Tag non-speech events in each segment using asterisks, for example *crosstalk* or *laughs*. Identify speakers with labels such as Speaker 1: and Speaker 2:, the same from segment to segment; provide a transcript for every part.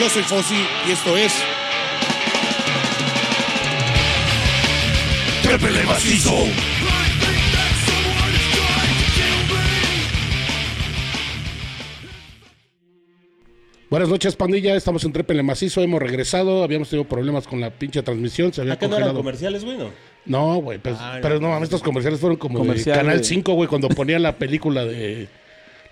Speaker 1: Yo soy Fossi y esto es.
Speaker 2: Trépele macizo.
Speaker 1: Buenas noches, pandilla. Estamos en Trépele Macizo. Hemos regresado. Habíamos tenido problemas con la pinche transmisión. Se había
Speaker 3: ¿A qué no eran
Speaker 1: congelado.
Speaker 3: comerciales, güey? No.
Speaker 1: No, güey, pues-
Speaker 3: Ah,
Speaker 1: pero
Speaker 3: no.
Speaker 1: no, mames, estos comerciales fueron como
Speaker 4: Comercial
Speaker 1: de Canal
Speaker 4: de-
Speaker 1: 5, güey, cuando ponían la película de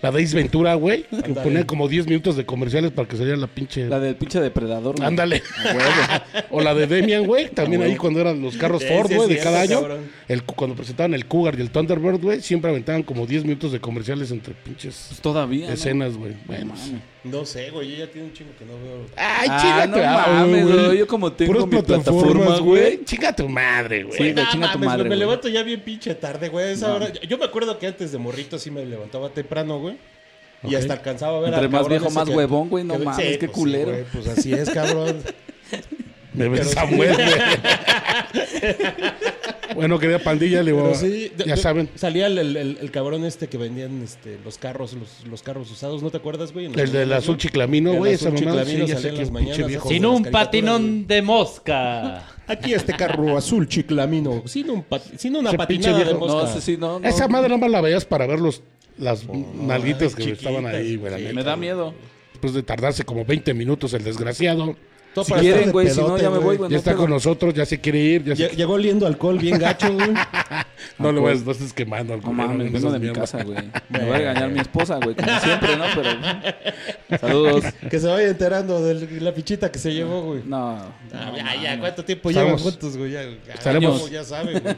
Speaker 1: la de Ace Ventura, güey, que
Speaker 3: *laughs* Ándale.
Speaker 1: ponían como 10 minutos de comerciales para que saliera la pinche
Speaker 4: La del pinche depredador. güey.
Speaker 1: Ándale. *laughs* o la de Demian, güey, también ahí cuando eran los carros
Speaker 3: Ah, Sí,
Speaker 1: Ford,
Speaker 3: sí,
Speaker 1: güey,
Speaker 3: sí,
Speaker 1: de cada
Speaker 3: ese
Speaker 1: año.
Speaker 3: cabrón.
Speaker 1: El, cu- cuando presentaban el Cougar y el Thunderbird, güey, siempre aventaban como 10 minutos de comerciales entre pinches
Speaker 4: Pues todavía. ¿no?
Speaker 1: escenas, güey. Bueno. sí.
Speaker 3: No sé, güey. Yo ya tiene un chingo que no veo.
Speaker 1: Ay,
Speaker 4: Ah,
Speaker 1: chinga
Speaker 4: no
Speaker 1: tu
Speaker 4: mames,
Speaker 1: ah,
Speaker 4: güey, yo como tengo
Speaker 1: Puras
Speaker 4: mi
Speaker 1: plataformas,
Speaker 4: plataforma, güey.
Speaker 1: Chinga tu madre, güey.
Speaker 4: Sí, güey,
Speaker 3: No
Speaker 4: chinga tu
Speaker 3: mames,
Speaker 4: madre,
Speaker 3: me,
Speaker 4: güey.
Speaker 3: levanto ya bien pinche tarde, güey. a Esa hora. Yo- Yo me acuerdo que antes de morrito sí me levantaba temprano, güey. Y
Speaker 1: Ok.
Speaker 3: hasta alcanzaba a ver
Speaker 4: Entre
Speaker 3: al
Speaker 4: más
Speaker 3: cabrón
Speaker 4: viejo,
Speaker 3: ese
Speaker 4: más
Speaker 3: que-
Speaker 4: huevón, güey, no
Speaker 3: que-
Speaker 4: mames, qué
Speaker 3: pues
Speaker 4: culero.
Speaker 3: güey, pues así es,
Speaker 4: *laughs*
Speaker 3: cabrón.
Speaker 1: Me ves
Speaker 3: Pero sí.
Speaker 1: Samuel, güey. *laughs* bueno, querida pandilla, le voy
Speaker 3: Pero
Speaker 1: a-
Speaker 3: sí, de-
Speaker 1: ya
Speaker 3: de-
Speaker 1: saben.
Speaker 3: Salía el, el- el- el cabrón este que vendían este, los carros, los, los carros usados, ¿no te acuerdas, güey? En las
Speaker 1: El del
Speaker 3: mañanas,
Speaker 1: azul
Speaker 3: ¿no?
Speaker 1: chiclamino,
Speaker 3: El
Speaker 1: güey. Esa
Speaker 3: azul
Speaker 1: mamá, sí,
Speaker 3: chiclamino
Speaker 1: ya
Speaker 3: salía
Speaker 1: sé
Speaker 3: en
Speaker 1: que
Speaker 3: las
Speaker 1: un pinche
Speaker 3: mañanas, ¿eh?
Speaker 1: viejo.
Speaker 3: así.
Speaker 5: Sin
Speaker 3: de las
Speaker 5: un
Speaker 3: caricaturas,
Speaker 5: patinón de mosca.
Speaker 3: Aquí este carro azul chiclamino, sin, un pat- sin una
Speaker 1: Ese
Speaker 3: patinada
Speaker 1: pinche
Speaker 3: de
Speaker 1: viejo.
Speaker 3: mosca.
Speaker 4: No, ese sí, no.
Speaker 1: *laughs*
Speaker 4: no.
Speaker 1: Esa madre nomás la veías para ver los, las nalguitas
Speaker 3: ay,
Speaker 1: que estaban
Speaker 3: chiquitas,
Speaker 1: ahí, güey. la
Speaker 3: sí.
Speaker 1: neta.
Speaker 4: Me da miedo.
Speaker 1: Después de tardarse como 20 minutos el desgraciado.
Speaker 3: Todo
Speaker 4: Si
Speaker 3: para estar
Speaker 4: quieren,
Speaker 3: de
Speaker 4: güey, si no,
Speaker 3: pedote,
Speaker 4: ya me voy, güey.
Speaker 1: ya
Speaker 4: no
Speaker 1: está
Speaker 4: pedo.
Speaker 1: con nosotros, ya se quiere ir. Ya se-
Speaker 3: Lle- Llegó oliendo alcohol bien gacho, güey.
Speaker 1: No le
Speaker 3: Ah,
Speaker 1: vas,
Speaker 3: pues.
Speaker 1: no estés quemando al
Speaker 4: No
Speaker 1: culero,
Speaker 4: mames,
Speaker 1: esas
Speaker 4: vengo de mi
Speaker 1: mierdas.
Speaker 4: casa, güey. Me va a regañar mi esposa, güey, como siempre, ¿no? Pero. Saludos.
Speaker 3: Que se vaya enterando de la fichita que se llevó, güey.
Speaker 4: No.
Speaker 3: Ah, ya, ya, ¿cuánto tiempo
Speaker 1: Estamos-
Speaker 3: llevan juntos, güey? Ya, ya,
Speaker 1: estaremos-
Speaker 3: ya saben,
Speaker 4: *laughs*
Speaker 3: güey.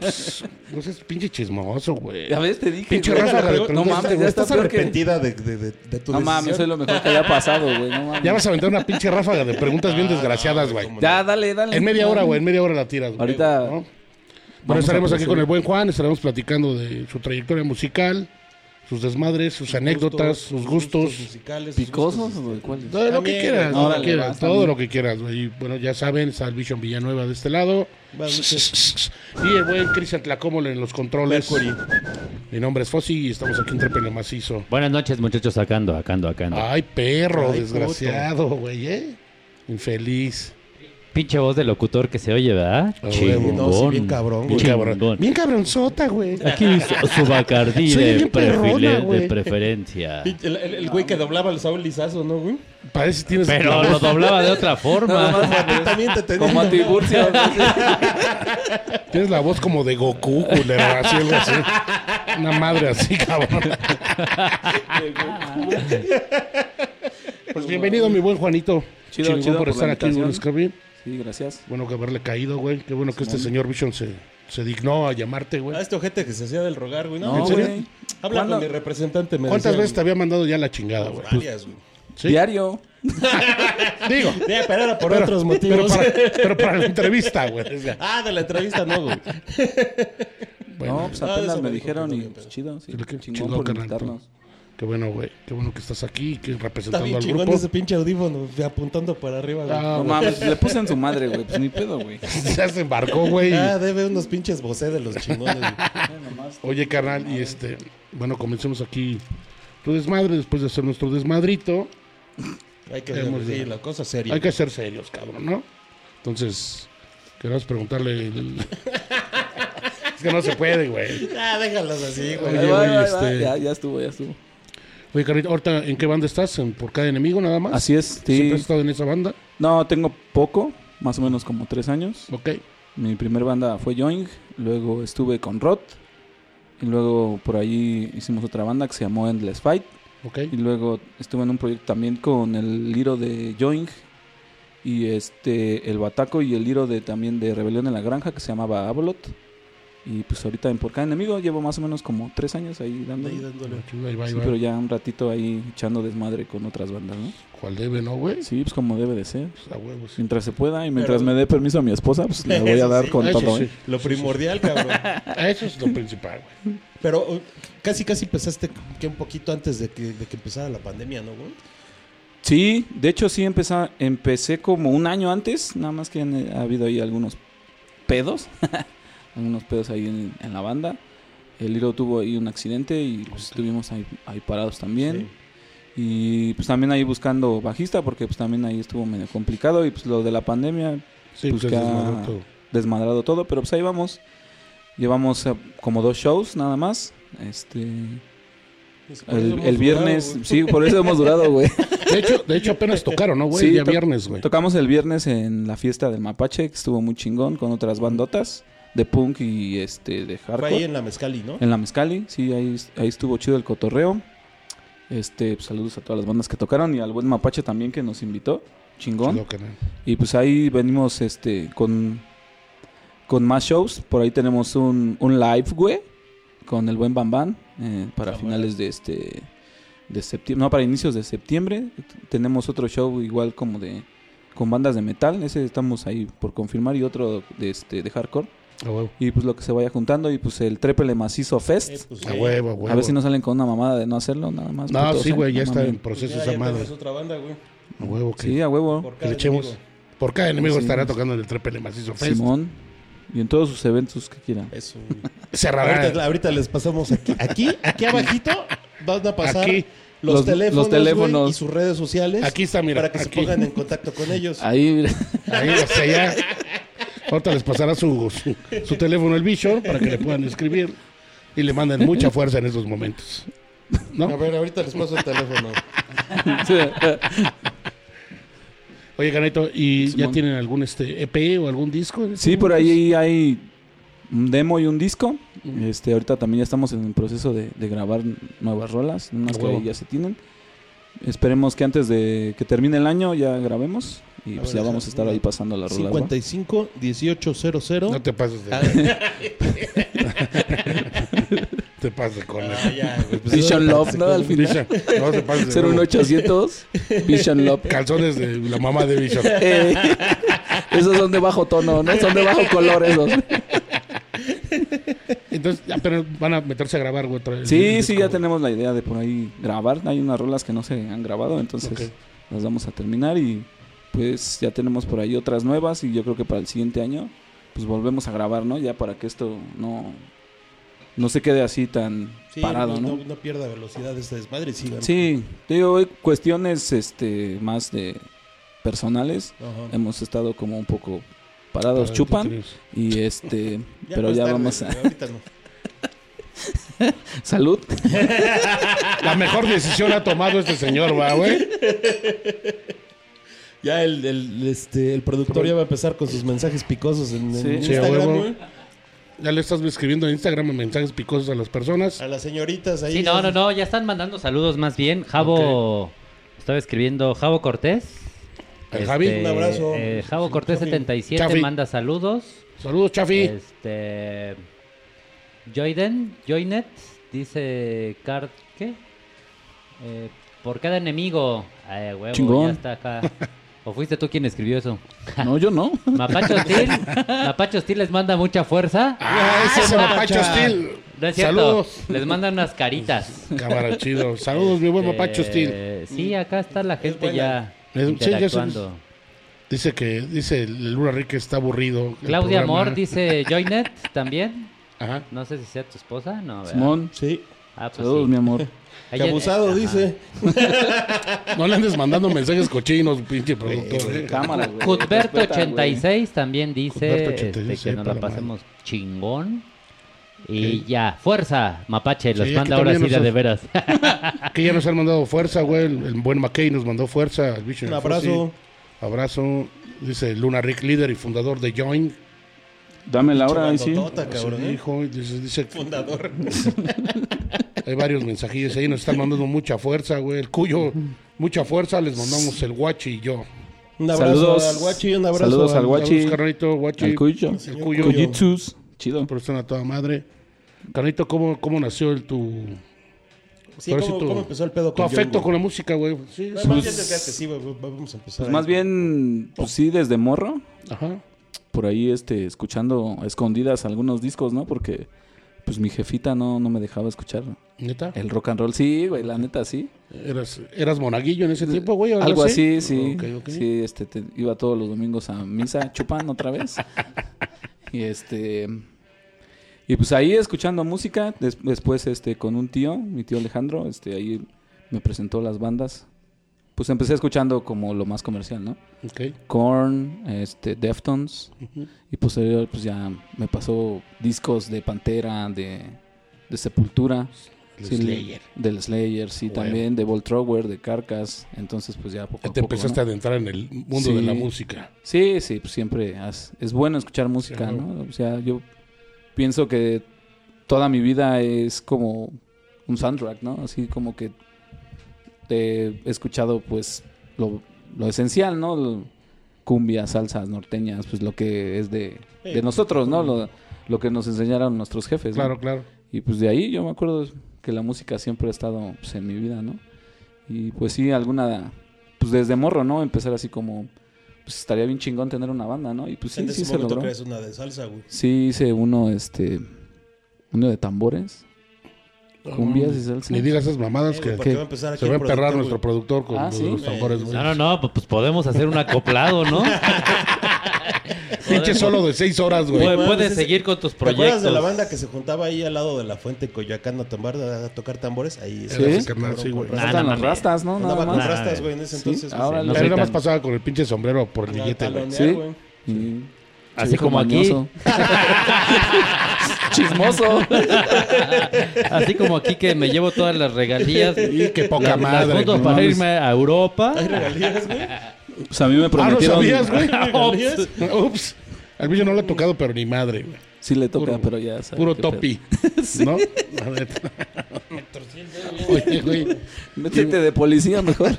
Speaker 1: No seas pinche chismoso, güey.
Speaker 4: Ya ves, te dije.
Speaker 1: Pinche
Speaker 4: güey.
Speaker 1: raza de-
Speaker 4: No mames, ya estás
Speaker 3: estás
Speaker 4: peor que.
Speaker 3: arrepentida de, de, de, de tu
Speaker 4: No
Speaker 3: decisión.
Speaker 4: mames, es lo mejor que haya pasado, güey. No mames.
Speaker 1: Ya vas a aventar una pinche ráfaga de preguntas bien desgraciadas, güey.
Speaker 4: Ya, dale, dale.
Speaker 1: En media
Speaker 4: No.
Speaker 1: hora, güey, en media hora la tiras. güey,
Speaker 4: Ahorita
Speaker 1: ¿no? Bueno,
Speaker 4: vamos
Speaker 1: estaremos
Speaker 4: a
Speaker 1: aquí con el buen Juan, estaremos platicando de su trayectoria musical, sus desmadres, sus anécdotas, sus gustos.
Speaker 3: musicales, sus
Speaker 4: ¿Picosos,
Speaker 3: gustos,
Speaker 4: güey? ¿Cuáles?
Speaker 1: Todo lo que
Speaker 3: También,
Speaker 1: quieras,
Speaker 4: güey.
Speaker 1: lo que
Speaker 4: Órale,
Speaker 1: quieras,
Speaker 4: vas,
Speaker 1: todo
Speaker 4: también.
Speaker 1: lo que quieras, güey. Y bueno, ya saben, está el Vision Villanueva de este lado.
Speaker 3: Buenas noches.
Speaker 1: Y el buen Cristian Tlacómola en los controles.
Speaker 3: Mercury.
Speaker 1: Mi nombre es Fossi y estamos aquí en Trepele Macizo.
Speaker 5: *laughs* Buenas noches, muchachos. Acando, acando, acando.
Speaker 1: Ay, perro,
Speaker 3: Ay,
Speaker 1: desgraciado, güey, ¿eh? Infeliz.
Speaker 5: Pinche voz de locutor que se oye, ¿verdad?
Speaker 1: A huevo.
Speaker 3: No, sí, bien cabrón, güey.
Speaker 1: Bien, cabrón-
Speaker 5: Chingón.
Speaker 1: bien cabronzota, güey.
Speaker 5: Aquí su, su bacardí
Speaker 1: Soy
Speaker 5: de,
Speaker 1: bien perrona,
Speaker 5: perfil-
Speaker 1: güey.
Speaker 5: de preferencia.
Speaker 3: El, el- el güey que doblaba al Saúl Lizazo, ¿no,
Speaker 4: *laughs*
Speaker 3: güey?
Speaker 1: Parece que tienes
Speaker 5: Pero
Speaker 1: la
Speaker 5: lo doblaba de otra
Speaker 4: No, no,
Speaker 5: forma.
Speaker 4: no,
Speaker 3: Tú también te
Speaker 4: no.
Speaker 3: tenía.
Speaker 4: Como a Tiburcio. güey.
Speaker 1: Tienes la voz como de Goku, culero, así algo así. Una madre así, cabrón. Pues bienvenido, mi buen Juanito.
Speaker 4: Chido,
Speaker 1: Chingón
Speaker 4: chido
Speaker 1: por
Speaker 4: por
Speaker 1: estar
Speaker 4: la
Speaker 1: aquí, buen
Speaker 4: invitación.
Speaker 1: Scrappy.
Speaker 4: Sí, gracias.
Speaker 1: Bueno que haberle caído, güey. Qué bueno que este señor Vision se, se dignó a llamarte,
Speaker 3: A
Speaker 1: güey.
Speaker 3: este ojete que se hacía del rogar, güey. No,
Speaker 4: No,
Speaker 3: ¿En serio?
Speaker 4: güey.
Speaker 3: Habla
Speaker 4: ¿Cuándo?
Speaker 3: con mi representante. Me
Speaker 1: ¿Cuántas
Speaker 3: decían,
Speaker 1: veces te había mandado ya la chingada,
Speaker 3: güey?
Speaker 1: güey?
Speaker 3: Pues Varias, güey.
Speaker 1: Sí.
Speaker 4: Diario.
Speaker 1: Digo,
Speaker 3: Sí, pero era por
Speaker 1: pero-
Speaker 3: otros
Speaker 1: pero
Speaker 3: motivos.
Speaker 1: para, *laughs* pero para la entrevista, güey. O sea,
Speaker 3: *laughs* Ah, de la entrevista no, güey.
Speaker 4: No,
Speaker 1: Bueno,
Speaker 4: pues
Speaker 3: Ah,
Speaker 4: apenas
Speaker 3: eso
Speaker 4: me
Speaker 3: me dijo
Speaker 4: dijeron
Speaker 3: que
Speaker 4: y
Speaker 3: no,
Speaker 4: pues, chido. Sí,
Speaker 1: Qué
Speaker 4: chingón
Speaker 1: chingón,
Speaker 4: por
Speaker 1: carnal.
Speaker 4: invitarnos.
Speaker 1: Qué bueno, güey. Qué bueno que estás aquí y que
Speaker 3: Está
Speaker 1: representando
Speaker 3: bien
Speaker 1: al
Speaker 3: chingón
Speaker 1: grupo.
Speaker 3: ese pinche audífono, güey, apuntando para arriba, güey.
Speaker 1: Ah,
Speaker 4: No mames, le puse en su madre, güey. Pues ni pedo, güey.
Speaker 1: *laughs* Ya se embarcó, güey.
Speaker 3: Ah, debe unos pinches vocé de los chingones, güey.
Speaker 1: Oye, carnal, y este, bueno, comencemos aquí tu desmadre después de hacer nuestro desmadrito.
Speaker 3: Hay que
Speaker 1: Hemos
Speaker 3: sí,
Speaker 1: de-
Speaker 3: la cosa seria.
Speaker 1: Hay que ser serios, cabrón, ¿no? Entonces, queremos preguntarle. el- *laughs* es que no se puede, güey.
Speaker 3: Ah, déjalos así,
Speaker 1: *laughs* Oye,
Speaker 3: güey.
Speaker 4: Ahí va,
Speaker 1: güey,
Speaker 4: ahí va,
Speaker 1: este-
Speaker 4: Ya, ya estuvo, ya estuvo.
Speaker 1: Oye, carnal, ahorita, ¿en qué banda estás? ¿En ¿Por cada enemigo nada más?
Speaker 4: Así es,
Speaker 1: ¿Siempre
Speaker 4: sí.
Speaker 1: has estado en esa banda?
Speaker 4: No, tengo poco, más o menos como tres años.
Speaker 1: Ok.
Speaker 4: Mi primer banda fue Yoing, luego estuve con Rot, y luego por ahí hicimos otra banda que se llamó Endless Fight,
Speaker 1: Ok.
Speaker 4: y luego estuve en un proyecto también con el Liro de Yoing, y este, el Bataco y el Liro de, también de Rebelión en la Granja que se llamaba Abolot. Y pues ahorita en Por Cada Enemigo llevo más o menos como tres años ahí dando.
Speaker 3: Ahí dándole.
Speaker 1: Ahí va, ahí
Speaker 4: Sí,
Speaker 1: va.
Speaker 4: pero ya un ratito ahí echando desmadre con otras bandas, ¿no?
Speaker 1: ¿Cuál debe, no, güey?
Speaker 4: Sí, pues como debe de ser.
Speaker 1: Pues, a huevos. sí.
Speaker 4: Mientras se pueda y mientras
Speaker 3: Pero-
Speaker 4: me dé permiso a mi esposa, pues le voy
Speaker 3: Eso
Speaker 4: a
Speaker 3: *laughs*
Speaker 4: dar
Speaker 3: sí.
Speaker 4: con
Speaker 1: Eso
Speaker 4: todo.
Speaker 1: sí.
Speaker 4: ¿eh?
Speaker 3: Lo primordial, cabrón.
Speaker 1: *laughs* Eso es lo principal, güey.
Speaker 3: Pero uh, casi, casi empezaste que un poquito antes de que, de que empezara la pandemia, ¿no, güey?
Speaker 4: Sí, de hecho sí empecé, empecé como un año antes, nada más que eh, *laughs* han- ha habido ahí algunos pedos, algunos pedos ahí en, en la banda. El Liro tuvo ahí un accidente y pues, estuvimos ahí, ahí parados también. Y pues también ahí buscando bajista porque pues también ahí estuvo medio complicado y pues lo de la pandemia
Speaker 1: Sí,
Speaker 4: pues,
Speaker 1: pues,
Speaker 4: que ha
Speaker 1: desmadró todo.
Speaker 4: desmadrado todo, pero pues ahí vamos. Llevamos eh, como dos shows nada más. Este
Speaker 3: Es por eso
Speaker 4: el,
Speaker 3: hemos
Speaker 4: el viernes,
Speaker 3: durado, güey.
Speaker 4: sí, por eso hemos
Speaker 3: *laughs*
Speaker 4: durado, güey.
Speaker 1: De hecho, de hecho apenas tocaron, ¿no, güey?
Speaker 4: Sí,
Speaker 1: el día
Speaker 4: to-
Speaker 1: viernes, güey.
Speaker 4: Tocamos el viernes en la fiesta del Mapache, que estuvo muy chingón con otras bandotas de punk y este de
Speaker 3: Fue ahí
Speaker 4: hardcore.
Speaker 3: en la Mezcali, ¿no?
Speaker 4: En la Mezcali, sí, ahí, ahí estuvo chido el cotorreo. Este, pues, saludos a todas las bandas que tocaron y al buen Mapache también que nos invitó. Chingón.
Speaker 1: Chido, carnal.
Speaker 4: Y pues ahí venimos este con, con más shows. Por ahí tenemos un, un live, güey, con el buen Bambán eh, para
Speaker 3: Ah,
Speaker 4: finales de este de septiembre, no, para inicios de septiembre. T- Tenemos otro show igual como de con bandas de metal, ese estamos ahí por confirmar y otro de este de hardcore
Speaker 1: A huevo.
Speaker 4: y pues lo que se vaya juntando y pues el Trépele Macizo Fest.
Speaker 3: Eh, pues,
Speaker 1: A
Speaker 3: sí.
Speaker 1: huevo, a huevo.
Speaker 4: A ver si no salen con una mamada de no hacerlo, nada más.
Speaker 1: No,
Speaker 4: putos,
Speaker 1: sí,
Speaker 4: ¿eh?
Speaker 1: güey, ya
Speaker 4: No
Speaker 1: está
Speaker 4: mames.
Speaker 1: en proceso pues
Speaker 3: Pues Ya,
Speaker 1: esa
Speaker 3: ya tenemos
Speaker 1: madre.
Speaker 3: otra banda, güey.
Speaker 1: A huevo, que,
Speaker 4: Sí, a huevo.
Speaker 3: Por
Speaker 1: que
Speaker 3: cada
Speaker 1: le echemos.
Speaker 3: enemigo.
Speaker 1: Por cada enemigo
Speaker 4: Sí.
Speaker 1: estará tocando en el Trepele Macizo Fest.
Speaker 4: Simón. Y en todos sus eventos que quieran.
Speaker 3: Eso, güey.
Speaker 1: Cerrará.
Speaker 3: ahorita, ahorita les pasamos aquí. Aquí, aquí
Speaker 1: *laughs*
Speaker 3: abajito, van a pasar
Speaker 1: Aquí.
Speaker 3: los,
Speaker 4: Los-
Speaker 3: teléfonos,
Speaker 4: los teléfonos.
Speaker 3: güey, y sus redes sociales.
Speaker 1: Aquí está, mira,
Speaker 3: Para que se
Speaker 1: aquí.
Speaker 3: pongan en contacto con ellos.
Speaker 4: Ahí,
Speaker 1: Ahí, hasta allá. Ahorita les pasará su, su, su teléfono el bicho para que le puedan escribir y le manden mucha fuerza en esos momentos.
Speaker 3: A
Speaker 1: ¿No?
Speaker 3: ver, ahorita les paso el teléfono.
Speaker 1: Oye, Ganito, ¿y ya
Speaker 4: Simón.
Speaker 1: tienen algún este EP o algún disco? en
Speaker 4: *laughs* sí,
Speaker 1: estos
Speaker 4: por
Speaker 1: momentos?
Speaker 4: ahí hay un demo y un disco. Este, ahorita también ya estamos en el proceso de, de grabar nuevas rolas, unas
Speaker 1: A
Speaker 4: que
Speaker 1: huevo.
Speaker 4: ahí ya se tienen. Esperemos que antes de que termine el año ya grabemos y
Speaker 3: A
Speaker 4: pues
Speaker 3: ver,
Speaker 4: ya vamos a
Speaker 3: deja-
Speaker 4: estar ahí pasando las rolas. ¿va?
Speaker 3: 55 1800.
Speaker 1: No te pases de,
Speaker 3: Ah,
Speaker 1: *laughs* te pases de con
Speaker 3: ah, ya,
Speaker 4: *laughs*
Speaker 3: güey.
Speaker 1: Pues
Speaker 4: Vision Love, ¿no? Al *laughs* final.
Speaker 1: Bicho, No te *laughs* pases de huevo.
Speaker 4: 01800
Speaker 1: *laughs*
Speaker 4: Vision Love.
Speaker 1: Calzones de la mamá de Bicho.
Speaker 4: Eh, *laughs* esos son de bajo tono, ¿no? Son de bajo color esos.
Speaker 1: Entonces, ya, pero van a meterse a grabar, güey. otra vez
Speaker 4: Sí,
Speaker 1: el
Speaker 4: sí,
Speaker 1: disco,
Speaker 4: ya
Speaker 1: güey.
Speaker 4: tenemos la idea de por ahí grabar. Hay unas rolas que no se han grabado, entonces
Speaker 1: Ok.
Speaker 4: las vamos a terminar y pues ya tenemos por ahí otras nuevas y yo creo que para el siguiente año pues volvemos a grabar, ¿no? Ya para que esto no, no se quede así tan
Speaker 3: Sí,
Speaker 4: parado, ¿no?
Speaker 3: no, no pierda velocidad este desmadre. Sí, güey.
Speaker 4: Sí, te digo, hay cuestiones este, más de personales.
Speaker 3: Ajá.
Speaker 4: Hemos estado como un poco
Speaker 1: Para
Speaker 4: parados,
Speaker 1: los
Speaker 4: chupan
Speaker 1: contenidos.
Speaker 4: y este, pero
Speaker 3: más
Speaker 4: ya
Speaker 3: tarde,
Speaker 4: vamos a... *laughs*
Speaker 3: güey, Ahorita no.
Speaker 4: Salud.
Speaker 1: La mejor decisión ha tomado este señor, va, güey.
Speaker 3: Ya el, el, este, el productor ya va a empezar con sus mensajes picosos en, en
Speaker 4: Sí.
Speaker 1: Sí, a
Speaker 3: Instagram,
Speaker 1: huevo.
Speaker 3: güey.
Speaker 1: Ya le estás escribiendo en Instagram mensajes picosos a las personas.
Speaker 3: A las señoritas ahí.
Speaker 5: Sí, no, no, no, ya están mandando saludos más bien. Javo, estaba escribiendo Javo Cortés.
Speaker 1: Al Javi,
Speaker 3: un abrazo.
Speaker 5: eh, Javo Cortés
Speaker 3: Chafi.
Speaker 5: 77
Speaker 1: Chafi.
Speaker 5: manda saludos.
Speaker 1: Saludos, Chafi.
Speaker 5: Este. Joyden, Joynet, dice Card. ¿Qué? Eh, por cada enemigo. Eh, huevo,
Speaker 4: Chingón.
Speaker 5: ya
Speaker 1: *laughs*
Speaker 5: está acá. ¿O fuiste tú quien escribió eso?
Speaker 4: No, yo no.
Speaker 5: Mapacho
Speaker 1: *laughs*
Speaker 5: Steel. Mapacho Steel les manda mucha fuerza.
Speaker 1: Ah, ese mapacho
Speaker 3: Mapacha.
Speaker 1: Steel.
Speaker 5: No es cierto.
Speaker 1: Saludos.
Speaker 5: Les manda unas caritas.
Speaker 1: Cámara chido. Saludos, *laughs* mi buen
Speaker 5: Eh,
Speaker 1: mapacho Steel.
Speaker 5: Sí, acá está la gente
Speaker 3: buena.
Speaker 5: ya
Speaker 1: Es- sí, ya son-
Speaker 5: interactuando.
Speaker 1: Dice que, dice el Luna Rica está aburrido. el
Speaker 5: Claudia
Speaker 1: programa. *laughs*
Speaker 5: Amor dice Joynet también.
Speaker 1: Ajá.
Speaker 5: No sé si sea tu esposa, no. ¿verdad?
Speaker 4: Simón,
Speaker 3: Sí.
Speaker 5: Ah, pues
Speaker 4: saludos,
Speaker 5: sí.
Speaker 4: mi amor.
Speaker 3: Que
Speaker 5: Ella-
Speaker 3: abusado,
Speaker 5: eh, Ajá.
Speaker 3: dice.
Speaker 1: No le andes mandando mensajes cochinos, pinche productor. eh.
Speaker 4: Cámara, güey. Respeta, güey.
Speaker 5: Cutberto86 también dice
Speaker 1: Cutberto
Speaker 5: este,
Speaker 1: 86,
Speaker 5: que nos
Speaker 1: sepa
Speaker 5: la
Speaker 1: la madre.
Speaker 5: pasemos chingón. Y ya, fuerza, mapache, los
Speaker 1: aquí
Speaker 5: manda ahora
Speaker 1: también
Speaker 5: sí de,
Speaker 1: nos-
Speaker 5: de veras.
Speaker 1: Que ya nos han mandado fuerza, güey. El, el buen McKay nos mandó fuerza. el bicho
Speaker 3: Un
Speaker 1: del
Speaker 3: abrazo.
Speaker 1: Fuzzy. Abrazo. Dice Luna Rick, líder y fundador de Join.
Speaker 4: Dame la hora, ahí sí.
Speaker 3: Bandotota, cabrón,
Speaker 1: Se
Speaker 3: ¿eh?
Speaker 1: dijo, dice, dice que
Speaker 3: Fundador.
Speaker 1: hay varios mensajillos ahí. Nos están mandando mucha fuerza, güey. El cuyo, mucha fuerza. Les mandamos el guachi y yo.
Speaker 3: Un abrazo
Speaker 4: Saludos.
Speaker 3: al guachi, un abrazo
Speaker 4: Saludos al Guachi.
Speaker 1: Saludos, carnalito, guachi.
Speaker 4: Al cuyo.
Speaker 1: El
Speaker 3: señor
Speaker 1: cuyo.
Speaker 3: Cuyo.
Speaker 4: Cuyitsus. Chido.
Speaker 1: Por estar a toda madre. Carnalito, ¿cómo, cómo nació el tu,
Speaker 3: Sí,
Speaker 1: Ahora
Speaker 3: ¿cómo,
Speaker 1: sí tu-
Speaker 3: cómo empezó el pedo
Speaker 1: tu
Speaker 3: con
Speaker 1: afecto
Speaker 3: Django?
Speaker 1: con la música, güey? Sí,
Speaker 3: Bueno,
Speaker 1: sí.
Speaker 3: más bien desde antes, sí, güey, güey, vamos a empezar.
Speaker 4: Pues más
Speaker 3: ahí.
Speaker 4: bien, pues sí, desde morro.
Speaker 1: Ajá.
Speaker 4: Por ahí, este, escuchando a escondidas algunos discos, ¿no? Porque, pues mi jefita no, no me dejaba escuchar
Speaker 1: ¿Neta?
Speaker 4: el rock and roll. Sí, güey, la neta, sí.
Speaker 1: ¿Eras, eras monaguillo en ese tiempo, güey? o
Speaker 4: Algo así, sí.
Speaker 1: Ok, ok.
Speaker 4: Sí, este, te- iba *laughs* todos los domingos a misa, chupan otra vez. y este... Y pues ahí escuchando música, des- después este con un tío, mi tío Alejandro, este ahí me presentó las bandas. Pues empecé escuchando como lo más comercial, ¿no?
Speaker 1: Ok.
Speaker 4: Korn, este Deftones y posterior pues ya me pasó discos de Pantera, de, de Sepultura,
Speaker 1: Del
Speaker 4: sí,
Speaker 1: Slayer.
Speaker 4: del Slayer, sí,
Speaker 1: Huevo.
Speaker 4: también de Volt Thrower, de Carcass, entonces pues ya poco a
Speaker 1: Te
Speaker 4: poco,
Speaker 1: empezaste
Speaker 4: ¿no?
Speaker 1: a adentrar en el mundo
Speaker 4: Sí.
Speaker 1: de la música.
Speaker 4: Sí, sí, pues siempre has- es bueno escuchar música,
Speaker 1: Claro.
Speaker 4: ¿no? O sea, yo pienso que toda mi vida es como un soundtrack, ¿no? Así como que te he escuchado, pues, lo, lo esencial, ¿no? Lo- Cumbias, salsas, norteñas, pues lo que es de, de
Speaker 3: Sí.
Speaker 4: nosotros, ¿no? Lo, lo que nos enseñaron nuestros jefes. ¿no?
Speaker 1: Claro, claro.
Speaker 4: Y pues de ahí yo me acuerdo que la música siempre ha estado pues, en mi vida, ¿no? Y pues sí, alguna, pues desde morro, ¿no? Empezar así como, pues estaría bien chingón tener una banda, ¿no? Y pues sí,
Speaker 3: en
Speaker 4: sí
Speaker 3: ese
Speaker 4: se
Speaker 3: momento
Speaker 4: logró.
Speaker 3: creas una de salsa, güey.
Speaker 4: Sí hice uno, este, uno de tambores, cumbias y salsa.
Speaker 1: Ni digas esas mamadas
Speaker 3: Eh,
Speaker 1: que
Speaker 3: güey, ¿para qué va a empezar aquí
Speaker 1: se va a
Speaker 3: el productor,
Speaker 1: emperrar
Speaker 3: güey?
Speaker 1: nuestro productor con
Speaker 4: Ah,
Speaker 1: los-
Speaker 4: ¿sí?
Speaker 1: los tambores, güey.
Speaker 5: No, no, no, pu- pues podemos hacer un acoplado, *laughs* ¿no?
Speaker 1: Pinche solo de seis horas,
Speaker 5: Pu-
Speaker 1: güey.
Speaker 3: Bueno,
Speaker 5: puedes
Speaker 3: ese-
Speaker 5: seguir con tus
Speaker 3: ¿Te acuerdas
Speaker 5: proyectos.
Speaker 3: de la banda que se juntaba ahí al lado de la fuente en Coyoacán a, tomar, a tocar tambores? Ahí
Speaker 1: Era
Speaker 4: Sí.
Speaker 1: ese
Speaker 3: ese
Speaker 1: carnal,
Speaker 3: cabrón,
Speaker 1: sí, güey.
Speaker 3: con
Speaker 5: Nah,
Speaker 3: rastas.
Speaker 4: Están
Speaker 5: no
Speaker 4: las
Speaker 5: mames.
Speaker 4: rastas, ¿no? Nada
Speaker 3: Andaba con
Speaker 5: nah,
Speaker 4: más.
Speaker 3: rastas,
Speaker 5: nah.
Speaker 3: güey, en ese
Speaker 4: Sí,
Speaker 3: entonces.
Speaker 4: ahora
Speaker 5: no
Speaker 4: lo-
Speaker 5: sé.
Speaker 1: Él nada más
Speaker 5: tan-
Speaker 1: pasaba con el pinche sombrero por
Speaker 3: Ajá,
Speaker 1: billete, güey.
Speaker 3: talonear,
Speaker 4: Sí.
Speaker 3: güey.
Speaker 4: Y-
Speaker 5: Así
Speaker 4: viejo
Speaker 5: como aquí.
Speaker 4: mañoso. Chismoso.
Speaker 5: Así como aquí que me llevo todas las
Speaker 3: *laughs*
Speaker 5: regalías.
Speaker 1: Y qué poca
Speaker 5: las- las
Speaker 1: madre.
Speaker 5: junto
Speaker 1: no Ah,
Speaker 5: para
Speaker 1: mames.
Speaker 5: irme a Europa.
Speaker 3: Hay *laughs* regalías, güey.
Speaker 4: Pues a mí me
Speaker 1: Ah, ¿no
Speaker 4: prometieron.
Speaker 1: sabías,
Speaker 5: *laughs*
Speaker 1: güey?
Speaker 3: Hay regalías.
Speaker 1: Ups. Al bicho no le ha tocado, pero ni madre, güey.
Speaker 4: sí le toca,
Speaker 1: Puro-
Speaker 4: pero ya sabe
Speaker 1: Puro
Speaker 4: qué pedo. *laughs*
Speaker 1: topi. ¿No? La neta. Oye, güey.
Speaker 4: Métete de policía mejor.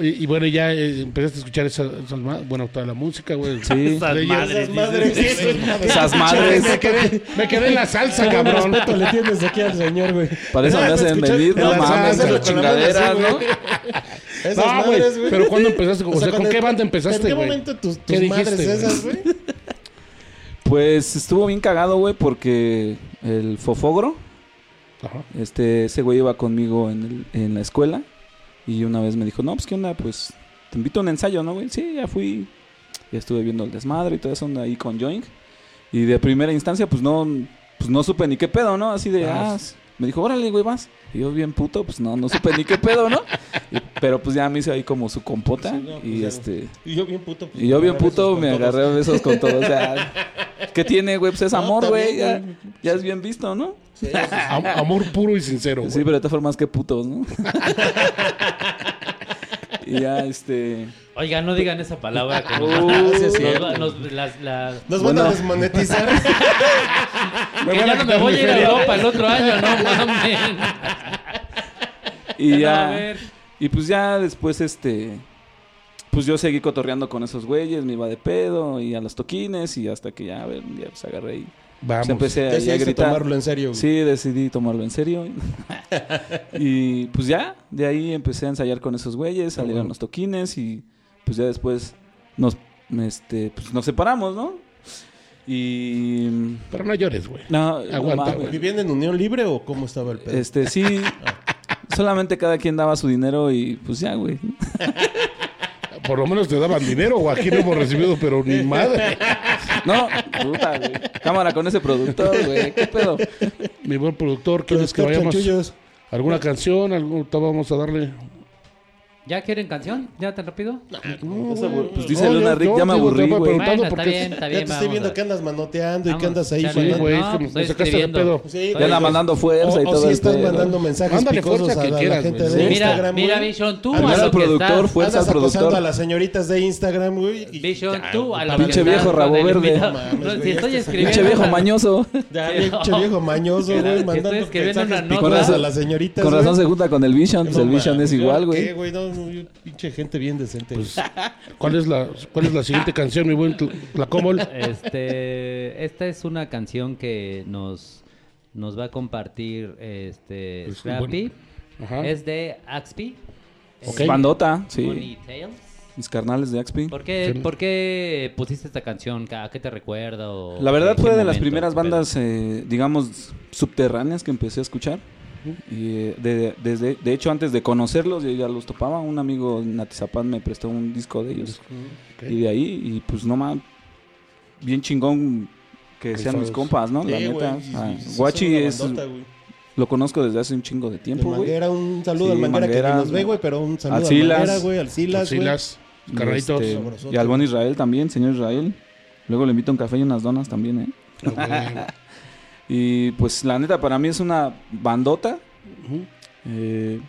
Speaker 1: Y, y bueno, ya eh, empezaste a escuchar esa, esas ma- bueno, toda la música, güey.
Speaker 4: Sí.
Speaker 5: Esas
Speaker 1: Leyes.
Speaker 5: madres,
Speaker 3: Esas madres,
Speaker 5: dices.
Speaker 3: esas *laughs* madres.
Speaker 4: Esas madres.
Speaker 1: Ah, Me quedé, me quedé en la
Speaker 4: *laughs*
Speaker 1: salsa, cabrón.
Speaker 3: respeto le tienes aquí al señor, güey?
Speaker 4: Para eso me hacen
Speaker 3: escuchas-
Speaker 4: venir, no
Speaker 1: Las
Speaker 4: mames,
Speaker 1: haces
Speaker 4: las
Speaker 1: con
Speaker 3: la mano
Speaker 4: chingaderas,
Speaker 3: así,
Speaker 4: ¿no?
Speaker 3: güey. Esas
Speaker 1: No, güey.
Speaker 3: madres, güey.
Speaker 1: Pero cuando empezaste, o,
Speaker 3: O
Speaker 1: sea, ¿con
Speaker 3: cuando-
Speaker 1: qué banda empezaste,
Speaker 3: ¿En qué
Speaker 1: güey?
Speaker 3: momento tus, tus
Speaker 1: ¿Qué dijiste,
Speaker 3: madres
Speaker 1: güey?
Speaker 3: esas, güey?
Speaker 4: Pues estuvo bien cagado, güey, porque el fofogro,
Speaker 1: Ajá.
Speaker 4: este, ese güey iba conmigo en, el- en la escuela y una vez me dijo, no, pues qué onda, pues te invito a un ensayo, ¿no, güey? Sí, ya fui, ya estuve viendo el desmadre y toda esa onda ahí con Joink. Y de primera instancia, pues no, pues no supe ni qué pedo, ¿no? Así de,
Speaker 1: Ah,
Speaker 4: ah, me dijo, órale, güey, vas. Y yo bien puto, pues no, no supe ni qué pedo, ¿no? Y- pero pues ya me hice ahí como su compota
Speaker 3: Sí, no,
Speaker 4: y
Speaker 3: pues, ya.
Speaker 4: este...
Speaker 3: *laughs* Y yo bien puto. pues,
Speaker 4: Y yo bien
Speaker 3: agarré esos
Speaker 4: puto
Speaker 3: con
Speaker 4: me
Speaker 3: todos.
Speaker 4: agarré a besos con todo.
Speaker 3: *laughs*
Speaker 4: O sea, ¿qué tiene, güey? Pues es
Speaker 3: No,
Speaker 4: amor,
Speaker 3: está
Speaker 4: güey.
Speaker 3: bien,
Speaker 4: Ya,
Speaker 3: güey.
Speaker 4: ya es bien visto, ¿no?
Speaker 3: Sí, sí, sí.
Speaker 1: Am- amor puro y sincero, güey.
Speaker 4: Sí, pero de todas formas, qué
Speaker 3: *laughs*
Speaker 4: putos, ¿no? y ya, este.
Speaker 5: Oiga, no digan esa palabra.
Speaker 3: *laughs*
Speaker 5: Que nos-
Speaker 4: Uh,
Speaker 3: sí, es
Speaker 5: nos
Speaker 3: cierto.
Speaker 5: va- nos- las- las-
Speaker 3: Nos
Speaker 4: Bueno.
Speaker 3: van a desmonetizar.
Speaker 5: que
Speaker 1: van
Speaker 5: ya
Speaker 1: a
Speaker 5: no me
Speaker 1: quitar
Speaker 5: voy
Speaker 1: mi
Speaker 5: a ir a
Speaker 1: feria.
Speaker 5: Europa el otro año, no mames.
Speaker 4: Y
Speaker 5: A ver.
Speaker 4: ya. Y pues ya después, este. Pues yo seguí cotorreando con esos güeyes, me iba de pedo y a los toquines y hasta que ya, a ver, un día pues agarré y
Speaker 1: Vamos.
Speaker 4: pues, empecé ahí a
Speaker 3: Decidiste
Speaker 4: gritar.
Speaker 3: tomarlo en serio, güey.
Speaker 4: Sí, decidí tomarlo en serio. y pues ya, de ahí empecé a ensayar con esos güeyes, salieron los toquines y pues ya después nos, este, pues, nos separamos, ¿no? Y...
Speaker 1: Pero no llores, güey.
Speaker 4: No,
Speaker 1: Aguanta,
Speaker 4: mames.
Speaker 1: güey.
Speaker 3: ¿Vivían en unión libre o cómo estaba el pedo?
Speaker 4: Este, sí. solamente cada quien daba su dinero y pues ya, güey.
Speaker 1: Por lo menos te daban dinero, güey. Aquí no hemos recibido, pero ni
Speaker 4: *laughs*
Speaker 1: madre.
Speaker 4: No, puta, güey. Cámara con ese productor, güey. ¿Qué pedo?
Speaker 1: Mi buen productor,
Speaker 3: Pero
Speaker 1: ¿quieres que vayamos?
Speaker 3: chanchullos.
Speaker 1: ¿Alguna canción? ¿Algún... Vamos a darle.
Speaker 5: ¿Ya quieren canción? ¿Ya tan rápido?
Speaker 1: No,
Speaker 4: se abur-
Speaker 1: güey.
Speaker 4: pues dice Luna Rick,
Speaker 1: yo
Speaker 4: ya me
Speaker 1: digo,
Speaker 4: aburrí,
Speaker 1: estaba
Speaker 4: güey.
Speaker 1: preguntando
Speaker 5: Bueno,
Speaker 1: por
Speaker 5: está
Speaker 1: qué-
Speaker 5: bien,
Speaker 3: Ya
Speaker 5: está
Speaker 3: te
Speaker 5: bien.
Speaker 3: estoy viendo
Speaker 5: vamos
Speaker 3: que
Speaker 5: a-
Speaker 3: andas manoteando y
Speaker 5: vamos,
Speaker 3: que andas ahí.
Speaker 5: chale.
Speaker 1: Sí,
Speaker 3: mandando-
Speaker 1: güey,
Speaker 5: No,
Speaker 1: es que me-
Speaker 5: pues
Speaker 1: me
Speaker 5: estoy
Speaker 1: sacaste de
Speaker 5: escribiendo.
Speaker 1: pedo.
Speaker 3: Sí,
Speaker 4: Ya
Speaker 3: güey,
Speaker 4: la mandando fuerza
Speaker 3: o,
Speaker 4: y todo
Speaker 3: o sí
Speaker 4: el
Speaker 3: estás
Speaker 4: pedo.
Speaker 3: mandando mensajes
Speaker 1: Mándale
Speaker 3: picosos
Speaker 1: fuerza
Speaker 3: a
Speaker 1: que
Speaker 3: la,
Speaker 1: quieras,
Speaker 3: gente
Speaker 1: güey.
Speaker 3: de
Speaker 1: Sí,
Speaker 5: Mira,
Speaker 3: Instagram,
Speaker 5: mira,
Speaker 3: güey.
Speaker 5: Vision, tú
Speaker 4: Al
Speaker 5: a
Speaker 4: menos
Speaker 5: lo que
Speaker 4: productor
Speaker 5: estás.
Speaker 4: fue- Fuerza
Speaker 3: Andas
Speaker 4: al
Speaker 3: acosando
Speaker 4: productor.
Speaker 3: a las señoritas de Instagram, güey. y-
Speaker 5: Vision, tú a lo que
Speaker 4: Pinche
Speaker 5: estás
Speaker 4: viejo
Speaker 5: con
Speaker 4: rabo
Speaker 5: el
Speaker 4: verde.
Speaker 5: invitado.
Speaker 3: No mames,
Speaker 5: Si
Speaker 3: güey,
Speaker 5: estoy
Speaker 3: este
Speaker 5: escribiendo...
Speaker 4: Pinche viejo mañoso.
Speaker 1: *laughs*
Speaker 3: Ya,
Speaker 5: Sí,
Speaker 3: pinche
Speaker 5: no.
Speaker 3: viejo mañoso,
Speaker 5: Que la-
Speaker 3: güey,
Speaker 5: que
Speaker 3: mandando
Speaker 5: estoy escribiendo
Speaker 3: mensajes
Speaker 5: una nota.
Speaker 3: picosos a las señoritas.
Speaker 4: Con
Speaker 3: güey.
Speaker 4: razón se junta con el Vision. Pues el
Speaker 3: No,
Speaker 4: Vision
Speaker 3: mames,
Speaker 4: es igual,
Speaker 3: ¿yo
Speaker 4: güey.
Speaker 3: qué, No, no, yo- pinche gente bien decente. *laughs*
Speaker 1: Pues, ¿cuál, es la, ¿Cuál es la
Speaker 4: Ah.
Speaker 1: siguiente canción, mi buen Tl- Tlacomol?
Speaker 5: Este, esta es una canción que nos, nos va a compartir este
Speaker 1: Es muy
Speaker 5: Scrappy.
Speaker 1: Ajá.
Speaker 5: Es de Axpi.
Speaker 1: Ok.
Speaker 5: Es
Speaker 4: Bandota,
Speaker 5: Pony
Speaker 4: sí.
Speaker 5: Tales.
Speaker 4: Mis carnales de Axpi.
Speaker 5: ¿Por qué,
Speaker 1: Sí.
Speaker 5: por qué pusiste esta canción? ¿A qué te recuerda? o
Speaker 4: La verdad
Speaker 5: qué-
Speaker 4: fue
Speaker 5: qué
Speaker 4: de las
Speaker 5: momento?
Speaker 4: primeras
Speaker 5: ¿Qué pedo?
Speaker 4: bandas, eh, digamos, subterráneas que empecé a escuchar. Y eh, de, desde, de hecho, antes de conocerlos, yo ya los topaba. Un amigo en Atizapán me prestó un disco de ellos.
Speaker 1: Ok.
Speaker 4: Y de ahí, y pues no más, bien chingón que sean mis
Speaker 1: Rifados.
Speaker 4: compas, ¿no? La
Speaker 3: Sí, güey,
Speaker 4: neta.
Speaker 3: sí, sí,
Speaker 4: Ah,
Speaker 3: sí, son
Speaker 4: Guachi
Speaker 3: una
Speaker 4: es.
Speaker 3: bandota, güey.
Speaker 4: Lo conozco desde hace un chingo de
Speaker 3: El
Speaker 4: tiempo, güey.
Speaker 3: Manguera, un saludo
Speaker 4: Sí,
Speaker 3: al Manguera, que
Speaker 4: Manguera.
Speaker 3: ni nos ve, güey, pero un saludo
Speaker 4: Al Silas.
Speaker 3: al Manguera, güey, al Silas, güey.
Speaker 1: Silas,
Speaker 4: Y
Speaker 1: carnalitos.
Speaker 4: este, *laughs*
Speaker 3: Sabrosote,
Speaker 4: y al buen
Speaker 3: güey.
Speaker 4: Israel también, señor Israel. Luego le invito un café y unas donas también, ¿eh?
Speaker 1: Ah, güey.
Speaker 4: Y pues la neta, para mí es una bandota.
Speaker 1: Ujú.
Speaker 4: Eh,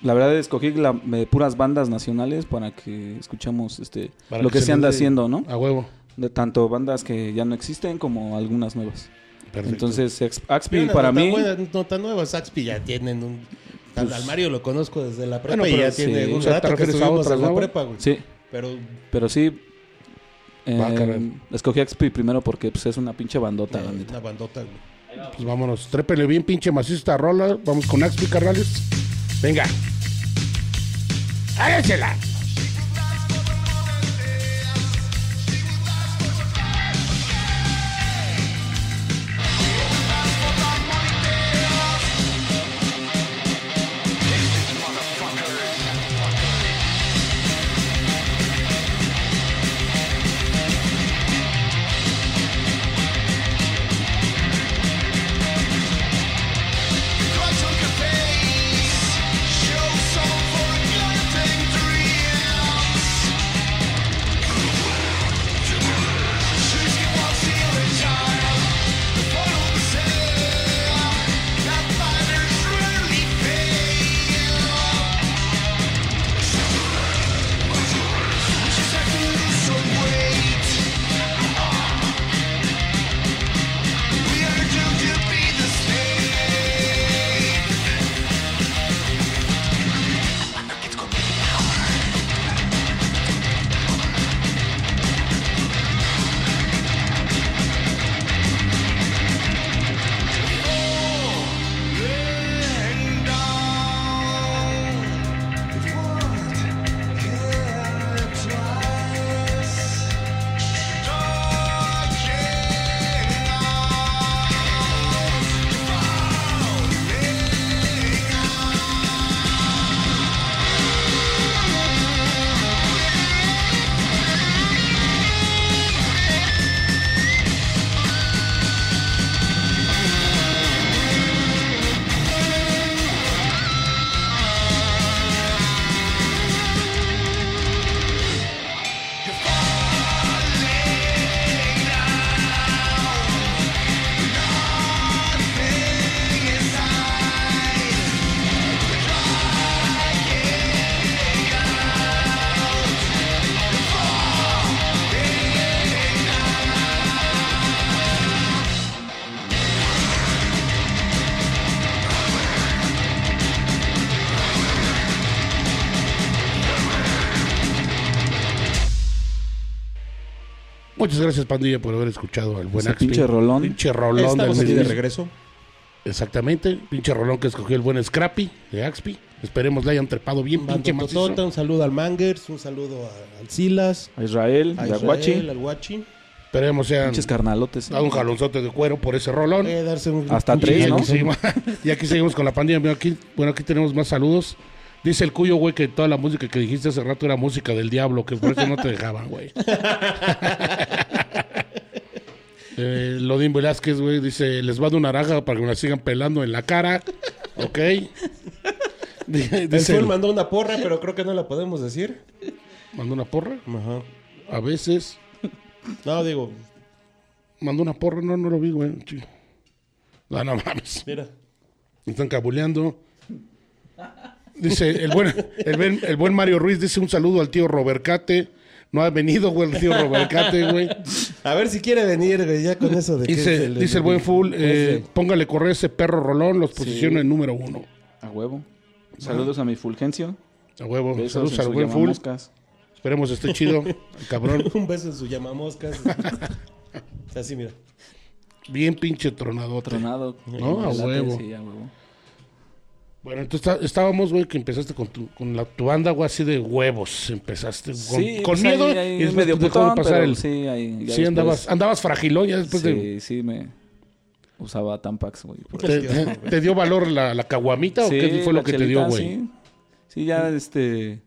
Speaker 4: la verdad escogí la, eh, puras bandas nacionales para que escuchamos este
Speaker 1: Para
Speaker 4: lo que,
Speaker 1: se Ah.
Speaker 4: se anda
Speaker 1: nos dé
Speaker 4: haciendo, ¿no?
Speaker 1: A huevo.
Speaker 4: De tanto bandas que ya no existen como algunas nuevas.
Speaker 1: Perfecto.
Speaker 4: Entonces, Ex-
Speaker 3: Tiene
Speaker 4: Axpi
Speaker 3: una
Speaker 4: para
Speaker 3: nota
Speaker 4: mí
Speaker 3: buena, nota nueva, Saxby ya tienen un...
Speaker 4: Pues-
Speaker 3: al Mario lo conozco desde la prepa
Speaker 1: Bueno,
Speaker 3: y
Speaker 1: pero
Speaker 3: ya
Speaker 1: sí.
Speaker 3: tiene
Speaker 1: O
Speaker 3: un
Speaker 1: sea, ¿te
Speaker 3: rato que
Speaker 1: refieres a
Speaker 3: estuvimos
Speaker 1: otras,
Speaker 3: en la
Speaker 1: no, güey?
Speaker 3: prepa, güey.
Speaker 4: sí,
Speaker 3: Pero
Speaker 4: pero sí eh,
Speaker 1: Va, caray.
Speaker 4: escogí Axpi primero porque pues es una pinche bandota,
Speaker 1: Eh.
Speaker 4: la neta.
Speaker 3: una bandota, güey.
Speaker 1: Pues vámonos. Trépele bien, pinche macizo esta rola. Vamos con Axpi, carnales. Venga. Hágasela. Muchas gracias, Pandilla, por haber escuchado al buen
Speaker 4: Ese
Speaker 1: Axpi.
Speaker 4: pinche rolón.
Speaker 1: Pinche rolón del
Speaker 3: Estamos aquí de
Speaker 1: mismo-
Speaker 3: regreso.
Speaker 1: Exactamente. Pinche rolón que escogió el buen Scrappy de Axpi. Esperemos le hayan trepado bien, pinche macizo.
Speaker 3: Bandotota, un saludo al Mangers, un saludo a- al Silas,
Speaker 4: A Israel,
Speaker 3: a
Speaker 4: de Aguachi,
Speaker 3: Israel, al Guachi.
Speaker 1: Esperemos sean
Speaker 4: pinches carnalotes. eh,
Speaker 1: a Ah, un jalonzote de cuero por ese rolón.
Speaker 3: Eh, darse un-
Speaker 4: Hasta
Speaker 3: un
Speaker 4: tres,
Speaker 1: y,
Speaker 3: chingón.
Speaker 4: ¿no?
Speaker 1: aquí seguimos, *laughs* y aquí seguimos con la pandilla. Mira, aquí, bueno, aquí tenemos más saludos. Dice el cuyo, güey, que toda la música que dijiste hace rato era música del diablo, que por eso no te dejaban, güey.
Speaker 3: *laughs*
Speaker 1: *laughs* eh, Lodín Velázquez, güey, dice, les va de una raja para que me la sigan pelando en la cara. Ok. *laughs* Di-
Speaker 3: El
Speaker 1: Dice,
Speaker 3: Sol
Speaker 1: el-
Speaker 3: mandó una porra, pero creo que no la podemos decir.
Speaker 1: mandó una porra.
Speaker 3: Ajá.
Speaker 1: A veces.
Speaker 3: No, digo,
Speaker 1: Mandó una porra, no, no lo vi, güey. Ch- No, no mames.
Speaker 3: mira.
Speaker 1: Me están cabuleando. Dice el buen, el, buen, el buen Mario Ruiz, dice un saludo al tío Robercate. No ha venido, güey, el tío Robercate, güey.
Speaker 3: A ver si quiere venir, güey, ya con eso de que es
Speaker 1: Dice,
Speaker 3: el-
Speaker 1: dice el buen Full, eh,
Speaker 3: Pues,
Speaker 1: póngale correr ese perro rolón, los posiciona en número uno.
Speaker 4: A huevo. Saludos a mi Fulgencio.
Speaker 1: A huevo.
Speaker 4: Besos
Speaker 1: Saludos
Speaker 4: en
Speaker 1: al
Speaker 4: su
Speaker 1: buen Full.
Speaker 4: llamamoscas.
Speaker 1: Esperemos esté chido,
Speaker 4: *laughs*
Speaker 1: el cabrón.
Speaker 3: *laughs* Un beso en su *laughs* llamamoscas. Así, mira.
Speaker 1: Bien pinche tronadote.
Speaker 4: Tronado.
Speaker 1: No, a
Speaker 4: Late,
Speaker 1: huevo.
Speaker 4: sí, a huevo.
Speaker 1: Bueno, entonces está- estábamos, güey, que empezaste con tu, con la, tu banda, güey, así de huevos. Empezaste con,
Speaker 4: Sí,
Speaker 1: con
Speaker 4: pues,
Speaker 1: miedo
Speaker 4: ahí- ahí
Speaker 1: y después
Speaker 4: medio
Speaker 1: te dejó de
Speaker 4: putón,
Speaker 1: pasar
Speaker 4: pero
Speaker 1: el... Sí,
Speaker 4: Sí, ahí, ya después-
Speaker 1: andabas, andabas fragilón ya después de...
Speaker 4: Sí, sí, me usaba Tampax, güey.
Speaker 3: Pues
Speaker 4: por-
Speaker 1: ¿Te, te- te dio valor la, la caguamita
Speaker 4: Sí,
Speaker 1: o qué fue lo
Speaker 4: la
Speaker 1: que te
Speaker 4: chelita,
Speaker 1: dio, güey?
Speaker 4: Sí. Sí, ya este...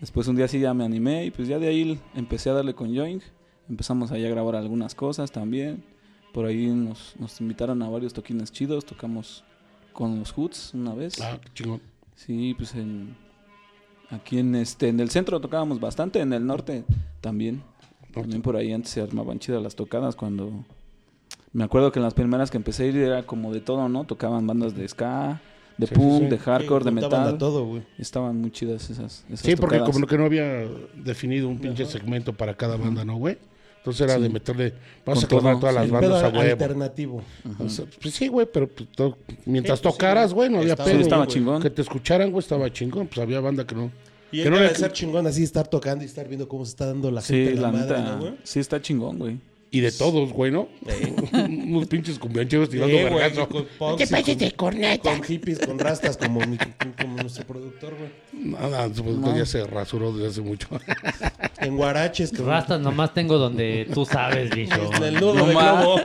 Speaker 4: Después un día sí ya me animé y pues ya de ahí empecé a darle con Yoink. Empezamos ahí a grabar algunas cosas también. Por ahí nos, nos invitaron a varios toquines chidos. Tocamos con los Hoods una vez.
Speaker 1: Ah, qué chingón.
Speaker 4: Sí, pues en, aquí en este en el centro tocábamos bastante, en el norte también. También por ahí antes se armaban chidas las tocadas cuando me acuerdo que en las primeras que empecé a ir era como de todo, ¿no? Tocaban bandas de ska, de
Speaker 1: Sí, sí,
Speaker 4: punk,
Speaker 1: sí.
Speaker 4: de hardcore, de
Speaker 3: Juntaban
Speaker 4: metal.
Speaker 3: a todo, güey.
Speaker 4: Estaban muy chidas esas, esas
Speaker 1: Sí, porque
Speaker 4: tocadas.
Speaker 1: como que no había definido un pinche segmento para cada banda, ¿no, güey? Entonces era de meterle, vamos
Speaker 4: Con
Speaker 1: a clavar
Speaker 4: todo,
Speaker 1: todas las
Speaker 3: El
Speaker 1: bandas
Speaker 3: pedo
Speaker 1: a huevo.
Speaker 3: alternativo.
Speaker 1: O sea, pues sí, güey, pero pues, to- mientras
Speaker 3: Sí, pues, sí,
Speaker 1: tocaras, güey, no había
Speaker 3: estaba-
Speaker 1: pedo.
Speaker 4: Sí, estaba
Speaker 1: güey.
Speaker 4: chingón.
Speaker 1: Que te escucharan, güey, estaba chingón. Pues había banda que no.
Speaker 3: Y
Speaker 1: que no
Speaker 3: no
Speaker 1: le-
Speaker 3: debe ser chingón así estar tocando y estar viendo cómo se está dando la gente
Speaker 4: Sí,
Speaker 3: la,
Speaker 4: la
Speaker 3: madre,
Speaker 4: neta.
Speaker 3: ¿no, güey?
Speaker 4: sí, está chingón, güey.
Speaker 1: Y de todos, güey, ¿no? *laughs* Unos pinches cumbiancheros tirando
Speaker 3: Sí, güey,
Speaker 1: vergazo.
Speaker 3: con punks y con- Con hippies, con rastas, como, mi- como nuestro productor, güey.
Speaker 1: Nada, su productor ya se rasuró desde hace mucho.
Speaker 3: En guaraches, que
Speaker 5: Rastas nomás tengo donde tú sabes,
Speaker 4: *laughs*
Speaker 5: bicho.
Speaker 3: En el nudo de
Speaker 4: ma.
Speaker 3: globo.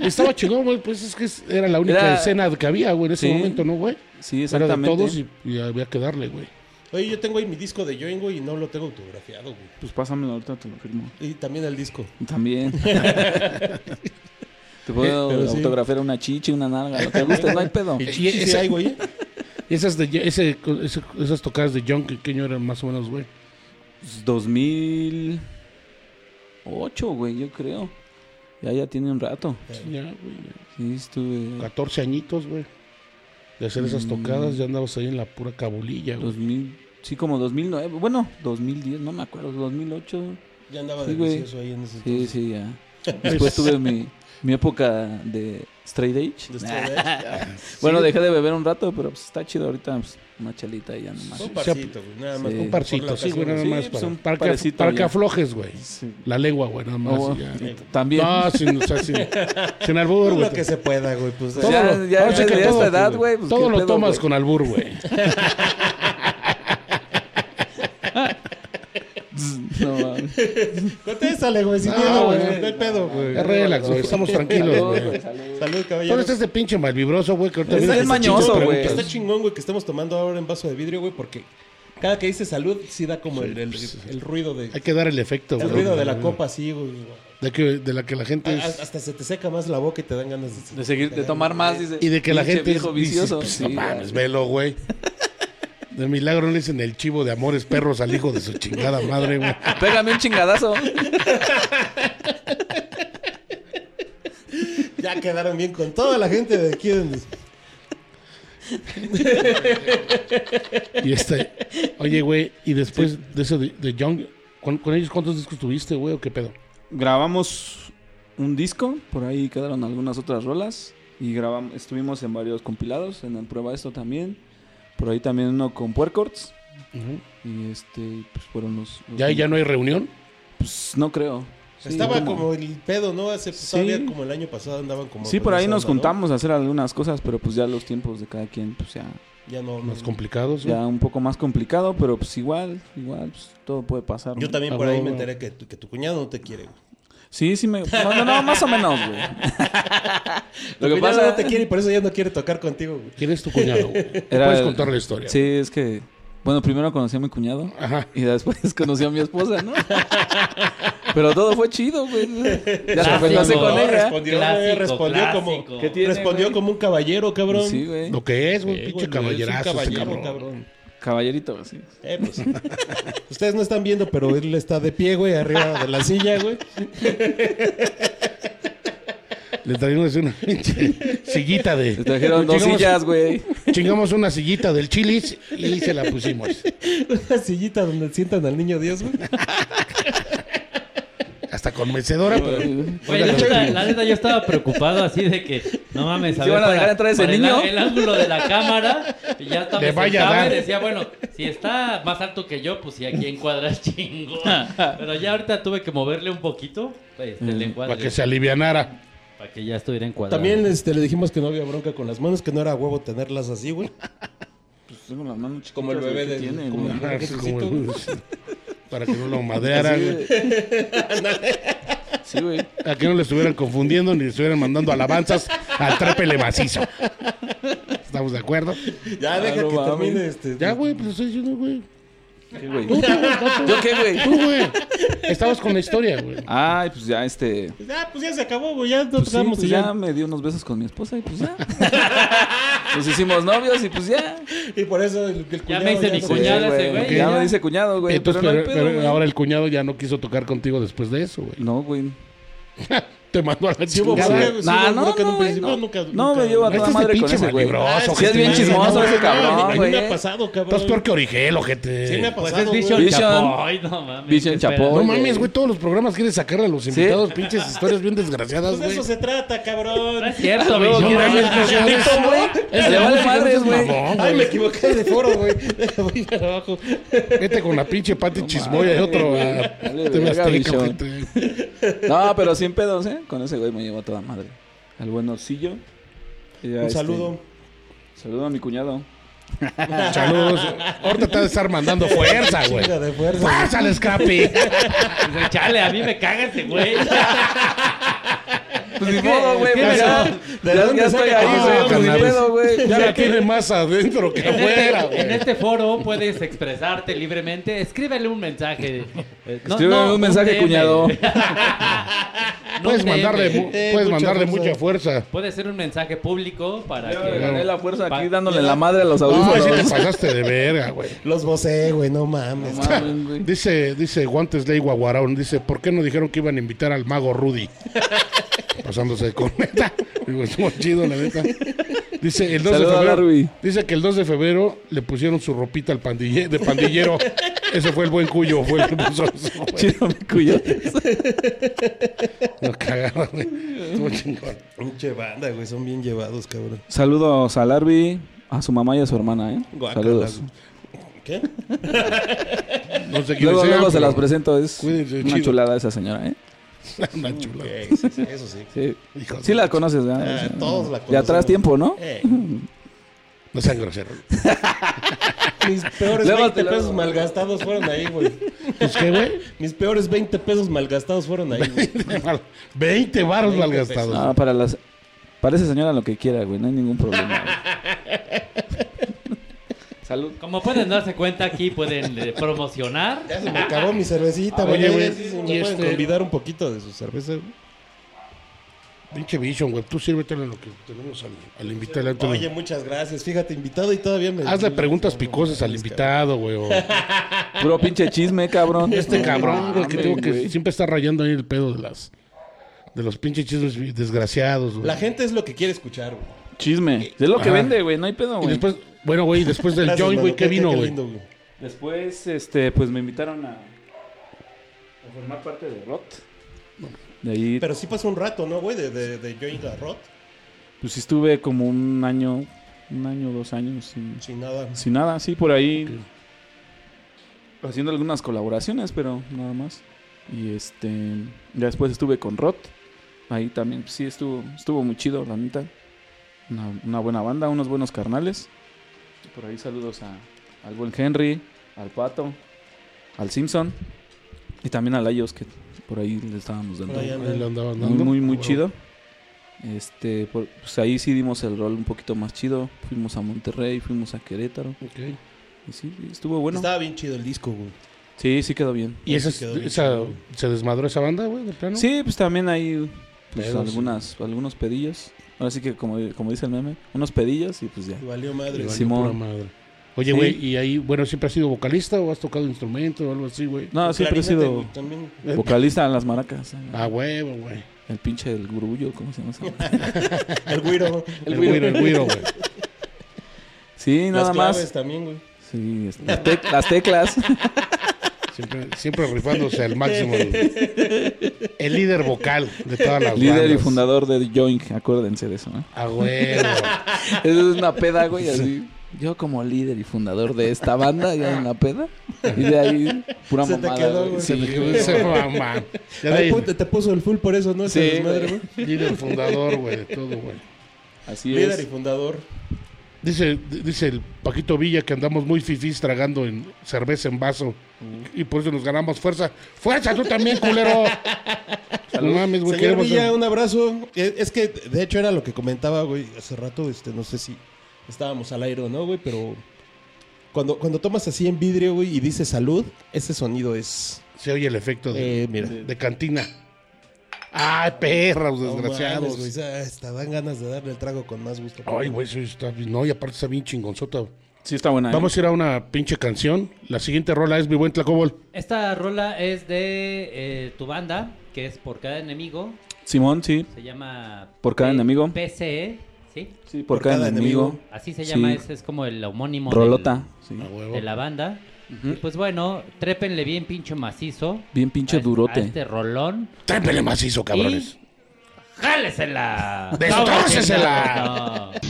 Speaker 1: Estaba chingón, güey, pues es que es- era la única
Speaker 4: Era-
Speaker 1: escena que había, güey, en ese
Speaker 4: Sí.
Speaker 1: momento, ¿no, güey?
Speaker 4: Sí,
Speaker 1: Era de
Speaker 4: exactamente.
Speaker 1: todos y, y había que darle, güey.
Speaker 3: Oye, yo tengo ahí mi disco de Join, güey, y no lo tengo autografiado, güey.
Speaker 4: Pues pásamelo ahorita, te lo firmo.
Speaker 3: Y también el disco.
Speaker 4: También. te puedo
Speaker 3: Pero sí.
Speaker 4: autografiar una chichi, una nalga, lo que guste, no hay pedo.
Speaker 3: Y
Speaker 1: Y
Speaker 3: sí
Speaker 1: ese-
Speaker 3: hay, güey.
Speaker 1: Esas, de, ese, ese- esas tocadas de John, ¿qué año eran más o menos, güey?
Speaker 4: 2008, güey, yo creo. Ya, ya tiene un rato.
Speaker 1: Ya, güey.
Speaker 4: Sí, estuve.
Speaker 1: 14 añitos, güey. De hacer esas
Speaker 4: Mm.
Speaker 1: tocadas, ya andabas ahí en la pura cabulilla, güey.
Speaker 4: 2000, sí, como 2009. Bueno, 2010, no me acuerdo. 2008.
Speaker 3: Ya andaba
Speaker 4: Sí,
Speaker 3: de
Speaker 4: güey.
Speaker 3: vicioso ahí en ese
Speaker 4: Sí,
Speaker 3: entonces.
Speaker 4: sí, ya. Después tuve mi, mi época de straight
Speaker 3: De
Speaker 4: age.
Speaker 3: este-
Speaker 4: *laughs* Bueno, dejé de beber un rato, pero pues está chido ahorita. pues, una chelita y ya nomás.
Speaker 3: Un parcito, güey. Nada más.
Speaker 4: Sí.
Speaker 1: Un parcito, sí, güey, nada
Speaker 4: Sí,
Speaker 1: más.
Speaker 4: pues,
Speaker 1: para,
Speaker 4: un
Speaker 1: para que-
Speaker 4: parecito
Speaker 1: para que
Speaker 4: ya.
Speaker 1: aflojes, güey.
Speaker 4: Sí.
Speaker 1: La lengua, güey, nada más.
Speaker 4: Oh,
Speaker 1: y Ah, ya.
Speaker 4: y t- También.
Speaker 1: No, sin, o sea, sin, sin albur,
Speaker 3: Todo
Speaker 1: güey.
Speaker 3: lo que se pueda, güey.
Speaker 1: *laughs*
Speaker 3: Pues,
Speaker 1: Todo
Speaker 4: ya,
Speaker 1: lo-
Speaker 4: ya,
Speaker 1: ahora sí
Speaker 4: desde
Speaker 1: que
Speaker 4: esta
Speaker 1: todo,
Speaker 4: edad, güey. pues,
Speaker 1: Todo
Speaker 4: qué
Speaker 1: lo
Speaker 4: pedo,
Speaker 1: tomas
Speaker 4: güey.
Speaker 1: con albur, güey.
Speaker 4: *laughs* No, mames.
Speaker 3: Contéstale, güey, sin
Speaker 1: No,
Speaker 3: miedo,
Speaker 1: güey.
Speaker 3: güey. No hay pedo, güey.
Speaker 1: Es
Speaker 3: *laughs*
Speaker 1: relax, güey. Estamos tranquilos,
Speaker 4: Salud,
Speaker 1: güey.
Speaker 4: güey, salud.
Speaker 3: Salud, caballero.
Speaker 1: Todo este es de pinche malvibroso, güey, que ahorita
Speaker 4: Es
Speaker 1: viene
Speaker 4: bien
Speaker 1: ese chingo
Speaker 4: mañoso,
Speaker 1: pues, de
Speaker 4: güey.
Speaker 1: preguntas.
Speaker 3: Está chingón, güey, que estamos tomando ahora en vaso de vidrio, güey, porque cada que dice salud, sí da como el, el- el ruido de.
Speaker 1: Hay que dar el efecto, güey.
Speaker 3: El ruido de la copa, sí, güey.
Speaker 1: De, que, de la que la gente
Speaker 3: A-
Speaker 4: Ah,
Speaker 1: es...
Speaker 3: Hasta se te seca más la boca y te dan ganas de,
Speaker 4: De seguir, de tomar más, dice.
Speaker 1: Y de que la
Speaker 4: Pinche
Speaker 1: gente
Speaker 4: viejo
Speaker 1: es-
Speaker 4: vicioso.
Speaker 1: dice, pues,
Speaker 4: Sí,
Speaker 1: no mames,
Speaker 4: güey.
Speaker 1: velo, güey. De milagro no le dicen el chivo de amores perros al hijo de su chingada madre, güey.
Speaker 4: Pégame un chingadazo.
Speaker 3: Ya quedaron bien con toda la gente de aquí. donde-
Speaker 1: Y este, oye, güey, y después de eso de, de Young, ¿con, con ellos cuántos discos tuviste, güey, o qué pedo?
Speaker 4: Grabamos un disco, por ahí quedaron algunas otras rolas. Y grabamos, estuvimos en varios compilados, en el prueba esto también. Por ahí también uno con Puercords. Y este, pues fueron los. los-
Speaker 1: Ya, ya no hay reunión.
Speaker 4: Pues no creo. Sí,
Speaker 3: Estaba como el pedo, ¿no? Hace
Speaker 4: Sí.
Speaker 3: todavía como el año pasado andaban como.
Speaker 4: Sí,
Speaker 3: con
Speaker 4: por ahí
Speaker 3: esa
Speaker 4: nos
Speaker 3: onda, ¿no?
Speaker 4: juntamos a hacer algunas cosas, pero pues ya los tiempos de cada quien, pues ya,
Speaker 3: Ya no.
Speaker 1: Más
Speaker 3: no.
Speaker 1: complicados, güey.
Speaker 4: ya un poco más complicado, pero pues igual, igual, pues todo puede pasar.
Speaker 3: Yo
Speaker 4: ¿no?
Speaker 3: también
Speaker 1: Ah,
Speaker 3: por ahí
Speaker 1: bueno.
Speaker 3: me enteré que tu, que tu cuñado no te quiere. güey.
Speaker 4: Sí, sí me... No, no, no, más o menos, güey.
Speaker 3: Tu
Speaker 4: *laughs* Lo
Speaker 3: cuñado
Speaker 4: que pasa
Speaker 3: no te quiere y por eso ya no quiere tocar contigo. güey.
Speaker 1: ¿Quién es tu cuñado? güey?
Speaker 4: Era
Speaker 1: Puedes
Speaker 4: el-
Speaker 1: contar la historia.
Speaker 4: Sí, es que... Bueno, primero conocí a mi cuñado
Speaker 1: Ajá.
Speaker 4: y después *laughs* conocí a mi esposa, ¿no? Pero todo fue chido, güey. Ah, pues Ya se fue, lo hace
Speaker 5: Clásico.
Speaker 4: con
Speaker 3: No,
Speaker 4: ella.
Speaker 3: Respondió,
Speaker 5: Clásico,
Speaker 3: güey, respondió
Speaker 5: clásico.
Speaker 3: como.
Speaker 5: ¿Qué
Speaker 4: tiene,
Speaker 3: respondió
Speaker 4: güey?
Speaker 3: como un caballero, cabrón.
Speaker 4: Sí, güey.
Speaker 1: Lo que es, güey,
Speaker 3: Sí, güey,
Speaker 1: pinche
Speaker 3: es un
Speaker 1: caballerazo, ese
Speaker 3: caballero,
Speaker 1: cabrón.
Speaker 3: cabrón.
Speaker 4: Caballerito, sí.
Speaker 3: Eh, pues. *laughs* Ustedes no están viendo, pero él está de pie, güey, arriba de la silla, güey. *laughs*
Speaker 1: Le trajimos una pinche sillita de.
Speaker 3: *laughs*
Speaker 4: Le trajeron dos
Speaker 1: Chingamos-
Speaker 4: sillas, güey.
Speaker 1: Chingamos una sillita del chilis y se la pusimos.
Speaker 3: Una sillita donde sientan al niño Dios, güey.
Speaker 1: Hasta con mecedora, pero.
Speaker 5: Güey, la, neta, la neta, yo estaba preocupado así de que, no mames,
Speaker 4: ¿Sí van a dejar entrar ese
Speaker 5: para el,
Speaker 4: niño?
Speaker 5: el ángulo de la cámara, y ya estaba
Speaker 1: Le
Speaker 5: me
Speaker 1: vaya a
Speaker 5: sentaba
Speaker 1: dar.
Speaker 5: y decía, bueno, si está más alto que yo, pues si aquí *laughs* encuadras chingón. Pero ya ahorita tuve que moverle un poquito este,
Speaker 4: Mm,
Speaker 5: el encuadre,
Speaker 1: Para que se alivianara.
Speaker 5: para que ya estuviera encuadrado.
Speaker 3: También este, le dijimos que no había bronca con las manos, que no era huevo tenerlas así, güey.
Speaker 4: Pues tengo las manos chiquitas,
Speaker 3: Como el
Speaker 4: güey,
Speaker 3: bebé
Speaker 4: ¿qué
Speaker 3: del-
Speaker 4: tiene,
Speaker 3: como
Speaker 4: güey?
Speaker 3: el-
Speaker 1: Ajá, así Ah, como-
Speaker 3: necesito.
Speaker 1: para que no lo madrearan,
Speaker 4: Sí,
Speaker 1: güey.
Speaker 3: *laughs*
Speaker 4: güey. Sí, güey.
Speaker 1: A que no le estuvieran confundiendo ni le estuvieran mandando alabanzas al trépele macizo. ¿Estamos de acuerdo?
Speaker 3: Ya,
Speaker 4: Ah,
Speaker 3: deja
Speaker 4: no
Speaker 3: que
Speaker 4: mames.
Speaker 3: termine este.
Speaker 1: Ya, güey, pues lo estoy diciendo, güey.
Speaker 4: ¿Qué, güey?
Speaker 1: Tú, tú,
Speaker 4: ¿Yo qué, güey?
Speaker 1: tú, güey. Estabas con la historia, güey.
Speaker 4: Ay, pues ya este.
Speaker 3: Pues, ah, pues ya se acabó, güey. Ya nos
Speaker 4: Pues sí,
Speaker 3: damos
Speaker 4: pues
Speaker 3: y
Speaker 4: ya
Speaker 3: ya.
Speaker 4: me dio unos besos con mi esposa y pues ya. *laughs* Nos hicimos novios y pues ya.
Speaker 3: Y por eso el, el
Speaker 5: Ya
Speaker 3: cuñado
Speaker 5: me hice mi
Speaker 3: no-
Speaker 5: cuñado. Cuñada ese güey,
Speaker 4: Ya
Speaker 1: ya.
Speaker 4: me dice cuñado, güey.
Speaker 1: Entonces,
Speaker 4: pero no
Speaker 1: pero,
Speaker 4: hay pedo,
Speaker 1: pero
Speaker 4: güey.
Speaker 1: ahora el cuñado ya no quiso tocar contigo después de eso, güey. *laughs*
Speaker 4: No, güey.
Speaker 1: Te mandó a la
Speaker 3: Sí hubo
Speaker 1: chingada.
Speaker 3: bronca, sí
Speaker 4: Nah,
Speaker 3: hubo
Speaker 4: no,
Speaker 3: bronca en un
Speaker 4: no, güey,
Speaker 3: principio,
Speaker 4: no.
Speaker 3: nunca-
Speaker 4: No,
Speaker 3: nunca-
Speaker 4: me llevo a
Speaker 1: Este
Speaker 4: toda
Speaker 1: es de
Speaker 4: madre con
Speaker 1: pinche
Speaker 4: ese, güey. *laughs*
Speaker 1: malibroso,
Speaker 4: Ah,
Speaker 1: que
Speaker 4: Sí, es
Speaker 1: te
Speaker 4: bien
Speaker 1: manda,
Speaker 4: chismoso
Speaker 1: no,
Speaker 4: ese
Speaker 1: no,
Speaker 3: A
Speaker 4: cabrón,
Speaker 3: mí me ha
Speaker 4: güey. eh. Pues
Speaker 3: pasado,
Speaker 1: Estás
Speaker 3: cabrón.
Speaker 1: peor que Origel, ojete.
Speaker 3: Sí, me ha
Speaker 5: Pues
Speaker 3: pasado.
Speaker 5: es
Speaker 3: güey.
Speaker 5: Vision,
Speaker 4: Vision.
Speaker 5: Chapoy, no mames.
Speaker 4: Vision
Speaker 5: espera.
Speaker 4: Chapoy.
Speaker 1: No
Speaker 4: Oye.
Speaker 1: mames, güey, todos los programas quieres sacarle a los invitados pinches historias bien desgraciadas,
Speaker 3: Pues de
Speaker 1: güey.
Speaker 3: eso se trata, cabrón.
Speaker 5: No es cierto,
Speaker 1: No
Speaker 5: Vision.
Speaker 1: mames, no seas- Es
Speaker 4: Le
Speaker 1: de música,
Speaker 4: vale
Speaker 1: no
Speaker 4: madres,
Speaker 1: seas
Speaker 4: Ah, güey.
Speaker 1: mamón,
Speaker 3: Ay,
Speaker 1: güey.
Speaker 3: me equivoqué de foro, güey. Voy para abajo.
Speaker 1: Vete con la pinche Pati Chismoya y otro a
Speaker 4: Dale,
Speaker 1: TV
Speaker 4: verga,
Speaker 1: Azteca,
Speaker 4: bichón.
Speaker 1: ojete.
Speaker 4: No, pero sin pedos, ¿eh? Con ese güey me llevo a toda madre. Al buen Orcillo. Y ya,
Speaker 3: Un
Speaker 4: este,
Speaker 3: saludo.
Speaker 4: Saludo a mi cuñado.
Speaker 1: Saludos. Ahorita te ha de estar mandando fuerza, güey.
Speaker 3: Chinga de fuerza.
Speaker 1: ¡Fuerza al escape!
Speaker 5: Pues, Chale, a mí me caga
Speaker 4: *laughs*
Speaker 5: ese güey.
Speaker 4: Pues ni
Speaker 5: que-
Speaker 4: modo, güey.
Speaker 5: es que
Speaker 4: pues
Speaker 5: me-
Speaker 4: ya,
Speaker 3: ¿de
Speaker 4: ya-
Speaker 3: dónde
Speaker 4: ya estoy
Speaker 3: saca
Speaker 4: ahí,
Speaker 1: eso,
Speaker 4: güey. Pues ni
Speaker 1: carnal?
Speaker 4: pedo, güey.
Speaker 1: Ya la tiene más adentro que
Speaker 5: En este,
Speaker 1: afuera,
Speaker 5: en
Speaker 1: güey.
Speaker 5: este foro puedes expresarte libremente. Escríbele un
Speaker 4: *laughs*
Speaker 5: mensaje. Eh, no,
Speaker 4: Escríbeme
Speaker 5: no,
Speaker 4: un mensaje,
Speaker 5: DM.
Speaker 4: cuñado.
Speaker 5: No
Speaker 1: Puedes
Speaker 5: DM.
Speaker 1: mandarle, mu-
Speaker 3: Eh,
Speaker 1: puedes
Speaker 3: mucha
Speaker 1: mandarle
Speaker 3: fuerza.
Speaker 1: mucha fuerza.
Speaker 5: Puede ser un mensaje público para
Speaker 4: Ya
Speaker 5: que.
Speaker 4: me gané la fuerza
Speaker 5: Pa-
Speaker 4: aquí dándole la madre a los
Speaker 1: No, si te
Speaker 4: audífonos.
Speaker 1: pasaste de verga, güey.
Speaker 3: Los vocé, güey, no mames.
Speaker 4: No mames, güey.
Speaker 1: Dice, dice Guantes Ley Guaguarón, dice, ¿por qué no dijeron que iban a invitar al mago
Speaker 4: *laughs*
Speaker 1: Rudy? Pasándose de cometa. Digo, estuvo chido, la neta. Dice, el 2
Speaker 4: Saluda a
Speaker 1: de
Speaker 4: Rudy.
Speaker 1: febrero. Dice que el 2 de febrero le pusieron su ropita al pandille, de pandillero. Ese fue el buen cuyo, fue el que puso eso, güey.
Speaker 4: Chido mi cuyotes.
Speaker 1: Lo cagaron, güey. Estuvo chingón.
Speaker 3: *laughs* Pinche banda, güey, son bien llevados, cabrón.
Speaker 4: Saludos a Larvi, a su mamá y a su hermana, ¿eh?
Speaker 3: Guácala,
Speaker 4: Saludos.
Speaker 3: güey.
Speaker 4: *laughs*
Speaker 3: ¿Qué?
Speaker 1: No sé quiénes
Speaker 4: Luego,
Speaker 1: sean,
Speaker 4: luego se
Speaker 1: pero-
Speaker 4: las presento, es
Speaker 1: Cuídense,
Speaker 4: una
Speaker 1: chido.
Speaker 4: chulada esa señora, ¿eh?
Speaker 1: *laughs* Una chula.
Speaker 3: Ok, sí, sí, eso sí.
Speaker 4: Sí.
Speaker 1: Hijo de-
Speaker 4: Sí la conoces, ¿verdad?
Speaker 3: Ah,
Speaker 4: O sea,
Speaker 3: todos la
Speaker 4: De atrás
Speaker 3: conocemos.
Speaker 4: tiempo, ¿no?
Speaker 3: Eh,
Speaker 1: No sean groseros. *laughs*
Speaker 3: mis peores
Speaker 4: Luego
Speaker 3: 20
Speaker 4: te lo-
Speaker 3: pesos malgastados fueron ahí, güey.
Speaker 1: Pues qué, güey.
Speaker 3: Mis peores 20 pesos malgastados fueron ahí, güey.
Speaker 1: 20 varos
Speaker 3: 20
Speaker 1: malgastados.
Speaker 4: Ah, para las... Para esa señora lo que quiera, güey, no hay ningún problema.
Speaker 3: *laughs*
Speaker 4: Salud.
Speaker 5: Como pueden darse cuenta, aquí pueden eh, promocionar.
Speaker 3: Ya se me acabó mi cervecita,
Speaker 1: Ah,
Speaker 3: güey.
Speaker 1: oye, güey,
Speaker 3: Sí, sí,
Speaker 1: y
Speaker 3: me pueden
Speaker 1: este-
Speaker 3: convidar un poquito de su cerveza, güey.
Speaker 1: Pinche Vision, güey. Tú sírvetelo en lo que tenemos al, al invitado. al otro.
Speaker 3: Oye, muchas gracias. Fíjate, invitado y todavía me...
Speaker 1: Hazle preguntas picosas al invitado, güey. o-
Speaker 4: Puro pinche chisme, cabrón.
Speaker 1: Este
Speaker 4: No
Speaker 1: cabrón, güey, que
Speaker 4: mames,
Speaker 1: tengo que
Speaker 4: güey.
Speaker 1: siempre está rayando ahí el pedo de las de los pinches chismes desgraciados, güey.
Speaker 3: La gente es lo que quiere escuchar, güey.
Speaker 4: Chisme. Es lo que
Speaker 1: Ajá.
Speaker 4: vende, güey, no hay pedo,
Speaker 1: Y
Speaker 4: güey.
Speaker 1: después, bueno, güey, después del
Speaker 3: *laughs* Gracias,
Speaker 1: joint, güey,
Speaker 3: mano.
Speaker 1: ¿qué vino, güey?
Speaker 3: lindo, güey.
Speaker 4: Después, este, pues me invitaron a, a formar parte de Rot. De ahí,
Speaker 3: Pero sí pasó un rato, ¿no, güey? De, de, de Join Garrot.
Speaker 4: pues sí estuve como un año, un año, dos años sin,
Speaker 3: Sin nada.
Speaker 4: sin nada, sí, por ahí. Haciendo algunas colaboraciones, pero nada más. Y este, ya después estuve con Rot. Ahí también, pues, sí, estuvo, estuvo muy chido, la neta. Una, una buena banda, unos buenos carnales. Por ahí saludos a, al buen Henry, al Pato, al Simpson y también a Layos, que por ahí le estábamos dando.
Speaker 3: Por ahí
Speaker 1: Ahí le andaba
Speaker 4: Muy,
Speaker 1: andando.
Speaker 4: muy, muy
Speaker 1: Güey.
Speaker 4: chido. Este, por- pues ahí sí dimos el rol un poquito más chido. Fuimos a Monterrey, fuimos a Querétaro.
Speaker 1: Ok.
Speaker 4: Y sí, estuvo bueno.
Speaker 3: Estaba bien chido el disco, güey.
Speaker 4: Sí, sí quedó bien.
Speaker 1: ¿Y esa,
Speaker 3: Sí, quedó bien
Speaker 1: esa-
Speaker 3: chido, güey.
Speaker 1: se desmadró esa banda, güey, de plano?
Speaker 4: Sí, pues también hay pues,
Speaker 1: Pedos,
Speaker 4: algunas, algunos pedillos. Ahora sí que, como, como dice el meme, unos pedillos y pues ya.
Speaker 3: Y valió
Speaker 1: Y
Speaker 3: madre.
Speaker 1: valió
Speaker 4: Simón.
Speaker 1: pura madre. Oye,
Speaker 4: Sí.
Speaker 1: güey, ¿y ahí, bueno, siempre has sido vocalista o has tocado instrumento o algo así, güey?
Speaker 4: No,
Speaker 3: El
Speaker 4: siempre he
Speaker 3: clarinete,
Speaker 4: sido
Speaker 3: güey, también. *laughs*
Speaker 4: vocalista en las maracas. ¿eh?
Speaker 1: Ah, huevo, güey.
Speaker 4: El pinche del gurullo, ¿cómo se llama? ese?
Speaker 3: El
Speaker 4: *laughs*
Speaker 3: güiro.
Speaker 1: El güiro, el güiro, güey.
Speaker 4: Sí, nada
Speaker 3: Las claves
Speaker 4: más.
Speaker 3: también, güey.
Speaker 4: Sí, este, las, tec- las teclas.
Speaker 1: Siempre, siempre rifándose al máximo. El, el líder vocal de todas las
Speaker 4: Líder y
Speaker 1: bandas.
Speaker 4: fundador de Joink, acuérdense de eso. ¿no?
Speaker 1: A
Speaker 3: *laughs*
Speaker 1: huevo.
Speaker 4: Eso es una peda, güey, así. Yo como líder y fundador de esta banda, ya en la peda. Y de ahí, pura
Speaker 3: Se te
Speaker 4: mamada,
Speaker 3: quedó,
Speaker 4: güey.
Speaker 3: güey.
Speaker 1: Se
Speaker 4: Sí,
Speaker 1: me quedó
Speaker 4: güey.
Speaker 1: ese mamá. Ya de
Speaker 3: Ay,
Speaker 1: ahí,
Speaker 3: puta, te puso el full por eso, ¿no? Ese
Speaker 4: Sí,
Speaker 3: desmadre,
Speaker 4: güey.
Speaker 3: güey.
Speaker 1: líder fundador, güey, de todo, güey.
Speaker 4: Así
Speaker 3: Líder y
Speaker 4: es.
Speaker 3: fundador.
Speaker 1: Dice, dice el Paquito Villa que andamos muy fifís tragando en cerveza en vaso.
Speaker 4: Mm.
Speaker 1: Y por eso nos ganamos fuerza. ¡Fuerza tú también,
Speaker 4: *laughs*
Speaker 1: culero! No mames, güey.
Speaker 3: Señor
Speaker 1: queremos-
Speaker 3: Villa, un abrazo. Eh, Es que, de hecho, era lo que comentaba, güey, hace rato. Este, no sé si estábamos al aire o no, güey, pero Cuando, cuando tomas así en vidrio, güey, y dices salud, ese sonido es.
Speaker 1: Se oye el efecto de,
Speaker 3: Eh, mira.
Speaker 1: de cantina. ¡Ay, perros
Speaker 3: No mames,
Speaker 1: desgraciados!
Speaker 3: güey, ah, hasta dan ganas de darle el trago con más gusto.
Speaker 1: Ay, güey, eso está bien. No, y aparte está bien chingonzota.
Speaker 4: Sí, está buena. ¿eh?
Speaker 1: Vamos a ir a una pinche canción. La siguiente rola es Mi Buen Tlacobol.
Speaker 5: Esta rola es de eh, tu banda, que es Por Cada Enemigo.
Speaker 4: Simón, sí.
Speaker 5: Se llama...
Speaker 4: Por Cada
Speaker 5: P-
Speaker 4: Enemigo.
Speaker 5: PCE, ¿sí?
Speaker 4: Sí, por, cada, enemigo.
Speaker 5: Así se
Speaker 4: Sí.
Speaker 5: llama, ese es como el homónimo del-
Speaker 4: Rolota. sí.
Speaker 1: A huevo.
Speaker 5: de la banda.
Speaker 4: Ujú.
Speaker 5: Y pues bueno, trépenle bien pinche macizo.
Speaker 4: Bien pinche
Speaker 5: a este-
Speaker 4: durote.
Speaker 5: A este rolón.
Speaker 1: Trépele macizo, cabrones.
Speaker 5: Y ¡Jálesela!
Speaker 1: ¡Destrócesela!
Speaker 5: No.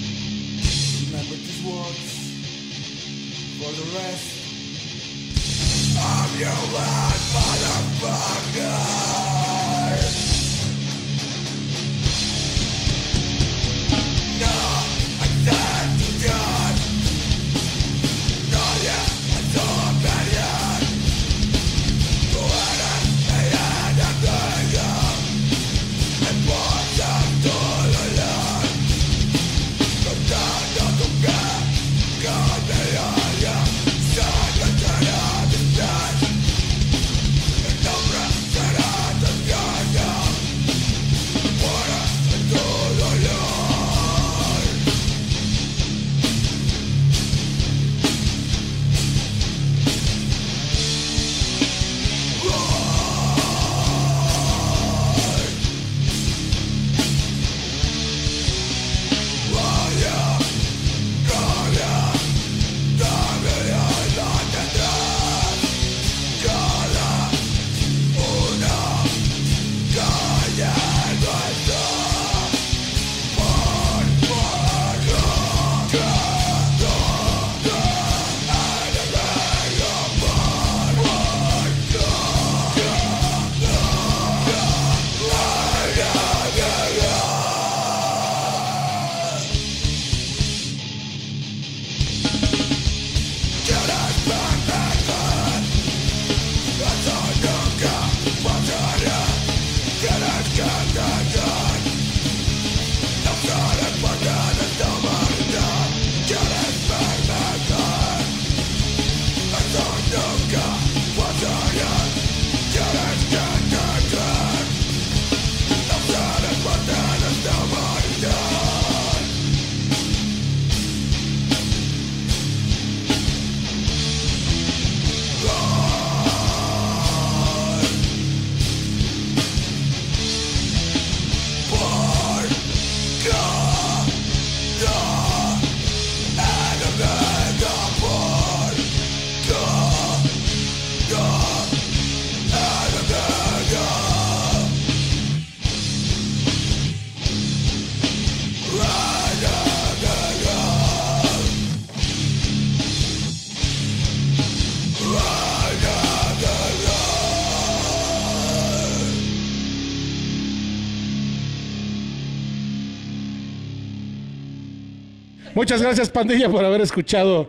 Speaker 2: Remember these words for the rest.
Speaker 1: Muchas gracias, pandilla, por haber escuchado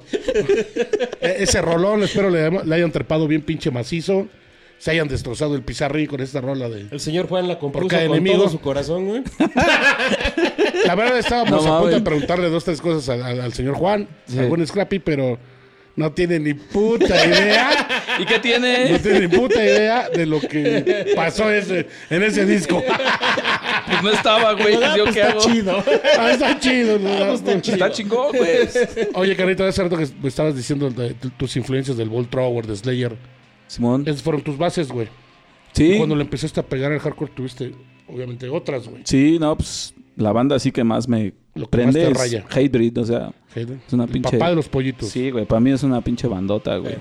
Speaker 1: e- ese rolón. Espero le, le hayan trepado bien pinche macizo. Se hayan destrozado el pizarrín con esta rola de...
Speaker 3: El señor Juan la compuso
Speaker 1: cada
Speaker 3: con
Speaker 1: enemigo.
Speaker 3: todo su corazón, güey.
Speaker 1: La verdad, estábamos
Speaker 4: No
Speaker 1: a punto
Speaker 4: mames.
Speaker 1: de preguntarle dos, tres cosas al, al- al señor Juan,
Speaker 4: Sí.
Speaker 1: al buen Scrappy, pero no tiene ni puta idea.
Speaker 4: ¿Y qué
Speaker 1: No
Speaker 4: *laughs* tiene?
Speaker 1: tiene ni puta idea de lo que pasó ese- en ese disco.
Speaker 4: Pues no estaba, güey.
Speaker 3: Ah,
Speaker 4: ¿Yo
Speaker 3: pues
Speaker 4: qué
Speaker 3: está
Speaker 4: hago? Pues
Speaker 3: chido.
Speaker 1: Ah, está chido. ¿no?
Speaker 4: Está chingón, güey.
Speaker 1: Oye, Carito, hace rato que me estabas diciendo de tu- tus influencias del Bolt Thrower, de Slayer.
Speaker 4: *laughs* Simón.
Speaker 1: Esas fueron tus bases, güey.
Speaker 4: Sí.
Speaker 1: Cuando le empezaste a pegar al hardcore, tuviste obviamente otras, güey.
Speaker 4: Sí, no, pues la banda así que más me
Speaker 1: Lo que más
Speaker 4: prende
Speaker 1: te
Speaker 4: es
Speaker 1: raya.
Speaker 4: Hatebreed, o sea,
Speaker 1: Es
Speaker 4: una
Speaker 1: el
Speaker 4: pinche-
Speaker 1: papá de los pollitos.
Speaker 4: sí, güey, para mí es una pinche bandota, güey.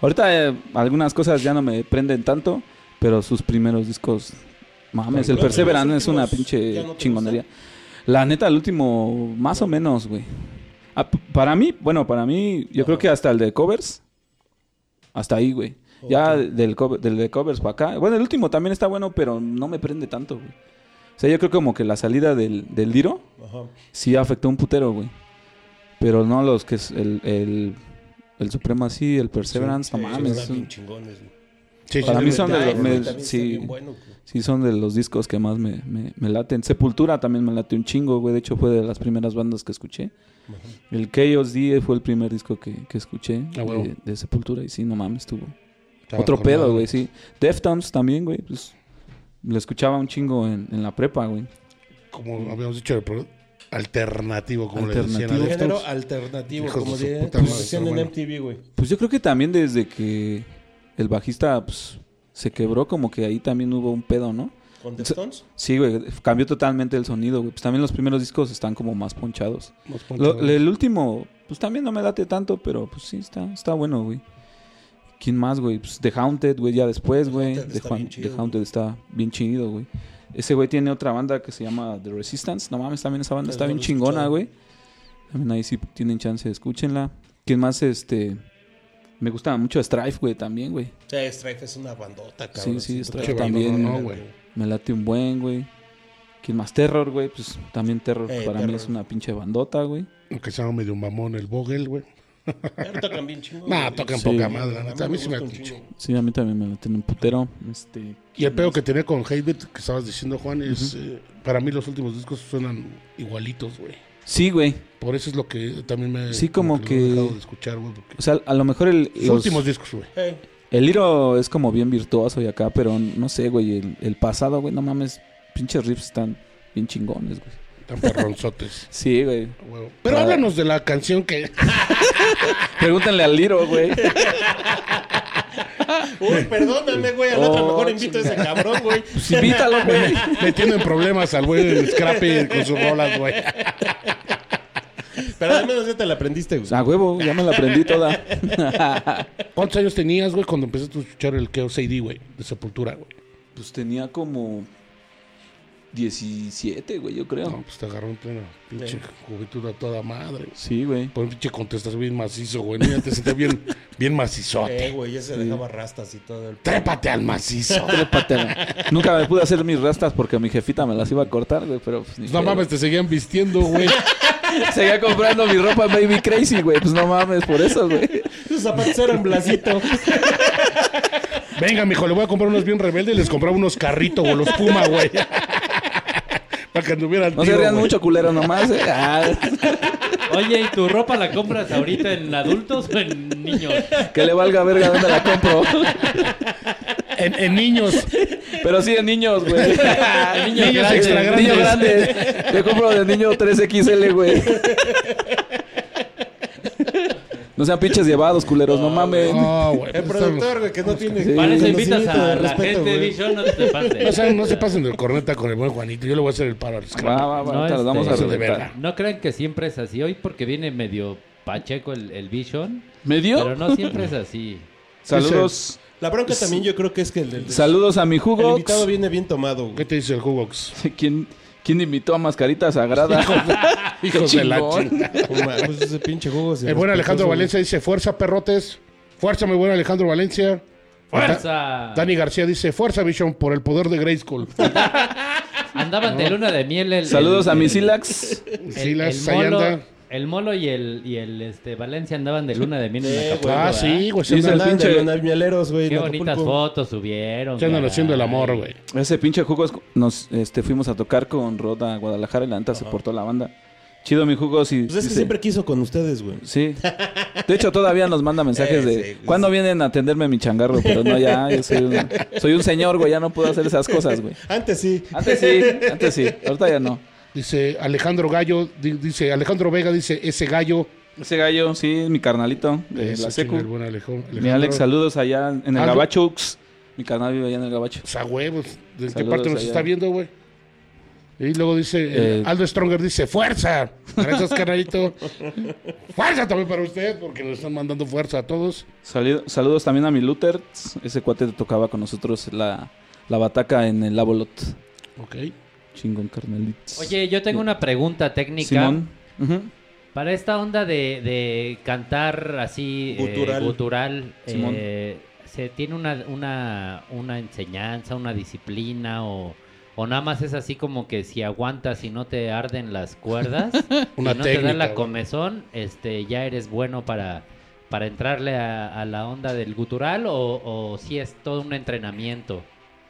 Speaker 4: Ahorita eh, algunas cosas ya no me prenden tanto, pero sus primeros discos, mames,
Speaker 3: Pero
Speaker 4: el
Speaker 3: los
Speaker 4: Perseverance es una
Speaker 3: últimos
Speaker 4: pinche
Speaker 3: ya no te
Speaker 4: chingonería. La neta, el último, más o menos, güey. Ah, p- para mí, bueno, para mí, yo creo que hasta el de covers, hasta ahí, güey. Ya del, cover- del de covers para acá. Bueno, el último también está bueno, pero no me prende tanto, güey. O sea, yo creo como que la salida del, del Liro
Speaker 3: Ajá.
Speaker 4: sí afectó un putero, güey. Pero no los que es el, el, el Suprema sí, el Perseverance, no mames.
Speaker 3: Están
Speaker 4: son-
Speaker 3: bien chingones, güey.
Speaker 1: Sí,
Speaker 4: Para
Speaker 1: sí,
Speaker 4: mí
Speaker 1: sí.
Speaker 4: son de
Speaker 3: Ay,
Speaker 4: los-
Speaker 3: güey,
Speaker 4: me-
Speaker 3: también está
Speaker 4: sí.
Speaker 3: bien bueno, güey.
Speaker 4: sí, son de los discos que más me, me, me laten. Sepultura también me late un chingo, güey. De hecho, fue de las primeras bandas que escuché. El Chaos D E fue el primer disco que, que escuché
Speaker 1: Ah, huevo.
Speaker 4: de, de Sepultura. Y sí, no mames, estuvo.
Speaker 1: Estaba
Speaker 4: Otro
Speaker 1: con madre.
Speaker 4: pedo, güey, sí. Deftones también, güey. Pues lo escuchaba un chingo en, en la prepa, güey.
Speaker 1: Como habíamos dicho, el pro- alternativo, como le decían a
Speaker 4: Alternativo.
Speaker 1: Deftones.
Speaker 3: Género ah, alternativo,
Speaker 1: Hijos de
Speaker 3: como,
Speaker 1: su
Speaker 3: de,
Speaker 1: puta
Speaker 3: como
Speaker 1: madre,
Speaker 3: decían
Speaker 1: pero
Speaker 3: en
Speaker 1: bueno.
Speaker 3: MTV, güey.
Speaker 4: Pues yo creo que también desde que el bajista pues, se quebró, como que ahí también hubo un pedo, ¿no?
Speaker 3: Con The Stones.
Speaker 4: Sí, güey, cambió totalmente el sonido, güey. Pues también los primeros discos están como más ponchados.
Speaker 1: Más
Speaker 4: Lo-
Speaker 1: puntual.
Speaker 4: el último, pues también no me late tanto, pero pues sí, está, está bueno, güey. ¿Quién más, güey? Pues The Haunted, güey, ya después, güey.
Speaker 3: Haunted
Speaker 4: The,
Speaker 3: está
Speaker 4: Juan-
Speaker 3: bien chido,
Speaker 4: The Haunted está bien chido, güey. Ese güey tiene otra banda que se llama The Resistance. No mames, también esa banda
Speaker 3: Es
Speaker 4: está
Speaker 3: no
Speaker 4: bien
Speaker 3: lo he
Speaker 4: chingona,
Speaker 3: escuchado.
Speaker 4: güey. También ahí sí tienen chance, escúchenla. ¿Quién más, este? Me gusta mucho Strife, güey, también, güey.
Speaker 3: O sea, Strife es una bandota, cabrón.
Speaker 4: sí,
Speaker 3: así,
Speaker 4: Strife
Speaker 3: total.
Speaker 4: también,
Speaker 1: no, güey.
Speaker 4: Me late un buen, güey. ¿Quién más? Terror, güey. Pues también Terror
Speaker 3: Eh,
Speaker 4: para mí
Speaker 3: Terror.
Speaker 4: es una pinche bandota, güey.
Speaker 1: Aunque sea medio mamón el Vogel, güey.
Speaker 3: Pero tocan bien chingón.
Speaker 1: Nah,
Speaker 3: güey.
Speaker 1: tocan
Speaker 4: Sí.
Speaker 1: poca madre. la neta. A mí
Speaker 3: me
Speaker 1: sí me
Speaker 3: gusta un
Speaker 1: atinchó.
Speaker 3: chingo.
Speaker 4: Sí, a mí también me late un putero. Este,
Speaker 1: Y el pedo que tenía con Hatebreed, que estabas diciendo, Juan, es... eh, para mí los últimos discos suenan igualitos, güey.
Speaker 4: Sí, güey.
Speaker 1: Por eso es lo que también me...
Speaker 4: Sí, como
Speaker 1: lo he
Speaker 4: que-
Speaker 1: dejado de escuchar, güey. porque
Speaker 4: O sea, a lo mejor el...
Speaker 1: Los
Speaker 4: los-
Speaker 1: últimos discos, güey.
Speaker 3: Eh,
Speaker 4: El Liro es como bien virtuoso y acá, pero no sé, güey. El, el pasado, güey, no mames. Pinches riffs están bien chingones, güey.
Speaker 1: Tan
Speaker 4: *laughs*
Speaker 1: perronzotes.
Speaker 4: Sí, güey.
Speaker 1: güey.
Speaker 4: Ah.
Speaker 1: Pero háblanos de la canción que... *laughs*
Speaker 4: Pregúntale al Liro, güey.
Speaker 1: *laughs*
Speaker 3: Uy, perdóname, güey. Al otro
Speaker 1: Oh,
Speaker 3: mejor invito a ese cabrón, güey.
Speaker 4: Pues invítalo, güey.
Speaker 1: Metiendo en problemas al güey del Scrappy con sus rolas, güey.
Speaker 3: Pero al menos ya te la aprendiste,
Speaker 1: *laughs* Ah,
Speaker 3: güey.
Speaker 4: A huevo, ya me la aprendí toda.
Speaker 1: ¿Cuántos años tenías, güey, cuando empezaste a escuchar el Chaos AD, güey? De Sepultura, güey.
Speaker 4: Pues tenía como 17, güey, yo creo.
Speaker 1: No, pues te agarró en plena pinche juventud a toda madre. güey.
Speaker 4: Sí, güey.
Speaker 1: Por un pinche contestas bien macizo, güey. Mira, te sentías bien, bien macizote.
Speaker 3: Eh, güey, ya se dejaba rastas y todo. El...
Speaker 1: Trépate al macizo.
Speaker 4: Trépate, güey. Nunca me pude hacer mis rastas porque mi jefita me las iba a cortar, güey, pero pues ni
Speaker 1: Pues no
Speaker 4: pedo.
Speaker 1: mames, te seguían vistiendo, güey.
Speaker 4: Seguía comprando mi ropa Baby Crazy, güey. Pues no mames, por eso, güey.
Speaker 3: Sus zapatos
Speaker 1: *laughs*
Speaker 3: eran blasito.
Speaker 1: *laughs* Venga, mijo, le voy a comprar unos bien rebeldes y les compraba unos carritos, güey, los Puma, güey. *laughs* Para que anduvieran
Speaker 4: No se
Speaker 1: tiro,
Speaker 4: rían
Speaker 1: güey.
Speaker 4: mucho, culero, nomás. eh. Ah,
Speaker 5: Oye, ¿y tu ropa la compras ahorita en adultos o en niños?
Speaker 4: que le valga verga dónde la compro.
Speaker 1: En, en niños.
Speaker 4: Pero sí, en niños,
Speaker 1: *laughs*
Speaker 4: güey.
Speaker 1: Niños
Speaker 4: grande,
Speaker 1: extra grandes.
Speaker 4: Niño grande. Yo compro de niño 3XL, güey. No sean pinches llevados, culeros, no mames.
Speaker 1: No, *laughs* güey.
Speaker 3: El
Speaker 1: pues,
Speaker 3: productor, güey, que no tiene.
Speaker 4: Sí.
Speaker 5: Para eso invitas
Speaker 3: conocimiento
Speaker 5: a
Speaker 3: de
Speaker 5: la
Speaker 3: respeto,
Speaker 5: gente,
Speaker 3: güey.
Speaker 5: bicho, no te
Speaker 1: No, o
Speaker 5: pases.
Speaker 1: sea, no se pasen del corneta con el buen Juanito. Yo le voy a hacer el paro al Scrappy.
Speaker 4: Va, va, va.
Speaker 5: No,
Speaker 4: ahorita los vamos a
Speaker 1: este,
Speaker 4: reventar.
Speaker 1: verga.
Speaker 5: No crean que siempre es así. Hoy porque viene medio pacheco el, el Vision,
Speaker 4: ¿Me
Speaker 5: pero
Speaker 4: dio?
Speaker 5: no siempre es así.
Speaker 4: Saludos.
Speaker 3: La
Speaker 1: Pues
Speaker 3: bronca también yo creo que es que el del.
Speaker 4: Saludos a mi
Speaker 3: El
Speaker 4: jugo.
Speaker 3: invitado viene bien tomado,
Speaker 1: ¿Qué *laughs*
Speaker 3: güey.
Speaker 1: te dice el Jugox?
Speaker 4: *laughs* ¿Quién, ¿Quién invitó a Mascarita Sagrada? *laughs*
Speaker 1: Hijos de la
Speaker 4: Chingón.
Speaker 1: chingada.
Speaker 4: *laughs*
Speaker 3: Puma, pues ese pinche juego. se
Speaker 1: El buen
Speaker 3: respetó,
Speaker 1: Alejandro
Speaker 3: güey.
Speaker 1: Valencia dice, fuerza, perrotes. Fuerza, mi buen Alejandro Valencia.
Speaker 5: ¡Fuerza!
Speaker 1: Da- Dani García dice, fuerza, Vision, por el poder de
Speaker 5: *laughs*
Speaker 1: Grayskull.
Speaker 5: Andaban de luna de miel el...
Speaker 4: Saludos
Speaker 5: el-
Speaker 4: a mi
Speaker 5: el-
Speaker 4: Silax.
Speaker 1: Sí, las,
Speaker 5: el
Speaker 1: ahí
Speaker 5: molo,
Speaker 1: anda.
Speaker 5: el molo y el, y el este, Valencia andaban de luna de miel en
Speaker 3: Sí,
Speaker 5: Acapulco,
Speaker 1: Ah,
Speaker 5: ¿verdad?
Speaker 1: sí, güey. Se
Speaker 4: Dice
Speaker 1: andan,
Speaker 4: el
Speaker 3: Andaban
Speaker 4: pinche-
Speaker 3: de navimieleros, güey.
Speaker 5: Qué
Speaker 3: en
Speaker 5: bonitas
Speaker 3: Acapulco.
Speaker 5: fotos subieron.
Speaker 1: se andan
Speaker 5: caray.
Speaker 1: haciendo el amor, güey.
Speaker 4: Ese pinche jugos nos este, fuimos a tocar con Roda a Guadalajara y la neta se portó la banda. Chido mi jugos y
Speaker 3: Pues es que
Speaker 4: dice-
Speaker 3: siempre quiso con ustedes, güey.
Speaker 4: Sí. De hecho todavía nos manda
Speaker 3: *laughs*
Speaker 4: mensajes
Speaker 3: Eh,
Speaker 4: de
Speaker 3: sí,
Speaker 4: ¿Cuándo vienen a atenderme mi changarro? Pero no ya, yo soy un, soy un señor, güey, ya no puedo hacer esas cosas, güey.
Speaker 3: Antes sí.
Speaker 4: Antes sí, antes sí, ahorita ya no.
Speaker 1: Dice Alejandro Gallo, di- dice Alejandro Vega, dice ese gallo.
Speaker 4: Ese gallo, sí, es mi carnalito de
Speaker 1: Ese
Speaker 4: la
Speaker 1: chinga, El
Speaker 4: secu.
Speaker 1: buen Alejo-
Speaker 4: Mi
Speaker 1: Alejandro.
Speaker 4: Alex, saludos allá en el
Speaker 1: Aldo.
Speaker 4: Gabacho. Ux. Mi carnal vive allá en el Gabacho.
Speaker 1: O sea, huevos. ¿De qué
Speaker 4: Saludos
Speaker 1: parte nos
Speaker 4: allá.
Speaker 1: está viendo, güey? Y luego dice, eh,
Speaker 4: Eh.
Speaker 1: Aldo Stronger dice, ¡fuerza! Gracias, carnalito. *laughs* ¡Fuerza también para usted! Porque nos están mandando fuerza a todos.
Speaker 4: Salido- saludos también a mi Luther. Ese cuate tocaba con nosotros la, la bataca en el Abolot.
Speaker 1: Ok.
Speaker 4: Chingón, carnalitos.
Speaker 5: Oye, yo tengo una pregunta técnica.
Speaker 4: Simón. Ujú.
Speaker 5: Para esta onda de, de cantar así, eh,
Speaker 3: Gutural.
Speaker 5: gutural,
Speaker 4: Simón.
Speaker 5: eh, ¿se tiene una, una, una enseñanza, una disciplina o, o nada más es así como que si aguantas y no te arden las cuerdas,
Speaker 1: *laughs* Una
Speaker 5: y no te
Speaker 1: técnica.
Speaker 5: da la
Speaker 1: güey.
Speaker 5: comezón, este, ya eres bueno para, para entrarle a, a la onda del gutural o, o si es todo un entrenamiento?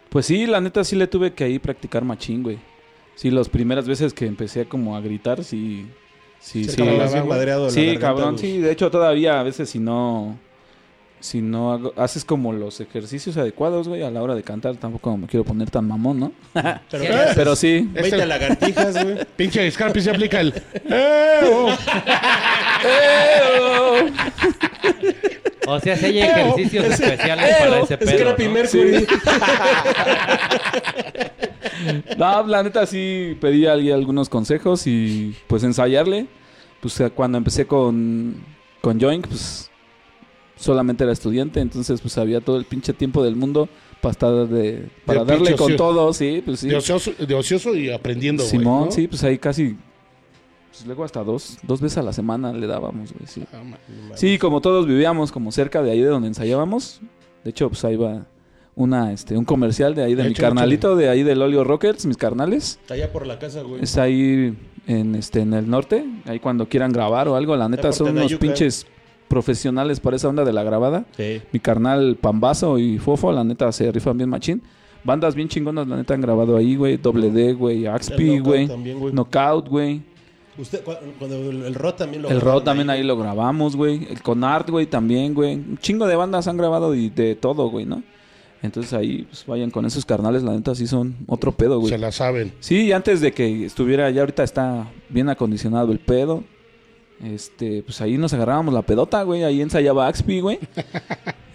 Speaker 4: Pues sí, la neta sí le tuve que ahí practicar machín, güey. Sí, las primeras veces que empecé como a gritar, sí. Sí,
Speaker 3: Se
Speaker 4: sí.
Speaker 3: acabó
Speaker 1: la
Speaker 3: así
Speaker 1: güey.
Speaker 3: madreado la
Speaker 4: Sí,
Speaker 3: garganta,
Speaker 4: cabrón,
Speaker 3: güey.
Speaker 4: sí. De hecho, todavía a veces si no... Si no hago- haces como los ejercicios adecuados, güey, a la hora de cantar, tampoco me quiero poner tan
Speaker 3: *laughs*
Speaker 4: mamón, ¿no?
Speaker 5: Sí,
Speaker 3: Pero,
Speaker 4: Pero sí,
Speaker 1: Es
Speaker 3: Veinte
Speaker 1: el-
Speaker 3: lagartijas,
Speaker 4: *laughs*
Speaker 3: güey.
Speaker 1: Pinche Scarpi se aplica el. ¡Eh, oh!
Speaker 5: O sea, si hay ejercicios especiales para ese pedo,
Speaker 3: es que era
Speaker 5: ¿no?
Speaker 3: primer
Speaker 4: Sí.
Speaker 3: güey.
Speaker 4: No, la neta sí pedí ahí algunos consejos y pues ensayarle. Pues eh, cuando empecé con, con Joink, pues solamente era estudiante, entonces pues había todo el pinche tiempo del mundo para estar de, para
Speaker 1: De
Speaker 4: darle
Speaker 1: pinche
Speaker 4: con
Speaker 1: ocio.
Speaker 4: todo, sí, pues sí.
Speaker 1: De, ocioso, de ocioso y aprendiendo, güey.
Speaker 4: Simón,
Speaker 1: ¿no?
Speaker 4: sí, pues ahí casi pues luego hasta dos, dos veces a la semana le dábamos, güey, sí.
Speaker 1: Ah, man.
Speaker 4: Sí, como todos vivíamos como cerca de ahí de donde ensayábamos. De hecho, pues ahí va una este un comercial de ahí de, mi
Speaker 1: Échale,
Speaker 4: carnalito de ahí del Olio Rockets, mis carnales.
Speaker 3: Allá por la casa, güey.
Speaker 4: Es ahí en este en el norte, ahí cuando quieran grabar o algo, la neta
Speaker 3: por
Speaker 4: son unos
Speaker 3: Tenayuca.
Speaker 4: pinches profesionales para esa onda de la grabada.
Speaker 3: Sí.
Speaker 4: Mi carnal Pambazo y Fofo, la neta se rifan bien machín. Bandas bien chingonas, la neta han grabado ahí, güey, Doble D, güey, Axpi,
Speaker 3: El Knockout
Speaker 4: güey,
Speaker 3: también, güey.
Speaker 4: Knockout, güey.
Speaker 3: Usted, cu- cuando el, el Rod también lo
Speaker 4: El Rod
Speaker 3: grabaron
Speaker 4: también ahí lo grabamos, güey. El Conart, güey, también, güey. Un chingo de bandas han grabado y de todo, güey, ¿no? Entonces ahí, pues vayan con esos carnales, la neta sí son otro pedo, güey.
Speaker 1: Se la saben.
Speaker 4: Sí, y antes de que estuviera ya ahorita está bien acondicionado el pedo. Este, pues ahí nos agarrábamos la pedota, güey. Ahí ensayaba Axpi,
Speaker 1: *laughs*
Speaker 4: güey.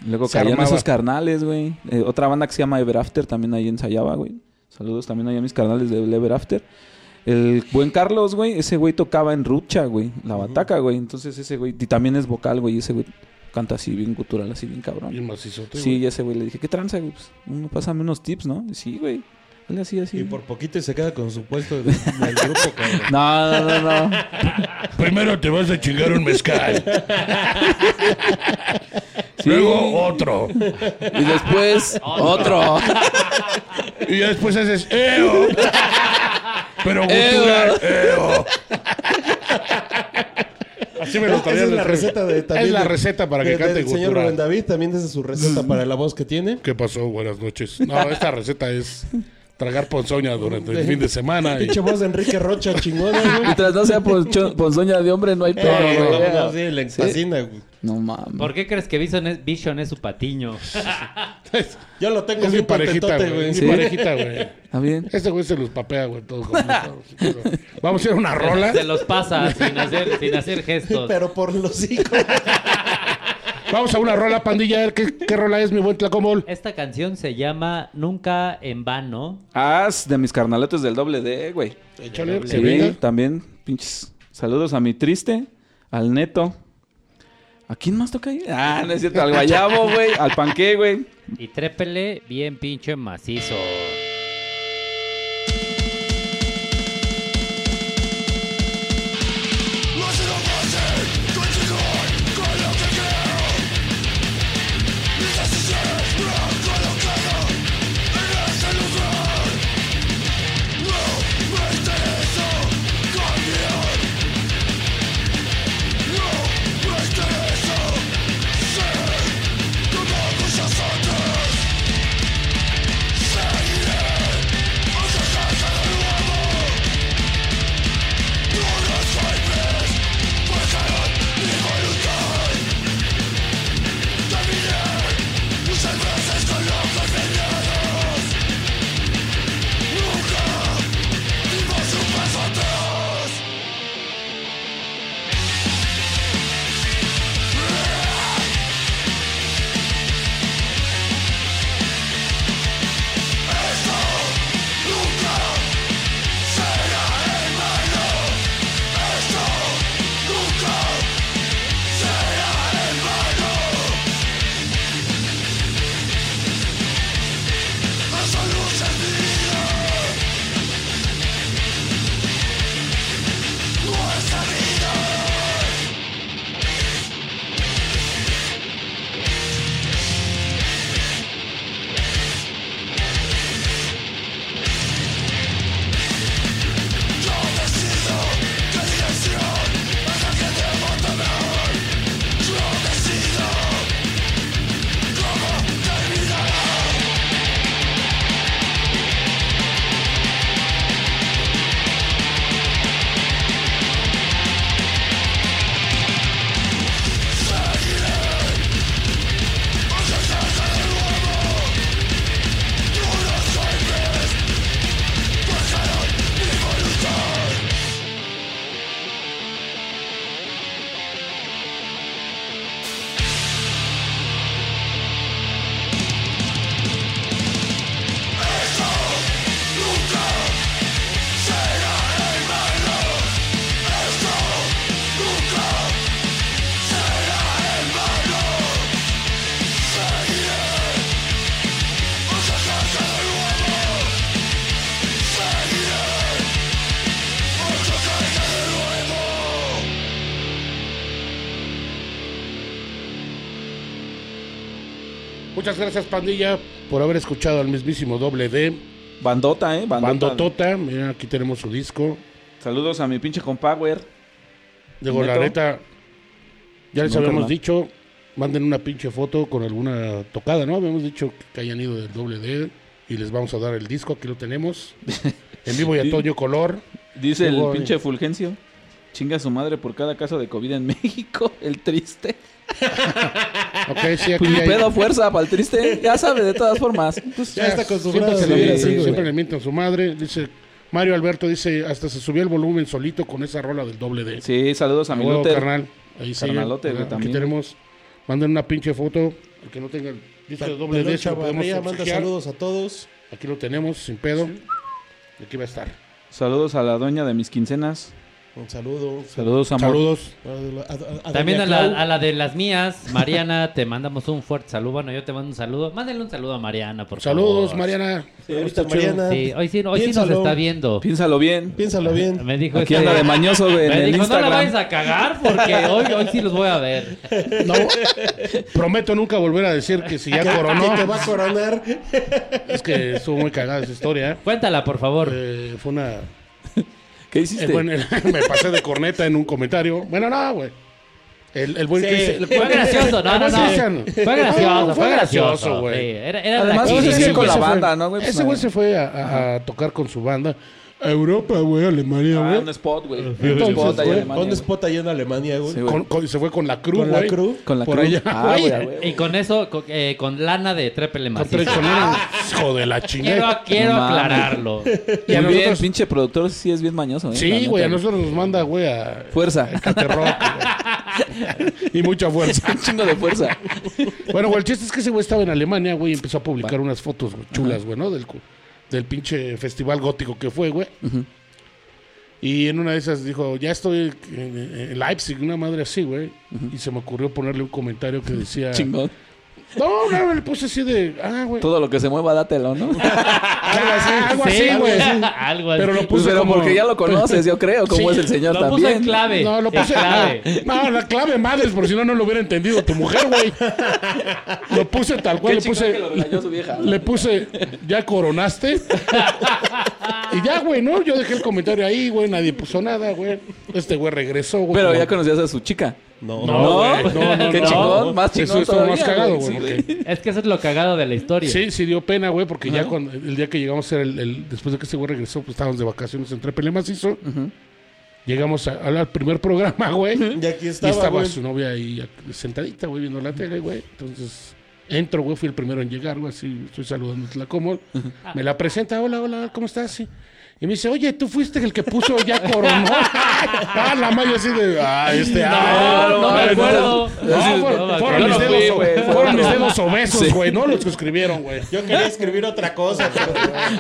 Speaker 4: Luego
Speaker 1: Se
Speaker 4: caían
Speaker 1: armaba.
Speaker 4: esos carnales, güey. Eh, otra banda que se llama Ever After también ahí ensayaba, güey. Saludos también ahí a mis carnales del Ever After. El buen Carlos, güey, ese güey tocaba en Rucha, güey. La bataca, güey. Entonces ese güey, y también es vocal, güey. y Ese güey canta así bien cultural, así bien cabrón.
Speaker 1: Bien macizote,
Speaker 4: sí,
Speaker 1: güey.
Speaker 4: y ese güey le dije, ¿qué tranza, güey? Pues, uno, pásame unos tips, ¿no? Y sí, güey. Dale así, así.
Speaker 3: Y por poquito y se queda con su puesto de- del
Speaker 4: *laughs*
Speaker 3: grupo, cabrón.
Speaker 4: No, no, no, no.
Speaker 1: Primero te vas a chingar un
Speaker 4: *laughs*
Speaker 1: mezcal.
Speaker 4: Sí.
Speaker 1: Luego otro.
Speaker 4: Y después otro.
Speaker 1: Y ya después haces. ¡Eh, oh!
Speaker 4: *laughs*
Speaker 1: Pero gutural. ¡Eh, oh! Así me lo
Speaker 3: Esa
Speaker 1: traían
Speaker 3: es la
Speaker 1: el-
Speaker 3: receta de también.
Speaker 1: Es la
Speaker 3: de-
Speaker 1: receta para que
Speaker 3: de-
Speaker 1: cante
Speaker 3: del señor
Speaker 1: gutural.
Speaker 3: Rubén David también esa es su
Speaker 4: Mm.
Speaker 3: receta para la voz que tiene.
Speaker 1: ¿Qué pasó? Buenas noches. No,
Speaker 3: *laughs*
Speaker 1: esta receta es tragar ponzoña durante el fin de semana. y-
Speaker 3: *laughs* Pinche voz de Enrique Rocha chingona, güey.
Speaker 4: Mientras *laughs* no sea poncho- ponzoña de hombre, no hay pedo,
Speaker 3: Eh,
Speaker 4: güey.
Speaker 3: no, no, sí, le fascina, güey.
Speaker 4: No mames.
Speaker 5: ¿Por qué crees que Vision es, Vision es su patiño?
Speaker 3: Yo lo tengo
Speaker 1: *laughs* Es mi
Speaker 3: bien
Speaker 1: parejita,
Speaker 3: patentote,
Speaker 1: güey.
Speaker 3: güey.
Speaker 1: Es
Speaker 4: Sí.
Speaker 1: Mi parejita, güey.
Speaker 4: Está bien.
Speaker 1: Este güey se los papea, güey, todos. juntos. Vamos a ir a una
Speaker 4: *laughs*
Speaker 1: rola.
Speaker 5: Se los pasa sin hacer, sin hacer gestos.
Speaker 3: Pero por
Speaker 1: *laughs*
Speaker 3: los hijos.
Speaker 1: Vamos a una rola, pandilla. A ver qué, qué rola es, mi buen Tlacomol.
Speaker 5: Esta canción se llama Nunca en Vano.
Speaker 4: Haz de mis carnaletos del doble D, güey.
Speaker 1: Échale,
Speaker 3: Pues
Speaker 1: que
Speaker 4: Sí,
Speaker 1: venga.
Speaker 4: también, pinches. Saludos a mi triste, al neto. ¿A quién más toca ahí? Ah, no es cierto, al guayabo, güey, al panqué, güey.
Speaker 5: Y trépele bien pinche macizo.
Speaker 6: Seguiré
Speaker 1: Muchas gracias, pandilla, por haber escuchado al mismísimo doble D.
Speaker 4: Bandota, ¿eh? Bandota.
Speaker 1: Bandotota. Mira, aquí tenemos su disco.
Speaker 4: Saludos a mi pinche compower.
Speaker 1: Digo, la
Speaker 4: Neto.
Speaker 1: neta, ya les
Speaker 4: Nunca
Speaker 1: habíamos
Speaker 4: más.
Speaker 1: dicho, manden una pinche foto con alguna tocada, ¿no? Habíamos dicho que hayan ido del doble D y les vamos a dar el disco, aquí lo
Speaker 4: *laughs*
Speaker 1: tenemos. En vivo y a
Speaker 4: Sí.
Speaker 1: todo color.
Speaker 4: Dice
Speaker 1: Qué
Speaker 4: el
Speaker 1: guay.
Speaker 4: pinche Fulgencio. Chinga su madre por cada caso de COVID en *laughs* México. El triste.
Speaker 1: Ok,
Speaker 4: *laughs*
Speaker 1: sí, aquí
Speaker 4: Pues ni
Speaker 1: hay-
Speaker 4: pedo, fuerza para el triste. Ya sabe, de todas formas. Pues,
Speaker 1: Ya
Speaker 3: está con su
Speaker 1: siempre
Speaker 3: frase,
Speaker 1: se le
Speaker 4: sí,
Speaker 1: mienten,
Speaker 4: sí, güey.
Speaker 1: siempre le mienten a su madre. Dice, Mario Alberto dice, hasta se subió el volumen solito con esa rola del doble D.
Speaker 4: sí, saludos a mi
Speaker 1: Huevo,
Speaker 4: Luther.
Speaker 1: carnal. Ahí sigue.
Speaker 4: Carnalote, güey,
Speaker 1: Ajá, Aquí
Speaker 4: también.
Speaker 1: tenemos, manden una pinche foto, el que no tenga el disco de doble D,
Speaker 3: Pelón
Speaker 1: se lo podemos
Speaker 3: Chavarría manda
Speaker 1: obsequiar.
Speaker 3: saludos a todos.
Speaker 1: Aquí lo tenemos, sin pedo. Y Aquí va a estar.
Speaker 4: Saludos a la dueña de mis quincenas.
Speaker 3: Un saludo.
Speaker 4: Saludos, amor.
Speaker 1: Saludos.
Speaker 3: A- a- a- a
Speaker 5: También a
Speaker 3: doña Clau.
Speaker 5: la, a la de las mías, Mariana, te mandamos un fuerte saludo. Bueno, yo te mando un saludo. Mándale un saludo a Mariana, por favor.
Speaker 1: Saludos, Mariana.
Speaker 3: Sí, ahorita Mariana.
Speaker 5: Sí, hoy sí, hoy sí nos
Speaker 3: Piénsalo.
Speaker 5: está viendo.
Speaker 4: Piénsalo bien.
Speaker 3: Piénsalo bien.
Speaker 5: Me dijo
Speaker 4: Aquí
Speaker 5: este-
Speaker 4: anda de mañoso güey, en
Speaker 5: Me
Speaker 4: el
Speaker 5: dijo, no la
Speaker 4: Instagram.
Speaker 5: vayas a cagar porque hoy, hoy sí los voy a ver.
Speaker 1: No, prometo nunca volver a decir que
Speaker 5: *laughs*
Speaker 1: si ya coronó.
Speaker 3: Que te va a coronar.
Speaker 1: Es que estuvo muy cagada esa historia.
Speaker 5: Cuéntala, por favor.
Speaker 1: Eh, fue una.
Speaker 4: ¿Qué
Speaker 1: el *laughs*
Speaker 4: hiciste?
Speaker 1: buen- me pasé de corneta en un comentario. Bueno, no, güey. El, el buen
Speaker 3: Sí.
Speaker 1: Cristian- el
Speaker 5: Fue
Speaker 1: buen-
Speaker 5: gracioso, no,
Speaker 1: el
Speaker 5: no,
Speaker 1: buen
Speaker 5: no.
Speaker 1: Cristian.
Speaker 5: Fue gracioso,
Speaker 1: No, no,
Speaker 5: fue gracioso,
Speaker 1: güey.
Speaker 5: Sí, Era, era
Speaker 4: Además,
Speaker 5: la
Speaker 4: pues,
Speaker 5: que-
Speaker 4: es que con la
Speaker 1: se fue-
Speaker 4: banda, ¿no, güey? Pues,
Speaker 1: ese güey
Speaker 4: no.
Speaker 1: se fue a- a, a tocar con su banda a Europa, güey, a Alemania,
Speaker 4: Ah,
Speaker 1: güey.
Speaker 4: un spot, güey. Un
Speaker 1: Entonces,
Speaker 4: spot
Speaker 1: Pues,
Speaker 4: ahí en
Speaker 1: güey,
Speaker 4: Alemania,
Speaker 3: ¿Dónde
Speaker 4: güey.
Speaker 3: spot allá en Alemania, güey?
Speaker 4: Sí, güey.
Speaker 1: Con- con- se fue con la cruz,
Speaker 3: Con la
Speaker 1: güey.
Speaker 3: cruz.
Speaker 4: Con la
Speaker 1: por
Speaker 4: cruz.
Speaker 1: allá.
Speaker 4: Ah, güey, a
Speaker 5: Y
Speaker 4: huevo.
Speaker 5: con eso, con, eh, con lana de trépele
Speaker 1: Con
Speaker 5: macizo.
Speaker 1: tres soneros, hijo de la
Speaker 5: Quiero,
Speaker 1: chingada.
Speaker 5: quiero
Speaker 4: No mames.
Speaker 5: aclararlo.
Speaker 1: Y a
Speaker 4: Muy bien,
Speaker 1: nosotros-
Speaker 4: pinche productor sí es bien mañoso, ¿eh? La
Speaker 1: Sí,
Speaker 4: neta,
Speaker 1: güey, a nosotros nos manda, güey, a
Speaker 4: Fuerza.
Speaker 1: *laughs* Caterrock. y mucha fuerza.
Speaker 4: Un chingo
Speaker 1: *laughs*
Speaker 4: de fuerza.
Speaker 1: Bueno, güey, el chiste es que ese güey estaba en Alemania, güey, y empezó a publicar unas fotos güey, chulas, güey, ¿no? Del, cu- del pinche festival gótico que fue, güey. Y en una de esas dijo, ya estoy en, en Leipzig, una madre así, güey. Y se me ocurrió ponerle un comentario que decía...
Speaker 4: Chingón.
Speaker 1: No, no, le puse así de... Ah, güey.
Speaker 4: Todo lo que se mueva, dátelo, ¿no?
Speaker 1: Ah, Algo
Speaker 5: Sí,
Speaker 1: así, güey.
Speaker 5: *laughs* Algo así.
Speaker 1: Pues, Pero lo
Speaker 4: Pues,
Speaker 1: Puse
Speaker 4: pero
Speaker 1: como-
Speaker 4: porque ya lo conoces, yo creo, como es el señor
Speaker 5: Lo puso en
Speaker 4: también.
Speaker 5: clave.
Speaker 1: No, lo puse.
Speaker 5: En clave.
Speaker 1: No, la clave madres, por si no, no lo hubiera entendido tu mujer, güey. Lo puse tal cual,
Speaker 4: Qué
Speaker 1: le
Speaker 4: chingón
Speaker 1: puse.
Speaker 4: que lo regañó su vieja.
Speaker 1: Le puse, ya coronaste. y ya, güey, ¿no? Yo dejé el comentario ahí, güey, nadie puso nada, güey. Este güey regresó, güey.
Speaker 4: Pero
Speaker 1: como-
Speaker 4: ya conocías a su chica.
Speaker 3: No.
Speaker 1: No, güey,
Speaker 4: *laughs*
Speaker 1: no, no,
Speaker 4: Qué
Speaker 1: no.
Speaker 4: chingón, más
Speaker 1: Eso
Speaker 4: chingón
Speaker 1: estuvo
Speaker 4: todavía,
Speaker 1: más cagado, güey.
Speaker 4: Sí, *laughs*
Speaker 1: porque-
Speaker 5: Es que eso es lo cagado de la historia.
Speaker 1: Sí, sí dio pena, güey, porque ya cuando, el día que llegamos a hacer el, el- después de que ese güey regresó, pues estábamos de vacaciones entre Trepele Macizo. Llegamos a- al primer programa, güey.
Speaker 3: Y aquí
Speaker 1: y
Speaker 3: estaba,
Speaker 1: estaba
Speaker 3: güey.
Speaker 1: su novia ahí sentadita, güey, viendo la tele, güey. Entonces, entro, güey, fui el primero en llegar, güey, así, estoy saludándola como. Me la presenta, hola, hola, ¿cómo estás? Sí. Y me dice, oye, tú fuiste el que puso ya coronó. ah, la mayo así de, ah, este, ah,
Speaker 5: no
Speaker 1: ah,
Speaker 5: me
Speaker 1: ah,
Speaker 5: acuerdo.
Speaker 1: no,
Speaker 5: No,
Speaker 1: fueron-
Speaker 5: no
Speaker 1: Fueron
Speaker 5: me acuerdo.
Speaker 1: mis
Speaker 5: Yo no
Speaker 1: dedos,
Speaker 4: fui, güey,
Speaker 1: fueron
Speaker 4: fueron
Speaker 1: mis
Speaker 4: los-
Speaker 1: dedos obesos,
Speaker 4: Sí.
Speaker 1: güey, no los que escribieron,
Speaker 3: *laughs*
Speaker 1: güey.
Speaker 3: Yo quería escribir
Speaker 1: *laughs*
Speaker 3: otra cosa. pero-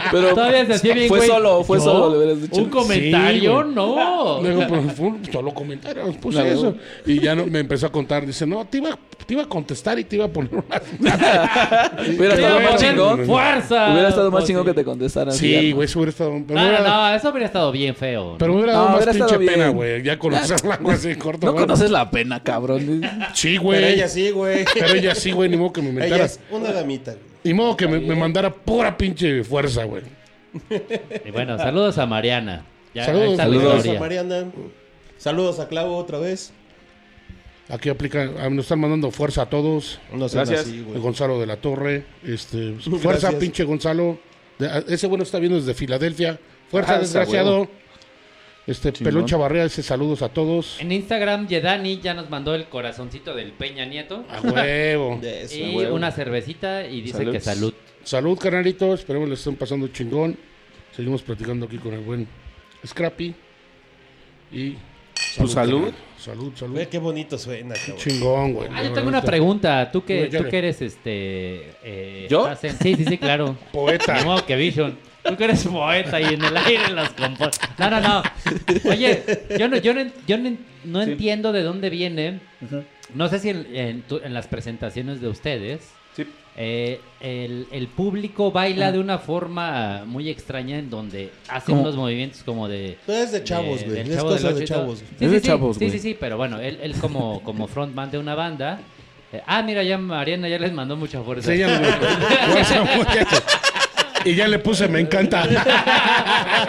Speaker 4: Pero
Speaker 5: Todavía se hacía bien,
Speaker 4: fue
Speaker 5: güey.
Speaker 4: solo, fue
Speaker 5: ¿Yo?
Speaker 4: solo, le hubieras dicho.
Speaker 5: Un comentario,
Speaker 1: Sí, güey. *laughs*
Speaker 5: no.
Speaker 1: Luego, pues, fue un solo comentario, pues, puse
Speaker 4: La verdad.
Speaker 1: eso. Y ya no, me empezó a contar, dice, no, te iba, te iba a contestar y te iba a poner una...
Speaker 4: Hubiera
Speaker 5: Te iba
Speaker 4: estado
Speaker 5: a
Speaker 4: más
Speaker 5: poner
Speaker 4: chingón.
Speaker 5: Fuerza.
Speaker 4: Hubiera estado más
Speaker 5: Oh,
Speaker 4: chingón
Speaker 5: sí.
Speaker 4: que te contestaran.
Speaker 1: Sí,
Speaker 4: así,
Speaker 1: güey, eso hubiera estado... Pero,
Speaker 5: No, no,
Speaker 1: hubiera,
Speaker 5: no, eso hubiera estado bien feo. ¿no?
Speaker 1: pero hubiera dado
Speaker 4: No,
Speaker 1: más
Speaker 4: hubiera estado
Speaker 1: pinche pena,
Speaker 4: bien.
Speaker 1: güey. Ya conocerla, güey, así corto.
Speaker 4: No
Speaker 1: güey.
Speaker 4: conoces la pena, cabrón.
Speaker 1: Sí,
Speaker 3: Pero
Speaker 1: güey.
Speaker 3: ella sí,
Speaker 1: *laughs*
Speaker 3: güey.
Speaker 1: Pero ella sí, güey, ni modo que me
Speaker 3: Ella
Speaker 1: mentara.
Speaker 3: es una damita, güey.
Speaker 1: Ni modo que me, me mandara pura pinche fuerza, güey.
Speaker 5: Y bueno, saludos a Mariana. Ya,
Speaker 1: Saludos.
Speaker 5: ahí está la
Speaker 4: Saludos.
Speaker 3: Saludos
Speaker 5: historia.
Speaker 3: a Mariana. Saludos a Clavo otra vez.
Speaker 1: Aquí aplica, ah, nos están mandando fuerza a todos.
Speaker 3: No sean
Speaker 4: Gracias.
Speaker 3: así, güey.
Speaker 1: Gonzalo de la Torre, este, fuerza,
Speaker 3: Gracias.
Speaker 1: pinche Gonzalo. De- a- ese bueno está viendo desde Filadelfia. Fuerza,
Speaker 4: Ah, esa
Speaker 1: desgraciado. Este,
Speaker 4: Chingón.
Speaker 1: Pelón Chavarría dice saludos a todos.
Speaker 5: En Instagram, Yedani ya nos mandó el corazoncito del Peña Nieto.
Speaker 1: A huevo.
Speaker 3: De eso,
Speaker 5: y
Speaker 3: güey.
Speaker 5: una cervecita y dice
Speaker 4: Salud.
Speaker 5: que salud.
Speaker 1: Salud, carnalito. Esperemos les estén pasando chingón. Seguimos platicando aquí con el buen Scrappy. Y.
Speaker 4: Pues, salud.
Speaker 1: carnal. Salud, salud.
Speaker 3: Güey, qué bonito suena, cabrón.
Speaker 1: Chingón, güey.
Speaker 5: Ah,
Speaker 1: La
Speaker 5: yo tengo una
Speaker 1: verdad,
Speaker 5: pregunta. Tú que,
Speaker 1: Güey,
Speaker 5: tú
Speaker 1: llame.
Speaker 5: que eres este. eh,
Speaker 4: ¿Yo?
Speaker 5: estás en- Sí, sí,
Speaker 4: *laughs*
Speaker 5: sí, claro. De
Speaker 1: Poeta.
Speaker 5: modo que Vision. Tú que eres poeta y en el aire las compone. No, no, no. Oye, yo no, yo no, en- yo no, en- no entiendo de dónde viene. No sé si en, en tu- en las presentaciones de ustedes.
Speaker 4: Sí.
Speaker 5: eh, el, el público baila de una forma muy extraña en donde hace
Speaker 4: ¿Cómo?
Speaker 5: unos movimientos como de
Speaker 3: Tú eres de chavos,
Speaker 5: de-
Speaker 3: güey.
Speaker 5: del
Speaker 3: Es
Speaker 5: Chavo del
Speaker 3: cosa
Speaker 5: Ocho
Speaker 3: de
Speaker 5: y todo.
Speaker 3: chavos.
Speaker 5: Sí,
Speaker 4: Es
Speaker 5: sí,
Speaker 4: de
Speaker 5: sí,
Speaker 4: chavos,
Speaker 5: sí,
Speaker 4: güey.
Speaker 5: sí, sí, pero bueno, él, él como, como frontman de una banda Eh, ah, mira, ya Mariana ya les mandó mucha fuerza.
Speaker 1: Sí, *laughs* ya lo- WhatsApp, muchacho. Y ya le puse, me encanta.
Speaker 5: *laughs*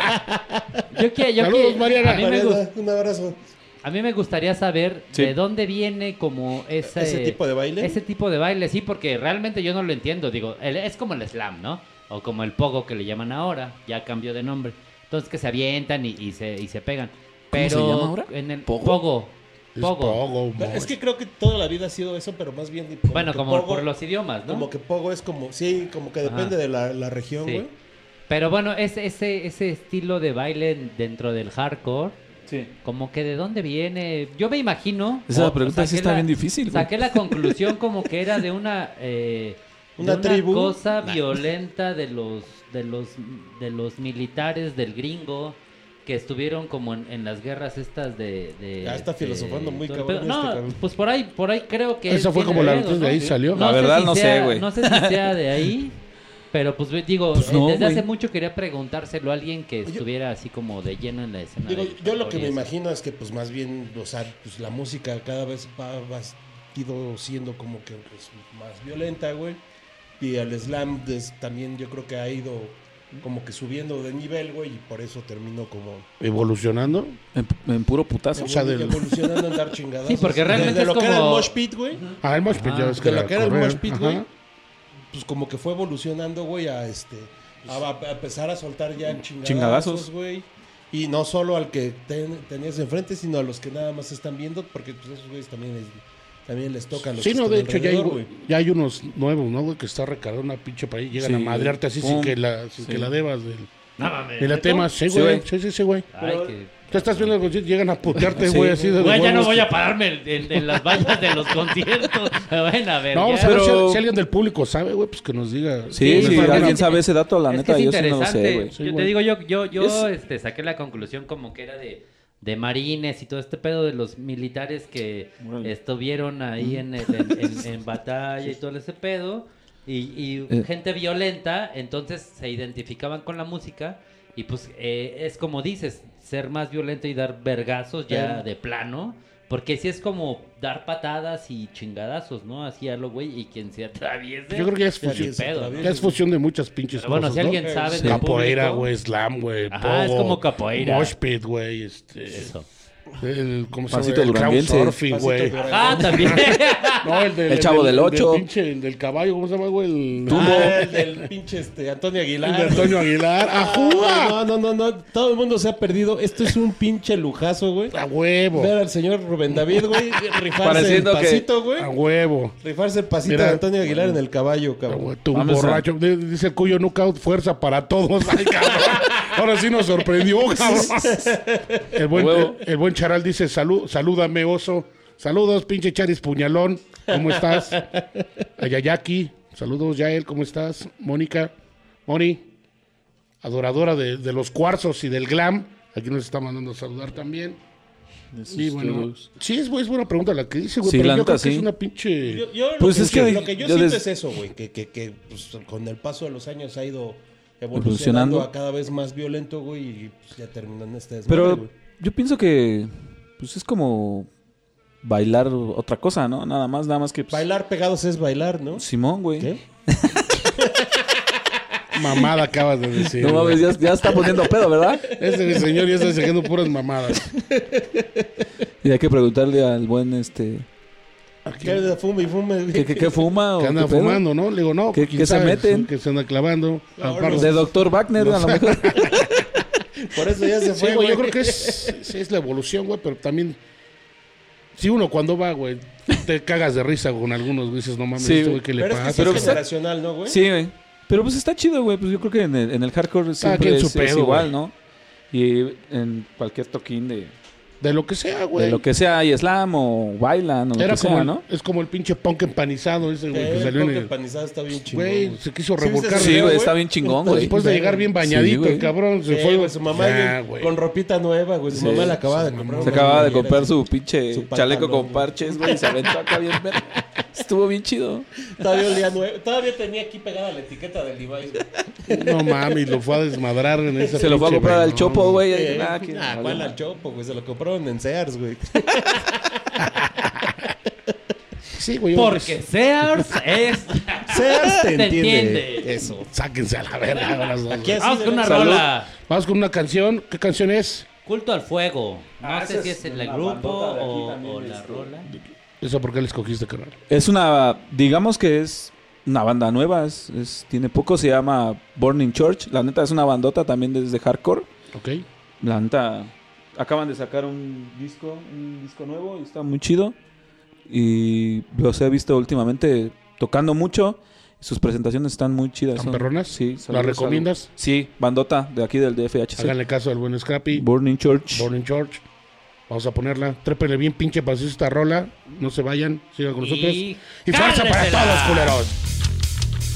Speaker 5: Yo que, yo
Speaker 1: Saludos,
Speaker 5: que-
Speaker 1: Mariana.
Speaker 5: A mí, me gus-
Speaker 3: Mariana, un abrazo.
Speaker 5: a mí me gustaría saber
Speaker 4: Sí.
Speaker 5: de dónde viene como ese,
Speaker 3: ¿Ese tipo de baile?
Speaker 5: Ese tipo de baile, sí, porque realmente yo no lo entiendo. Digo, el- es como el slam, ¿no? O como el pogo que le llaman ahora, ya cambió de nombre. Entonces que se avientan y, y se, y se pegan. Pero
Speaker 4: se llama ahora?
Speaker 5: En el
Speaker 4: ¿Pogo?
Speaker 5: pogo. Pogo.
Speaker 1: Es pogo, mo-
Speaker 3: Es que creo que toda la vida ha sido eso, pero más bien. como
Speaker 5: bueno,
Speaker 3: que
Speaker 5: como
Speaker 3: pogo-
Speaker 5: por los idiomas, ¿no?
Speaker 3: Como que Pogo es como. Sí, como que
Speaker 5: Ajá.
Speaker 3: depende de la, la región,
Speaker 5: Sí.
Speaker 3: güey.
Speaker 5: Pero bueno, ese, ese, ese estilo de baile dentro del hardcore, como que de dónde viene. Yo me imagino.
Speaker 4: Esa
Speaker 5: o-
Speaker 4: pregunta sí
Speaker 5: saqué
Speaker 4: está
Speaker 5: la-
Speaker 4: bien difícil, güey.
Speaker 5: Saqué la conclusión como que era de una. eh, de
Speaker 3: Una tribu.
Speaker 5: cosa violenta de los, de, los, de los militares del gringo que estuvieron como en, en las guerras estas de. de-
Speaker 3: Ya Ah, está
Speaker 5: este,
Speaker 3: filosofando muy
Speaker 5: todo el
Speaker 3: cabrón
Speaker 5: pedo.
Speaker 3: este
Speaker 5: No,
Speaker 3: cabrón.
Speaker 5: pues por ahí, por ahí creo que.
Speaker 1: Eso fue
Speaker 5: tiene
Speaker 1: como la
Speaker 5: dedos,
Speaker 1: noticia de
Speaker 5: ¿no?
Speaker 1: ahí salió.
Speaker 4: La verdad, no sé,
Speaker 5: sea-
Speaker 4: güey.
Speaker 5: No sé si sea
Speaker 4: *laughs*
Speaker 5: de ahí, pero pues güey, digo,
Speaker 4: Pues no,
Speaker 5: desde hace
Speaker 4: güey.
Speaker 5: mucho quería preguntárselo a alguien que estuviera así como de lleno en la escena.
Speaker 3: Digo,
Speaker 5: del
Speaker 3: yo lo que me
Speaker 5: hardcore y eso.
Speaker 3: imagino es que, pues más bien, o sea, pues la música cada vez va, va ido siendo como que pues, más violenta, güey. Y el slam des- también yo creo que ha ido como que subiendo de nivel, güey, y por eso terminó como
Speaker 1: Evolucionando.
Speaker 4: En, en puro putazo.
Speaker 1: O sea, del-
Speaker 3: evolucionando en dar chingadas.
Speaker 5: Sí, porque realmente
Speaker 3: de,
Speaker 5: es
Speaker 3: lo que era el
Speaker 5: como-
Speaker 3: mosh pit, güey.
Speaker 1: Ah, el mosh pit, ya
Speaker 5: Ah,
Speaker 1: ves que
Speaker 3: De lo
Speaker 1: era
Speaker 3: que era el
Speaker 1: correr.
Speaker 3: mosh pit,
Speaker 1: Ajá.
Speaker 3: güey. Pues como que fue evolucionando, güey, a este a, a empezar a soltar ya chingadazos,
Speaker 4: Chingadazos.
Speaker 3: güey. Y no solo al que ten- tenías enfrente, sino a los que nada más están viendo, porque pues, esos güeyes también les, también les toca a los
Speaker 1: Sí,
Speaker 3: que
Speaker 1: no,
Speaker 3: están
Speaker 1: de hecho ya hay,
Speaker 3: alrededor, güey.
Speaker 1: ya hay unos nuevos, ¿no? güey? Que está recargado una pinche pared y llegan
Speaker 4: Sí,
Speaker 1: a madrearte así sin
Speaker 4: pum.
Speaker 1: que la, sin
Speaker 4: Sí.
Speaker 1: que la debas del,
Speaker 5: No mames.
Speaker 1: de la tema. Sí,
Speaker 4: Sí,
Speaker 1: güey.
Speaker 4: güey.
Speaker 1: Sí, sí, sí, güey.
Speaker 5: Ay, que-
Speaker 1: Tú estás viendo el concierto y llegan a putearte,
Speaker 4: Sí.
Speaker 1: güey, así de
Speaker 5: Güey, ya no
Speaker 1: huevos.
Speaker 5: voy a pararme en, en- en las vallas de los *laughs* conciertos. Me van a ver.
Speaker 1: No, vamos
Speaker 5: ya.
Speaker 1: a ver
Speaker 4: Pero-
Speaker 1: si, si alguien del público sabe, güey, pues que nos diga.
Speaker 4: Sí,
Speaker 5: Sí,
Speaker 4: si
Speaker 5: sí,
Speaker 4: alguien
Speaker 5: alguien-
Speaker 4: sabe ese dato, la
Speaker 5: Es
Speaker 4: neta,
Speaker 5: que
Speaker 4: yo
Speaker 5: es
Speaker 4: sí no lo sé,
Speaker 5: interesante.
Speaker 4: güey.
Speaker 1: Sí,
Speaker 5: yo te
Speaker 1: güey.
Speaker 5: digo, yo, yo, yo
Speaker 4: Es-
Speaker 5: este, saqué la conclusión como que era de, de marines y todo este pedo de los militares que
Speaker 4: Órale.
Speaker 5: estuvieron ahí en, el- en- en- en batalla y todo ese pedo. Y, y
Speaker 4: Eh.
Speaker 5: gente violenta, entonces se identificaban con la música. Y pues eh, es como dices, ser más violento y dar vergazos ya
Speaker 3: Eh.
Speaker 5: de plano. Porque si es como dar patadas y chingadazos, ¿no? Así a lo güey y quien se *laughs* atraviese.
Speaker 1: Yo creo que ya es
Speaker 3: Ya
Speaker 1: fusión.
Speaker 3: tienes otra
Speaker 5: pedo, ¿no?
Speaker 3: vez,
Speaker 1: Ya es
Speaker 3: güey.
Speaker 1: fusión de muchas pinches
Speaker 5: Pero bueno,
Speaker 1: cosas,
Speaker 5: si
Speaker 1: ¿no?
Speaker 5: alguien sabe
Speaker 1: Eh,
Speaker 4: Sí.
Speaker 5: del
Speaker 1: Capoeira,
Speaker 5: público-
Speaker 1: güey, slam, güey,
Speaker 5: Ajá, es
Speaker 1: pogo,
Speaker 5: como capoeira.
Speaker 1: Mosh pit, güey, este...
Speaker 5: Eso.
Speaker 1: El, ¿Cómo se
Speaker 4: Pasito
Speaker 1: llama? El
Speaker 4: duranguense.
Speaker 1: crowdsurfing,
Speaker 3: Pasito
Speaker 1: güey.
Speaker 3: duranguense.
Speaker 5: Ah, también.
Speaker 1: No, el,
Speaker 4: El chavo del ocho.
Speaker 1: El pinche, el del caballo, ¿cómo se llama, güey? El...
Speaker 3: Ah, el del pinche este, Antonio
Speaker 1: El
Speaker 3: Aguilar.
Speaker 1: de Antonio Aguilar.
Speaker 3: Ah,
Speaker 1: ¡Ajúa!
Speaker 3: No, no, no, no, todo el mundo se ha perdido. Esto es un pinche lujazo, güey.
Speaker 1: A huevo.
Speaker 3: Ver al señor Rubén
Speaker 1: *laughs*
Speaker 3: David, güey, rifarse el
Speaker 4: Pareciendo que-
Speaker 3: pasito, güey.
Speaker 1: A huevo.
Speaker 3: Rifarse el pasito
Speaker 1: Mira.
Speaker 3: de Antonio Aguilar en el caballo,
Speaker 1: A
Speaker 3: cabrón.
Speaker 1: hue- Tu
Speaker 4: Vamos a-
Speaker 1: Ah, borracho. D- Dice el cuyo knockout, fuerza para todos. *laughs* Ay, cabrón. Ahora sí nos sorprendió,
Speaker 4: *laughs*
Speaker 1: cabrón. El buen,
Speaker 4: Huevo.
Speaker 1: el, el buen Charal dice, "Salú- salúdame, oso. Saludos, pinche Charis Puñalón. ¿Cómo
Speaker 4: *laughs*
Speaker 1: estás? Ayayaki. Saludos, Yael. ¿Cómo estás? Mónica. Moni. Adoradora de, de los cuarzos y del glam. Aquí nos está mandando a saludar también. Sí, bueno. Sí, es, bu- es buena pregunta la que dice, güey.
Speaker 4: Pues, Sí,
Speaker 1: pero
Speaker 4: la
Speaker 1: yo creo
Speaker 4: neta,
Speaker 1: que es
Speaker 4: sí.
Speaker 1: una pinche...
Speaker 3: Yo- yo
Speaker 4: Pues
Speaker 3: lo
Speaker 4: es
Speaker 3: que,
Speaker 4: que-
Speaker 3: lo que yo
Speaker 4: yo
Speaker 3: siento
Speaker 4: des-
Speaker 3: es eso, güey, que, que, que pues, con el paso de los años ha ido evolucionando,
Speaker 4: Evolucionando.
Speaker 3: a cada vez más violento, güey, y pues, ya terminando este desmadre,
Speaker 4: Pero
Speaker 3: güey.
Speaker 4: yo pienso que pues es como bailar otra cosa, ¿no? Nada más, nada más que pues,
Speaker 3: Bailar pegados es bailar, ¿no?
Speaker 4: Simón, güey.
Speaker 3: ¿Qué?
Speaker 1: Mamada acabas de decir.
Speaker 4: *laughs* No
Speaker 1: güey.
Speaker 4: mames, ya, ya está poniendo
Speaker 1: *laughs*
Speaker 4: pedo, ¿verdad?
Speaker 1: Ese señor ya está diciendo puras mamadas.
Speaker 4: Y hay que preguntarle al buen este
Speaker 3: ¿Qué de fume y fume? güey?
Speaker 4: ¿Qué, qué- qué fuma? o
Speaker 1: Que anda
Speaker 4: qué pedo?
Speaker 1: fumando, ¿no? Le digo, no, pues,
Speaker 4: ¿Qué-
Speaker 1: quién
Speaker 4: qué se
Speaker 1: sabe,
Speaker 4: meten?
Speaker 1: Que se anda clavando. Aparte-
Speaker 4: De Doctor Wagner, a
Speaker 1: *laughs*
Speaker 4: lo mejor.
Speaker 3: Por eso ya se
Speaker 1: Sí,
Speaker 3: fue,
Speaker 1: güey,
Speaker 3: güey.
Speaker 1: yo creo que es, sí, es la evolución, güey, pero también. Si uno cuando va, güey, te cagas de risa con algunos, güey, dices, no mames,
Speaker 4: Sí,
Speaker 1: este
Speaker 4: güey.
Speaker 1: güey, ¿qué le
Speaker 3: Pero es que
Speaker 1: pasa?
Speaker 3: sí
Speaker 4: Pero
Speaker 3: es
Speaker 4: pues,
Speaker 3: generacional, ¿no, güey?
Speaker 4: Sí, güey. Pero pues está chido, güey. Pues yo creo que en el, en el hardcore siempre
Speaker 1: quien
Speaker 4: es,
Speaker 1: su
Speaker 4: es
Speaker 1: pedo,
Speaker 4: igual,
Speaker 1: güey.
Speaker 4: ¿no? Y en cualquier toquín de,
Speaker 1: de lo que sea,
Speaker 4: de
Speaker 1: güey.
Speaker 4: lo que sea, y slam o bailan o lo
Speaker 1: Era
Speaker 4: que
Speaker 1: como,
Speaker 4: sea,
Speaker 1: el-
Speaker 4: ¿no?
Speaker 1: Es como el pinche punk empanizado ese, güey, que
Speaker 3: Eh,
Speaker 1: salió en
Speaker 3: Coque
Speaker 1: el.
Speaker 3: empanizado está bien chingón.
Speaker 1: Güey, se quiso
Speaker 3: ¿Sí viste
Speaker 1: revolcar.
Speaker 3: ese
Speaker 4: Sí,
Speaker 3: video,
Speaker 4: güey, está bien chingón, güey.
Speaker 1: Después de llegar bien bañadito,
Speaker 4: güey.
Speaker 1: el cabrón se
Speaker 3: Sí,
Speaker 1: fue.
Speaker 3: güey, su mamá
Speaker 1: Ya,
Speaker 3: bien-
Speaker 1: güey.
Speaker 3: con ropita nueva, güey. Su mamá la acababa de comprar.
Speaker 4: Se
Speaker 3: una
Speaker 4: acababa de
Speaker 3: muñeca.
Speaker 4: comprar su pinche
Speaker 3: Su pantalón,
Speaker 4: chaleco con
Speaker 3: güey.
Speaker 4: parches, güey. Y se aventó acá bien
Speaker 3: *laughs*
Speaker 4: verga. Estuvo bien chido.
Speaker 3: Todavía olía nuevo. Todavía tenía aquí pegada la etiqueta del device, güey.
Speaker 1: No mames, lo fue a desmadrar en esa
Speaker 4: Se lo fue a
Speaker 1: pinche
Speaker 4: comprar al
Speaker 1: ventana.
Speaker 4: Chopo, güey.
Speaker 3: Eh,
Speaker 4: Ah,
Speaker 3: Ah,
Speaker 4: que-
Speaker 3: ¿cuál al chopo, güey? Se lo compraron en Sears, güey.
Speaker 1: que sí, güey. yo-
Speaker 5: Porque Sears
Speaker 4: *laughs*
Speaker 5: es.
Speaker 6: Sears te
Speaker 5: Te
Speaker 6: entiende.
Speaker 5: entiende.
Speaker 6: Eso.
Speaker 1: Sáquense a la verga. ahora los dos, güey.
Speaker 5: Vamos con una
Speaker 4: Eh, Salud.
Speaker 5: rola.
Speaker 1: Vamos con una canción. ¿Qué canción es?
Speaker 5: Culto al fuego. No
Speaker 4: Ah,
Speaker 5: sé
Speaker 4: esa
Speaker 5: si
Speaker 4: es
Speaker 5: es el
Speaker 4: una
Speaker 5: grupo
Speaker 4: bandota de aquí
Speaker 5: o,
Speaker 4: también,
Speaker 5: o la
Speaker 4: este.
Speaker 5: rola.
Speaker 1: ¿Eso por qué la escogiste, carnal?
Speaker 4: Es una, digamos que es una banda nueva, es, es- tiene poco, se llama Burning Church. La neta es una bandota también desde hardcore.
Speaker 1: ¿Ok?
Speaker 4: La neta acaban de sacar un disco, un disco nuevo y está muy chido. Y los he visto últimamente tocando mucho. Sus presentaciones están muy chidas.
Speaker 1: ¿Están
Speaker 4: son-
Speaker 1: perronas?
Speaker 4: Sí.
Speaker 1: ¿Las
Speaker 4: saludos a-
Speaker 1: recomiendas?
Speaker 4: Sí, bandota de aquí del DFHC.
Speaker 1: Háganle caso al buen Scrappy.
Speaker 4: Burning Church.
Speaker 1: Born in Church. Vamos a ponerla. Trépenle bien, pinche, para hacer esta rola. No se vayan. Sigan con nosotros.
Speaker 5: Y
Speaker 1: Y fuerza para
Speaker 5: ¡cálesela!
Speaker 1: todos, culeros.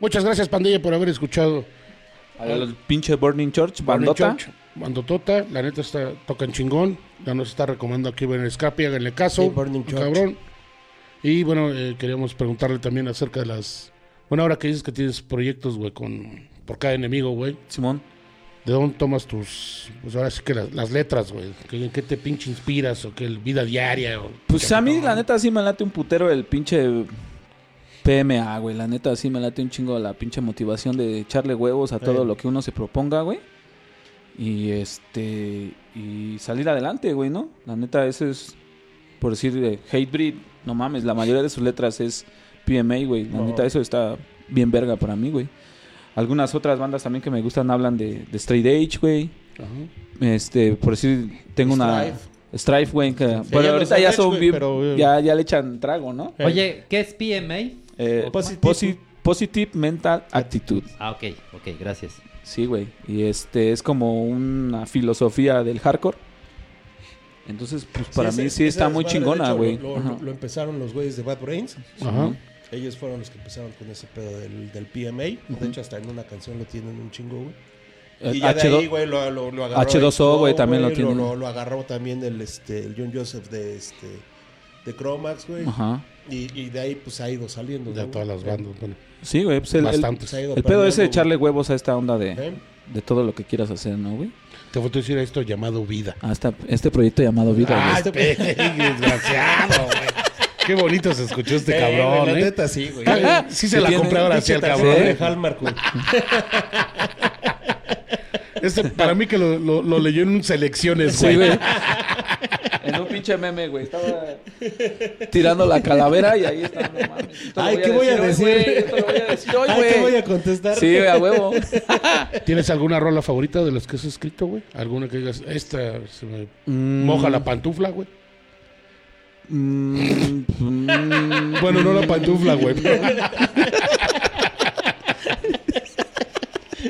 Speaker 1: Muchas gracias, pandilla, por haber escuchado.
Speaker 4: A los pinche Burning Church,
Speaker 1: Born in
Speaker 4: bandota.
Speaker 1: Church. Bandotota. La neta está tocan chingón. Ya nos está recomendando aquí buen Scrappy. Háganle caso.
Speaker 3: Sí, Born in Church.
Speaker 1: cabrón. Y bueno, eh, queríamos preguntarle también acerca de las. Bueno, ahora que dices que tienes proyectos, güey, con. Por cada enemigo, güey.
Speaker 4: Simón.
Speaker 1: ¿De dónde tomas tus, pues ahora sí que las, las letras, güey? ¿Qué, qué te pinche inspiras? ¿O qué el vida diaria? O,
Speaker 4: Pues a mí, la neta, sí me late un putero el pinche PMA, güey. La neta, sí me late un chingo la pinche motivación de echarle huevos a todo lo que uno se proponga, güey. Y este. Y salir adelante, güey, ¿no? La neta, eso es. Por decir, eh, Hate Breed, no mames, la mayoría de sus letras es PMA, güey. La neta, eso está bien verga para mí, güey. Algunas otras bandas también que me gustan hablan de, de Straight Edge, güey. Este, por decir, tengo una.
Speaker 3: Strife.
Speaker 4: Strife, güey. que-
Speaker 3: Sí,
Speaker 4: Pero
Speaker 3: ya
Speaker 4: ahorita
Speaker 3: los
Speaker 4: ya
Speaker 3: han hecho,
Speaker 4: son
Speaker 3: güey,
Speaker 4: bien-
Speaker 3: pero, eh,
Speaker 4: ya, ya le echan trago, ¿no?
Speaker 5: Oye, ¿qué es PMA?
Speaker 4: Eh,
Speaker 3: Positive.
Speaker 4: posi- positive Mental Attitude.
Speaker 5: Ah, ok, ok, gracias.
Speaker 4: Sí, güey. Y este es como una filosofía del hardcore. Entonces, pues para mí
Speaker 3: ese-
Speaker 4: sí está
Speaker 3: esas
Speaker 4: muy
Speaker 3: madres, de
Speaker 4: chingona,
Speaker 3: hecho,
Speaker 4: güey.
Speaker 3: Lo, lo-
Speaker 4: Ajá.
Speaker 3: lo empezaron los güeyes de Bad Brains.
Speaker 1: Ajá.
Speaker 3: Ellos fueron los que empezaron con ese pedo del, del PMA. De hecho, hasta en una canción lo tienen un chingo, güey.
Speaker 4: Eh,
Speaker 3: Y ya de
Speaker 4: H2
Speaker 3: ahí, güey, lo, lo- lo agarró.
Speaker 4: H2O,
Speaker 3: el
Speaker 4: güey, también lo tiene.
Speaker 3: Lo, lo agarró también el, este, el John Joseph de, este, de Cromax, güey.
Speaker 4: Ajá.
Speaker 3: Y, y de ahí, pues, ha ido saliendo.
Speaker 1: De
Speaker 3: güey.
Speaker 1: todas las bandas, bueno,
Speaker 4: Sí, güey. pues, el, el-
Speaker 1: bastantes.
Speaker 3: Se ha ido
Speaker 4: el pedo es
Speaker 3: perdiendo,
Speaker 4: echarle huevos a esta onda
Speaker 3: güey.
Speaker 4: de,
Speaker 3: ¿Eh?
Speaker 4: de todo lo que quieras hacer, ¿no, güey?
Speaker 1: Te faltó decir esto llamado vida.
Speaker 4: A esta- este proyecto llamado Vida, güey.
Speaker 1: ¡Ay, pe- desgraciado, güey! Qué bonito se escuchó este
Speaker 3: Eh,
Speaker 1: cabrón,
Speaker 3: güey, La
Speaker 1: ¿eh?
Speaker 3: neta, sí,
Speaker 4: *laughs*
Speaker 3: güey.
Speaker 1: Ah, Sí se
Speaker 4: Sí
Speaker 1: la
Speaker 4: tiene-
Speaker 1: compré ahora sí al
Speaker 3: Pinche
Speaker 1: cabrón.
Speaker 3: tarjeta
Speaker 1: ¿eh?
Speaker 3: de Hallmark, güey.
Speaker 1: Este, para mí que lo, lo- lo leyó en un selecciones,
Speaker 4: Sí,
Speaker 1: güey.
Speaker 4: güey. *laughs* En un pinche meme, güey. Estaba tirando la calavera y ahí estaba. No mames, esto lo
Speaker 3: Ay, ¿qué voy a
Speaker 4: hoy,
Speaker 3: decir?
Speaker 4: güey, esto lo voy a decir
Speaker 3: *laughs*
Speaker 4: hoy,
Speaker 3: Ay,
Speaker 4: güey.
Speaker 3: ¿qué voy a contestar?
Speaker 4: Sí, güey, a huevo.
Speaker 1: ¿Tienes alguna rola favorita de las que has escrito, güey? ¿Alguna que digas, esta se me
Speaker 4: Mm,
Speaker 1: moja la pantufla, güey?
Speaker 4: mm, mm.
Speaker 1: Bueno, no la pantufla, güey. pero-
Speaker 3: *laughs*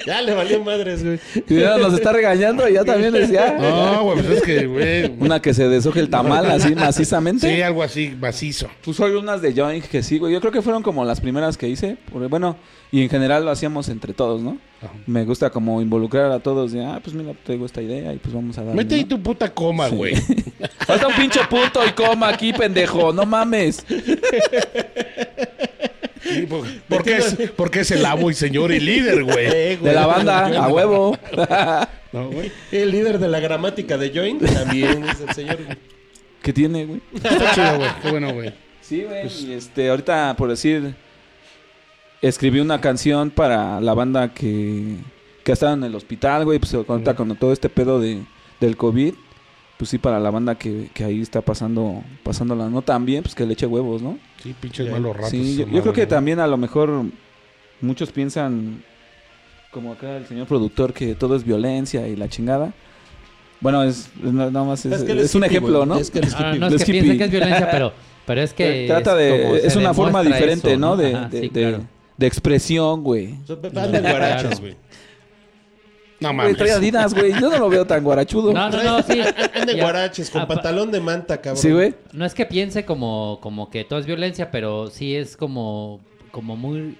Speaker 3: Ya le valió madres, güey.
Speaker 4: Y mira, nos
Speaker 3: mm.
Speaker 4: está regañando y ya también decía.
Speaker 1: No, güey, pues es que, güey.
Speaker 4: Una que se deshoje el tamal así macizamente.
Speaker 1: Sí, algo así, macizo.
Speaker 4: Pues hay unas de Join que sí, güey. Yo creo que fueron como las primeras que hice. porque, bueno, y en general lo hacíamos entre todos, ¿no?
Speaker 1: Ajá.
Speaker 4: Me gusta como involucrar a todos de, ah, pues mira, tengo esta idea y pues vamos a darle.
Speaker 1: Mete ahí
Speaker 4: ¿no?
Speaker 1: tu puta coma,
Speaker 4: Sí.
Speaker 1: güey.
Speaker 4: Falta un pinche punto y coma aquí, pendejo. No mames.
Speaker 1: Sí, por- Porque es, porque es el amo y señor y líder, güey.
Speaker 3: Eh, güey.
Speaker 4: De la banda, a huevo.
Speaker 1: No, güey.
Speaker 3: El líder de la gramática de Join también es el señor. güey.
Speaker 4: *laughs* ¿Qué tiene, güey?
Speaker 1: Está chido, güey. Qué bueno, güey.
Speaker 4: Sí, güey. y este, ahorita, por decir, escribí una canción para la banda que, que ha estado en el hospital, güey. Pues ahorita con todo este pedo de, del COVID, pues sí, para la banda que, que ahí está pasando, pasándola no tan bien, pues que le eche huevos, ¿no?
Speaker 1: Sí, pinches malos ratos.
Speaker 4: sí,
Speaker 1: son
Speaker 4: yo, yo creo que
Speaker 1: malos,
Speaker 4: también a lo mejor muchos piensan, como acá el señor productor, que todo es violencia y la chingada. Bueno, es, no- nada más es,
Speaker 3: Es que él es
Speaker 4: es un
Speaker 3: hippie,
Speaker 4: ejemplo,
Speaker 3: güey.
Speaker 4: ¿no?
Speaker 3: Es que él es
Speaker 5: Ah,
Speaker 3: hippie.
Speaker 5: no es
Speaker 4: Los
Speaker 5: que
Speaker 4: hippie. eh,
Speaker 5: piensen que es violencia, pero, pero es que.
Speaker 4: trata
Speaker 5: como
Speaker 4: de es
Speaker 5: se
Speaker 4: una forma
Speaker 5: demuestra
Speaker 4: diferente
Speaker 5: eso,
Speaker 4: no de,
Speaker 5: Ajá,
Speaker 4: de,
Speaker 5: sí,
Speaker 4: de-
Speaker 5: claro.
Speaker 4: de expresión güey
Speaker 3: Son bandas guarachas,
Speaker 4: *laughs*
Speaker 3: güey.
Speaker 1: No
Speaker 4: Güey,
Speaker 1: mames.
Speaker 4: trae Adidas güey yo no lo veo tan guarachudo
Speaker 5: No, no, no, sí.
Speaker 3: *laughs* Andan
Speaker 5: Ya.
Speaker 3: guaraches con
Speaker 5: Ah, pa-
Speaker 3: pantalón de manta, cabrón.
Speaker 4: sí güey
Speaker 5: No es que piense como, como que todo es violencia, pero sí es como, como muy,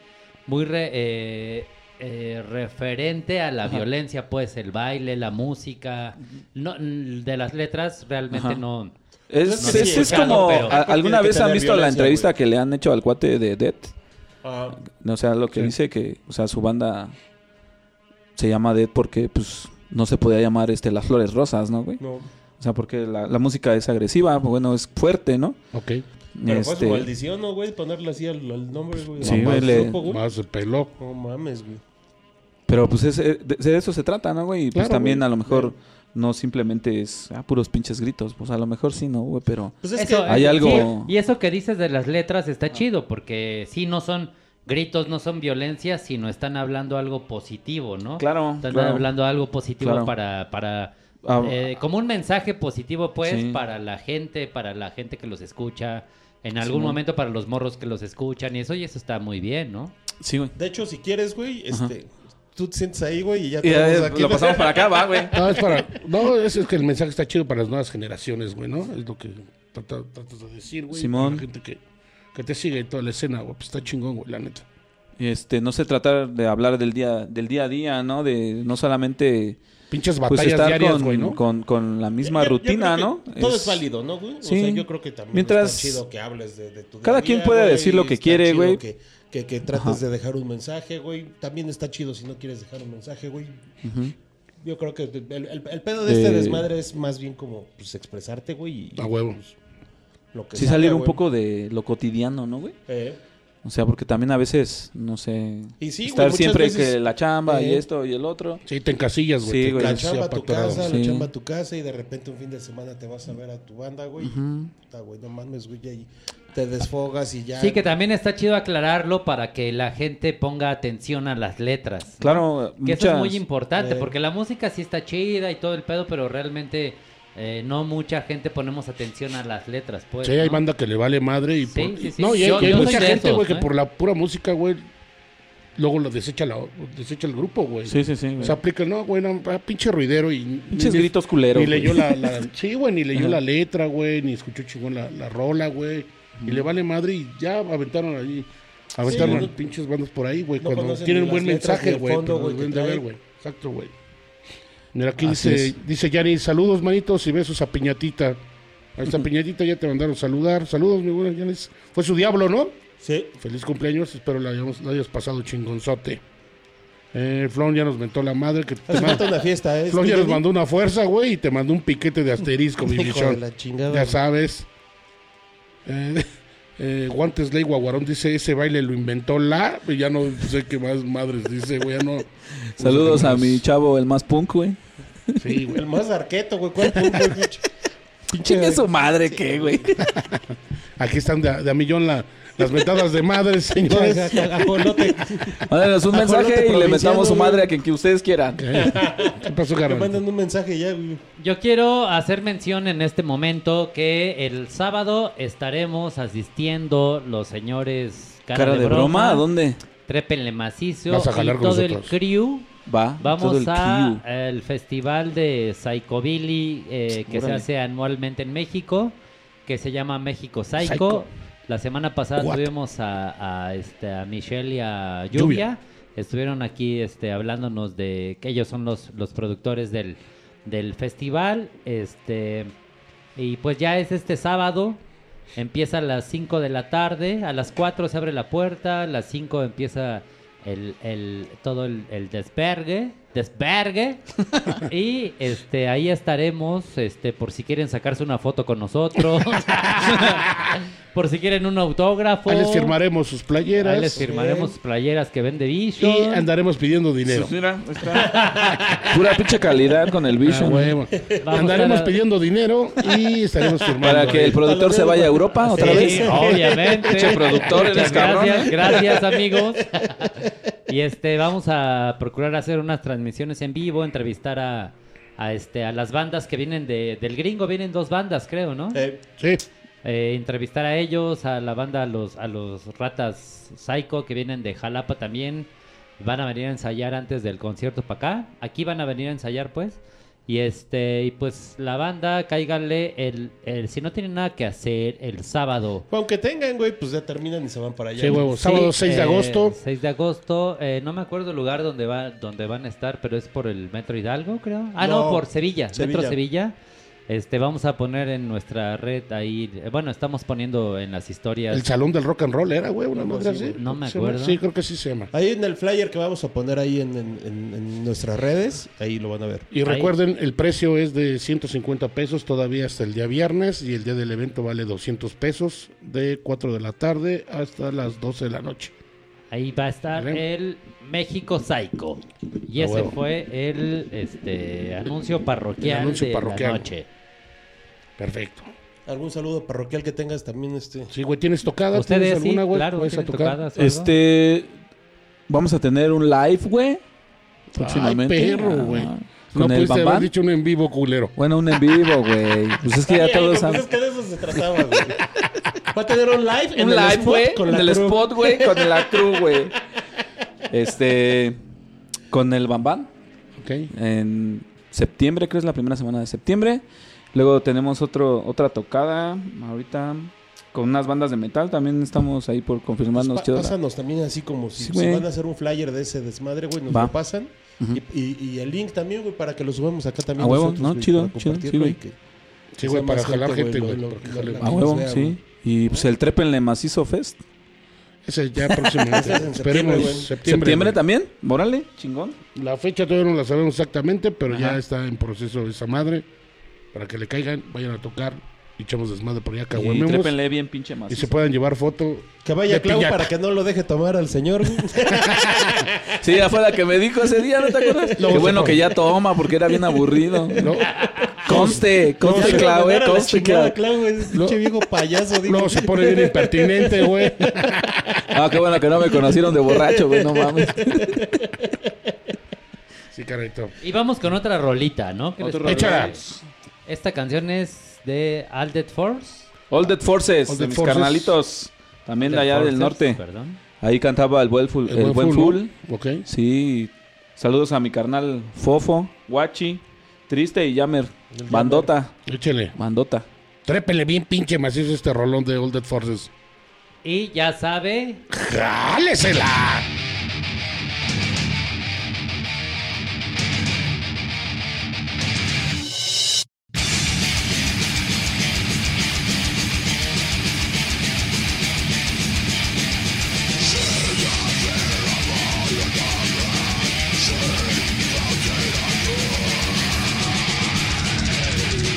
Speaker 5: muy re- eh, eh, referente a la violencia, pues el baile, la música, no, n- de las letras realmente
Speaker 4: Ajá.
Speaker 5: no.
Speaker 4: es,
Speaker 3: No sé
Speaker 4: es-
Speaker 3: si
Speaker 4: es
Speaker 5: escucharon,
Speaker 4: como
Speaker 5: pero-
Speaker 4: a- alguna
Speaker 3: Tiene que
Speaker 4: vez han
Speaker 3: tener
Speaker 4: visto la
Speaker 3: violencia,
Speaker 4: entrevista
Speaker 3: güey.
Speaker 4: que le han hecho al cuate de Dead
Speaker 3: Ah,
Speaker 4: o sea lo que dice que o sea su banda se llama Dead porque pues no se podía llamar este las flores rosas no güey
Speaker 3: no.
Speaker 4: o sea porque la, la música es agresiva bueno es fuerte no
Speaker 1: Ok.
Speaker 3: Pero
Speaker 1: pues,
Speaker 3: fue su
Speaker 4: Este,
Speaker 3: maldición, ¿no, güey? Ponerle así al, al nombre, güey.
Speaker 4: Sí,
Speaker 3: al
Speaker 4: güey, le-
Speaker 3: grupo, güey.
Speaker 1: Más el pelo.
Speaker 3: No mames, güey.
Speaker 4: Pero pues es- eh, de, de eso se trata, ¿no, güey? Y pues
Speaker 1: Claro,
Speaker 4: también
Speaker 1: güey.
Speaker 4: a lo mejor no simplemente es ah, puros pinches gritos. Pues a lo mejor sí, ¿no, güey? Pero...
Speaker 3: Pues es que...
Speaker 5: Eso,
Speaker 3: Ah.
Speaker 4: Hay
Speaker 5: eh,
Speaker 4: algo-
Speaker 5: sí, y eso que dices de las letras está chido, porque sí no son gritos, no son violencia, sino están hablando algo positivo, ¿no?
Speaker 4: Claro,
Speaker 5: Están
Speaker 4: claro.
Speaker 5: hablando algo positivo
Speaker 4: Claro.
Speaker 5: para, para
Speaker 4: Ah,
Speaker 5: eh, como un mensaje positivo, pues,
Speaker 4: Sí.
Speaker 5: para la gente, para la gente que los escucha, en algún
Speaker 4: Simón.
Speaker 5: momento para los morros que los escuchan y eso, y eso está muy bien, ¿no?
Speaker 4: Sí, güey.
Speaker 3: De hecho, si quieres, güey, este... Tú te sientes ahí, güey, y ya
Speaker 4: Y
Speaker 3: te vamos *laughs*
Speaker 4: eh, lo pasamos para acá, va,
Speaker 1: *laughs*
Speaker 4: güey.
Speaker 1: No, es para. No, es, es que el mensaje está chido para las nuevas generaciones, güey, ¿no? Es lo que trata- tratas de decir, güey. Para
Speaker 4: Simón.
Speaker 1: La gente que, que te sigue en toda la escena, güey. Pues está chingón, güey, la neta.
Speaker 4: Y, Este, no se trata de hablar del día, del día a día, ¿no? De no solamente
Speaker 1: Pinches
Speaker 4: pues
Speaker 1: batallas
Speaker 4: estar
Speaker 1: diarias,
Speaker 4: con,
Speaker 1: güey, ¿no?
Speaker 4: con, con la misma
Speaker 3: Yo- yo
Speaker 4: rutina,
Speaker 3: creo
Speaker 4: ¿no?
Speaker 3: que Todo es... válido, ¿no, güey?
Speaker 4: Sí.
Speaker 3: O sea, yo creo que también
Speaker 4: Mientras-
Speaker 3: está chido que hables de, de tu día
Speaker 4: Cada
Speaker 3: a día,
Speaker 4: quien puede
Speaker 3: güey,
Speaker 4: decir lo que
Speaker 3: está
Speaker 4: quiere,
Speaker 3: chido
Speaker 4: güey.
Speaker 3: Que, que, que trates de dejar un mensaje, güey. También está chido si no quieres dejar un mensaje, güey. Yo creo que el, el- el pedo de este
Speaker 4: De-
Speaker 3: desmadre es más bien como pues, expresarte, güey. y-
Speaker 1: A huevo.
Speaker 3: pues, lo que
Speaker 4: Ah, Sí
Speaker 3: salga,
Speaker 4: salir un
Speaker 3: güey.
Speaker 4: poco de lo cotidiano, ¿no, güey?
Speaker 3: Eh,
Speaker 4: O sea, porque también a veces, no sé...
Speaker 3: Y sí, güey,
Speaker 4: estar
Speaker 3: muchas
Speaker 4: siempre
Speaker 3: veces-
Speaker 4: que la chamba y
Speaker 3: Eh.
Speaker 4: esto y el otro.
Speaker 1: Sí, te encasillas, güey.
Speaker 4: Sí,
Speaker 1: te
Speaker 4: güey.
Speaker 3: la
Speaker 1: encasillas
Speaker 3: chamba a
Speaker 1: para
Speaker 3: tu
Speaker 1: todo.
Speaker 3: casa,
Speaker 4: Sí.
Speaker 3: la chamba a tu casa y de repente un fin de semana te vas a ver a tu banda, güey. Puta, güey, no mames, güey, y te desfogas y ya.
Speaker 5: Sí, que también está chido aclararlo para que la gente ponga atención a las letras. ¿no?
Speaker 4: Claro,
Speaker 5: Que eso es muy
Speaker 4: muchas-
Speaker 5: importante,
Speaker 3: Eh.
Speaker 5: porque la música sí está chida y todo el pedo, pero realmente eh, no mucha gente ponemos atención a las letras, pues.
Speaker 1: Sí, hay
Speaker 5: ¿no?
Speaker 1: banda que le vale madre y
Speaker 5: Sí,
Speaker 1: por-
Speaker 5: sí, sí.
Speaker 1: No, y hay,
Speaker 5: Yo-
Speaker 1: y hay
Speaker 5: yo soy
Speaker 1: mucha
Speaker 5: de
Speaker 1: gente,
Speaker 5: esos,
Speaker 1: güey, que
Speaker 5: ¿eh?
Speaker 1: por la pura música, güey, luego lo desecha, la, desecha el grupo, güey.
Speaker 4: Sí, sí, sí. güey.
Speaker 1: O sea, aplica, no, güey, no, ah, pinche ruidero y...
Speaker 4: Pinches
Speaker 1: ni-
Speaker 4: gritos culeros.
Speaker 1: Ni leyó
Speaker 4: güey.
Speaker 1: la,
Speaker 4: *laughs*
Speaker 1: la- sí, güey, ni leyó
Speaker 4: Ajá.
Speaker 1: la letra, güey, ni escuchó chingón la, la rola, güey. Y le vale madre y ya aventaron ahí. Aventaron
Speaker 3: Sí,
Speaker 1: a pinches bandas por ahí, güey.
Speaker 3: no
Speaker 1: cuando
Speaker 3: conocen
Speaker 1: tienen
Speaker 3: ni
Speaker 1: buen
Speaker 3: las letras ni
Speaker 1: mensaje,
Speaker 3: el
Speaker 1: güey.
Speaker 3: fondo,
Speaker 1: pero
Speaker 3: güey, que
Speaker 1: deben de
Speaker 3: trae.
Speaker 1: ver, güey. Exacto, güey. Mira, aquí
Speaker 4: Así
Speaker 1: dice,
Speaker 4: es.
Speaker 1: dice Yanni, saludos, manitos, y besos a Piñatita. A
Speaker 4: *laughs*
Speaker 1: esta Piñatita ya te mandaron saludar. Saludos, mi buena Yanni. Fue su diablo, ¿no?
Speaker 3: Sí.
Speaker 1: Feliz cumpleaños, espero la, hayamos, la hayas pasado chingonzote. Eh, Flon ya nos mentó la madre que te
Speaker 3: Hace
Speaker 1: manda-
Speaker 3: falta una fiesta, ¿eh?
Speaker 1: Flor ya
Speaker 3: Este,
Speaker 1: nos mandó una fuerza, güey, y te mandó un piquete de asterisco, mi
Speaker 3: *laughs* Hijo de
Speaker 1: bichón.
Speaker 3: la chingada.
Speaker 1: Ya
Speaker 3: güey.
Speaker 1: sabes. Eh, *laughs* eh, Guantes Ley Guaguarón dice, ese baile lo inventó la... y Ya no sé qué más madres dice, güey, ya no...
Speaker 4: Saludos a
Speaker 1: Pues,
Speaker 4: mi chavo, el más punk, güey.
Speaker 1: Sí, güey. *laughs*
Speaker 3: El más arqueto, güey. ¿Cuál punto, güey?
Speaker 4: Chingue su madre, ¿qué, güey?
Speaker 1: Aquí están de, a- de a millón la- las metadas de
Speaker 3: *laughs*
Speaker 1: madres, señores.
Speaker 3: Ajolote. *laughs*
Speaker 4: Mándenos un mensaje y le
Speaker 3: provinciano,
Speaker 4: metamos su
Speaker 3: güey.
Speaker 4: madre a quien que ustedes quieran.
Speaker 1: ¿Qué pasó,
Speaker 3: Que
Speaker 1: Garbanzo?
Speaker 3: mandan un mensaje ya, güey.
Speaker 5: Yo quiero hacer mención en este momento que el sábado estaremos asistiendo los señores
Speaker 4: Cara, de, broma, ¿a dónde?
Speaker 5: Trépenle macizo
Speaker 1: Vas a jalar
Speaker 5: y
Speaker 1: con
Speaker 5: todo el
Speaker 1: nosotros.
Speaker 5: crew.
Speaker 4: Va. todo
Speaker 5: Vamos
Speaker 4: el
Speaker 5: a
Speaker 4: crew.
Speaker 5: el festival de Psychobilly eh, que se
Speaker 4: Órale.
Speaker 5: hace anualmente en México, que se llama México Psycho.
Speaker 1: Psycho.
Speaker 5: La semana pasada
Speaker 1: What?
Speaker 5: tuvimos a, a, este, a Michelle y a Lluvia.
Speaker 1: Lluvia.
Speaker 5: Estuvieron aquí este, hablándonos de que ellos son los, los productores del, del festival. Este, y pues ya es este sábado. Empieza a las 5 de la tarde, a las 4 se abre la puerta, a las 5 empieza el, el- todo el, el desvergue,
Speaker 1: *laughs*
Speaker 5: desvergue. y este ahí estaremos, este por si quieren sacarse una foto
Speaker 1: *laughs*
Speaker 5: con nosotros, por si quieren un autógrafo.
Speaker 1: Ahí les firmaremos sus playeras.
Speaker 5: Ahí les firmaremos playeras que vende
Speaker 1: Y
Speaker 5: Vision.
Speaker 1: andaremos pidiendo dinero.
Speaker 4: Mira, ahí está.
Speaker 3: *laughs*
Speaker 4: Pura pinche calidad con el
Speaker 1: Ah,
Speaker 4: Vision.
Speaker 1: huevo.
Speaker 5: Vamos
Speaker 1: Andaremos
Speaker 5: a-
Speaker 1: pidiendo dinero y estaremos firmando.
Speaker 4: Para que el productor se vaya a Europa otra
Speaker 5: Sí,
Speaker 4: vez.
Speaker 5: Obviamente.
Speaker 4: Pinche productor,
Speaker 5: Muchas
Speaker 4: eres cabrón,
Speaker 5: Gracias,
Speaker 4: ¿eh? *laughs*
Speaker 5: gracias, amigos. Y este, vamos a procurar hacer unas transmisiones en vivo, entrevistar a, a este, a las bandas que vienen de, del gringo, vienen dos bandas, creo, ¿no?
Speaker 3: Eh,
Speaker 1: Sí,
Speaker 5: Eh, entrevistar a ellos, a la banda, a los, a los ratas Psycho que vienen de Jalapa también. Van a venir a ensayar antes del concierto para acá. Aquí van a venir a ensayar, pues. Y este, y pues la banda, cáigale el, el- si no tienen nada que hacer el sábado.
Speaker 3: aunque tengan, güey, pues ya terminan y se van para allá.
Speaker 1: sí,
Speaker 3: güey.
Speaker 1: huevo. Sábado
Speaker 5: Sí,
Speaker 1: 6 de
Speaker 5: eh,
Speaker 1: agosto.
Speaker 5: 6 de agosto, eh, no me acuerdo el lugar donde, va, donde van a estar, pero es por el Metro Hidalgo, creo. Ah, no,
Speaker 3: No,
Speaker 5: por Sevilla, Metro
Speaker 3: Sevilla.
Speaker 5: Sevilla. Este, vamos a poner en nuestra red ahí, eh, bueno, estamos poniendo en las historias.
Speaker 1: El salón del rock and roll era, güey, una madre así.
Speaker 5: No me
Speaker 1: ¿Se llama?
Speaker 5: acuerdo.
Speaker 1: Sí, creo que sí se llama.
Speaker 3: Ahí en el flyer que vamos a poner ahí en, en- en- en nuestras redes, ahí lo van a ver.
Speaker 1: Y recuerden, el precio es de 150 pesos todavía hasta el día viernes y el día del evento vale 200 pesos de 4 de la tarde hasta las 12 de la noche.
Speaker 5: Ahí va a estar
Speaker 1: Vale.
Speaker 5: el México Psycho. Y
Speaker 1: A
Speaker 5: ese
Speaker 1: huevo.
Speaker 5: fue el este, anuncio parroquial
Speaker 1: El anuncio
Speaker 5: de
Speaker 1: parroquial.
Speaker 5: la noche.
Speaker 1: Perfecto.
Speaker 3: ¿Algún saludo parroquial que tengas también? este
Speaker 1: Sí, güey, ¿tienes tocada? ¿Tienes
Speaker 5: Ustedes sí,
Speaker 1: alguna, güey?
Speaker 5: claro,
Speaker 1: ¿Puedes
Speaker 5: tienen
Speaker 1: tocar?
Speaker 5: tocadas o algo?
Speaker 4: Este. Vamos a tener un live, güey. Próximamente.
Speaker 1: Ay, Pues, perro, güey.
Speaker 4: Ah,
Speaker 1: No
Speaker 4: Con el
Speaker 1: pudiste haber
Speaker 4: bambán.
Speaker 1: dicho un en vivo culero.
Speaker 4: Bueno, un en vivo, güey. Pues es que ya
Speaker 3: Ay,
Speaker 4: todos
Speaker 3: pues
Speaker 4: saben.
Speaker 3: es que de eso se trataba, güey. Va a tener un live en
Speaker 4: *laughs* un
Speaker 3: el
Speaker 4: live,
Speaker 3: spot
Speaker 4: güey.
Speaker 3: con
Speaker 4: En
Speaker 3: la
Speaker 4: el
Speaker 3: crew.
Speaker 4: spot, güey.
Speaker 3: *laughs*
Speaker 4: Con la crew, güey. Este. Con el Bambán.
Speaker 1: Ok.
Speaker 4: En septiembre, creo que es la primera semana de septiembre. Luego tenemos otro, otra tocada. Ahorita. Con unas bandas de metal. También estamos ahí por
Speaker 3: Pues
Speaker 4: confirmarnos.
Speaker 3: pa-
Speaker 4: chido.
Speaker 3: pásanos también así como si,
Speaker 4: Sí,
Speaker 3: si
Speaker 4: güey.
Speaker 3: van a hacer un flyer de ese desmadre, güey, nos
Speaker 4: Va.
Speaker 3: lo pasan. y, y- y el link también, güey, para que lo subamos acá también.
Speaker 4: A huevo,
Speaker 3: nosotros,
Speaker 4: ¿no?
Speaker 3: güey,
Speaker 4: Chido,
Speaker 3: para
Speaker 4: chido,
Speaker 3: compartir,
Speaker 4: sí, güey.
Speaker 3: que-
Speaker 1: Sí, güey,
Speaker 3: sea
Speaker 1: para
Speaker 3: más
Speaker 1: jalar gente, güey.
Speaker 3: lo- lo-
Speaker 1: porque
Speaker 3: lo-
Speaker 1: jale
Speaker 3: lo-
Speaker 1: más.
Speaker 4: A huevo,
Speaker 3: Vea,
Speaker 4: sí.
Speaker 3: güey.
Speaker 4: Y pues el Trépenle Macizo Fest.
Speaker 1: *laughs* Ese ya próximamente.
Speaker 3: Ese es en
Speaker 1: Esperemos
Speaker 3: septiembre, güey.
Speaker 1: septiembre.
Speaker 4: ¿Septiembre
Speaker 1: güey.
Speaker 4: también? Órale, chingón.
Speaker 1: La fecha todavía no la sabemos exactamente, pero ya
Speaker 4: Ajá.
Speaker 1: está en proceso esa madre. Para que le caigan, vayan a tocar y echamos desmadre por allá,
Speaker 4: Y
Speaker 1: caguamemos.
Speaker 4: trépenle bien pinche
Speaker 1: Y se
Speaker 4: macizo.
Speaker 1: puedan llevar *laughs* foto.
Speaker 3: Que vaya
Speaker 1: De
Speaker 3: Clau
Speaker 1: piñata.
Speaker 3: para que no lo deje tomar al señor.
Speaker 4: *laughs*
Speaker 3: güey.
Speaker 4: Sí, ya fue la que me dijo ese día, ¿no te acuerdas?
Speaker 1: No,
Speaker 4: Qué
Speaker 1: sí,
Speaker 4: bueno
Speaker 1: no.
Speaker 4: que ya toma, porque era bien aburrido.
Speaker 1: Luego,
Speaker 4: Conste, conste,
Speaker 3: Deja
Speaker 4: Clau, eh,
Speaker 3: mandar a la
Speaker 4: conste,
Speaker 3: chingada
Speaker 4: Clau.
Speaker 3: a Clau, güey, pinche viejo payaso. dijo.
Speaker 1: luego se pone bien impertinente, güey.
Speaker 4: Ah, qué bueno que no me conocieron de borracho, güey, no mames.
Speaker 1: Sí, carito.
Speaker 5: Y vamos con otra rolita, ¿no? ¿Qué les
Speaker 4: Otro
Speaker 5: parece?
Speaker 1: Échala.
Speaker 5: Esta canción es de All Dead Force.
Speaker 4: All Dead Forces,
Speaker 1: All
Speaker 4: de
Speaker 1: Dead
Speaker 4: mis
Speaker 1: Forces.
Speaker 4: carnalitos, también de allá
Speaker 5: Forces,
Speaker 4: del norte.
Speaker 5: Perdón.
Speaker 4: Ahí cantaba el buen full. El buen
Speaker 1: full,
Speaker 4: full.
Speaker 1: ¿no? Ok.
Speaker 4: Sí, saludos a mi carnal Fofo, Guachi, Triste y Yammer. Bandota,
Speaker 1: Échale.
Speaker 4: bandota.
Speaker 1: Trépele bien pinche macizo este rolón de Old Dead Forces.
Speaker 5: Y ya sabe,
Speaker 1: ¡Jálesela!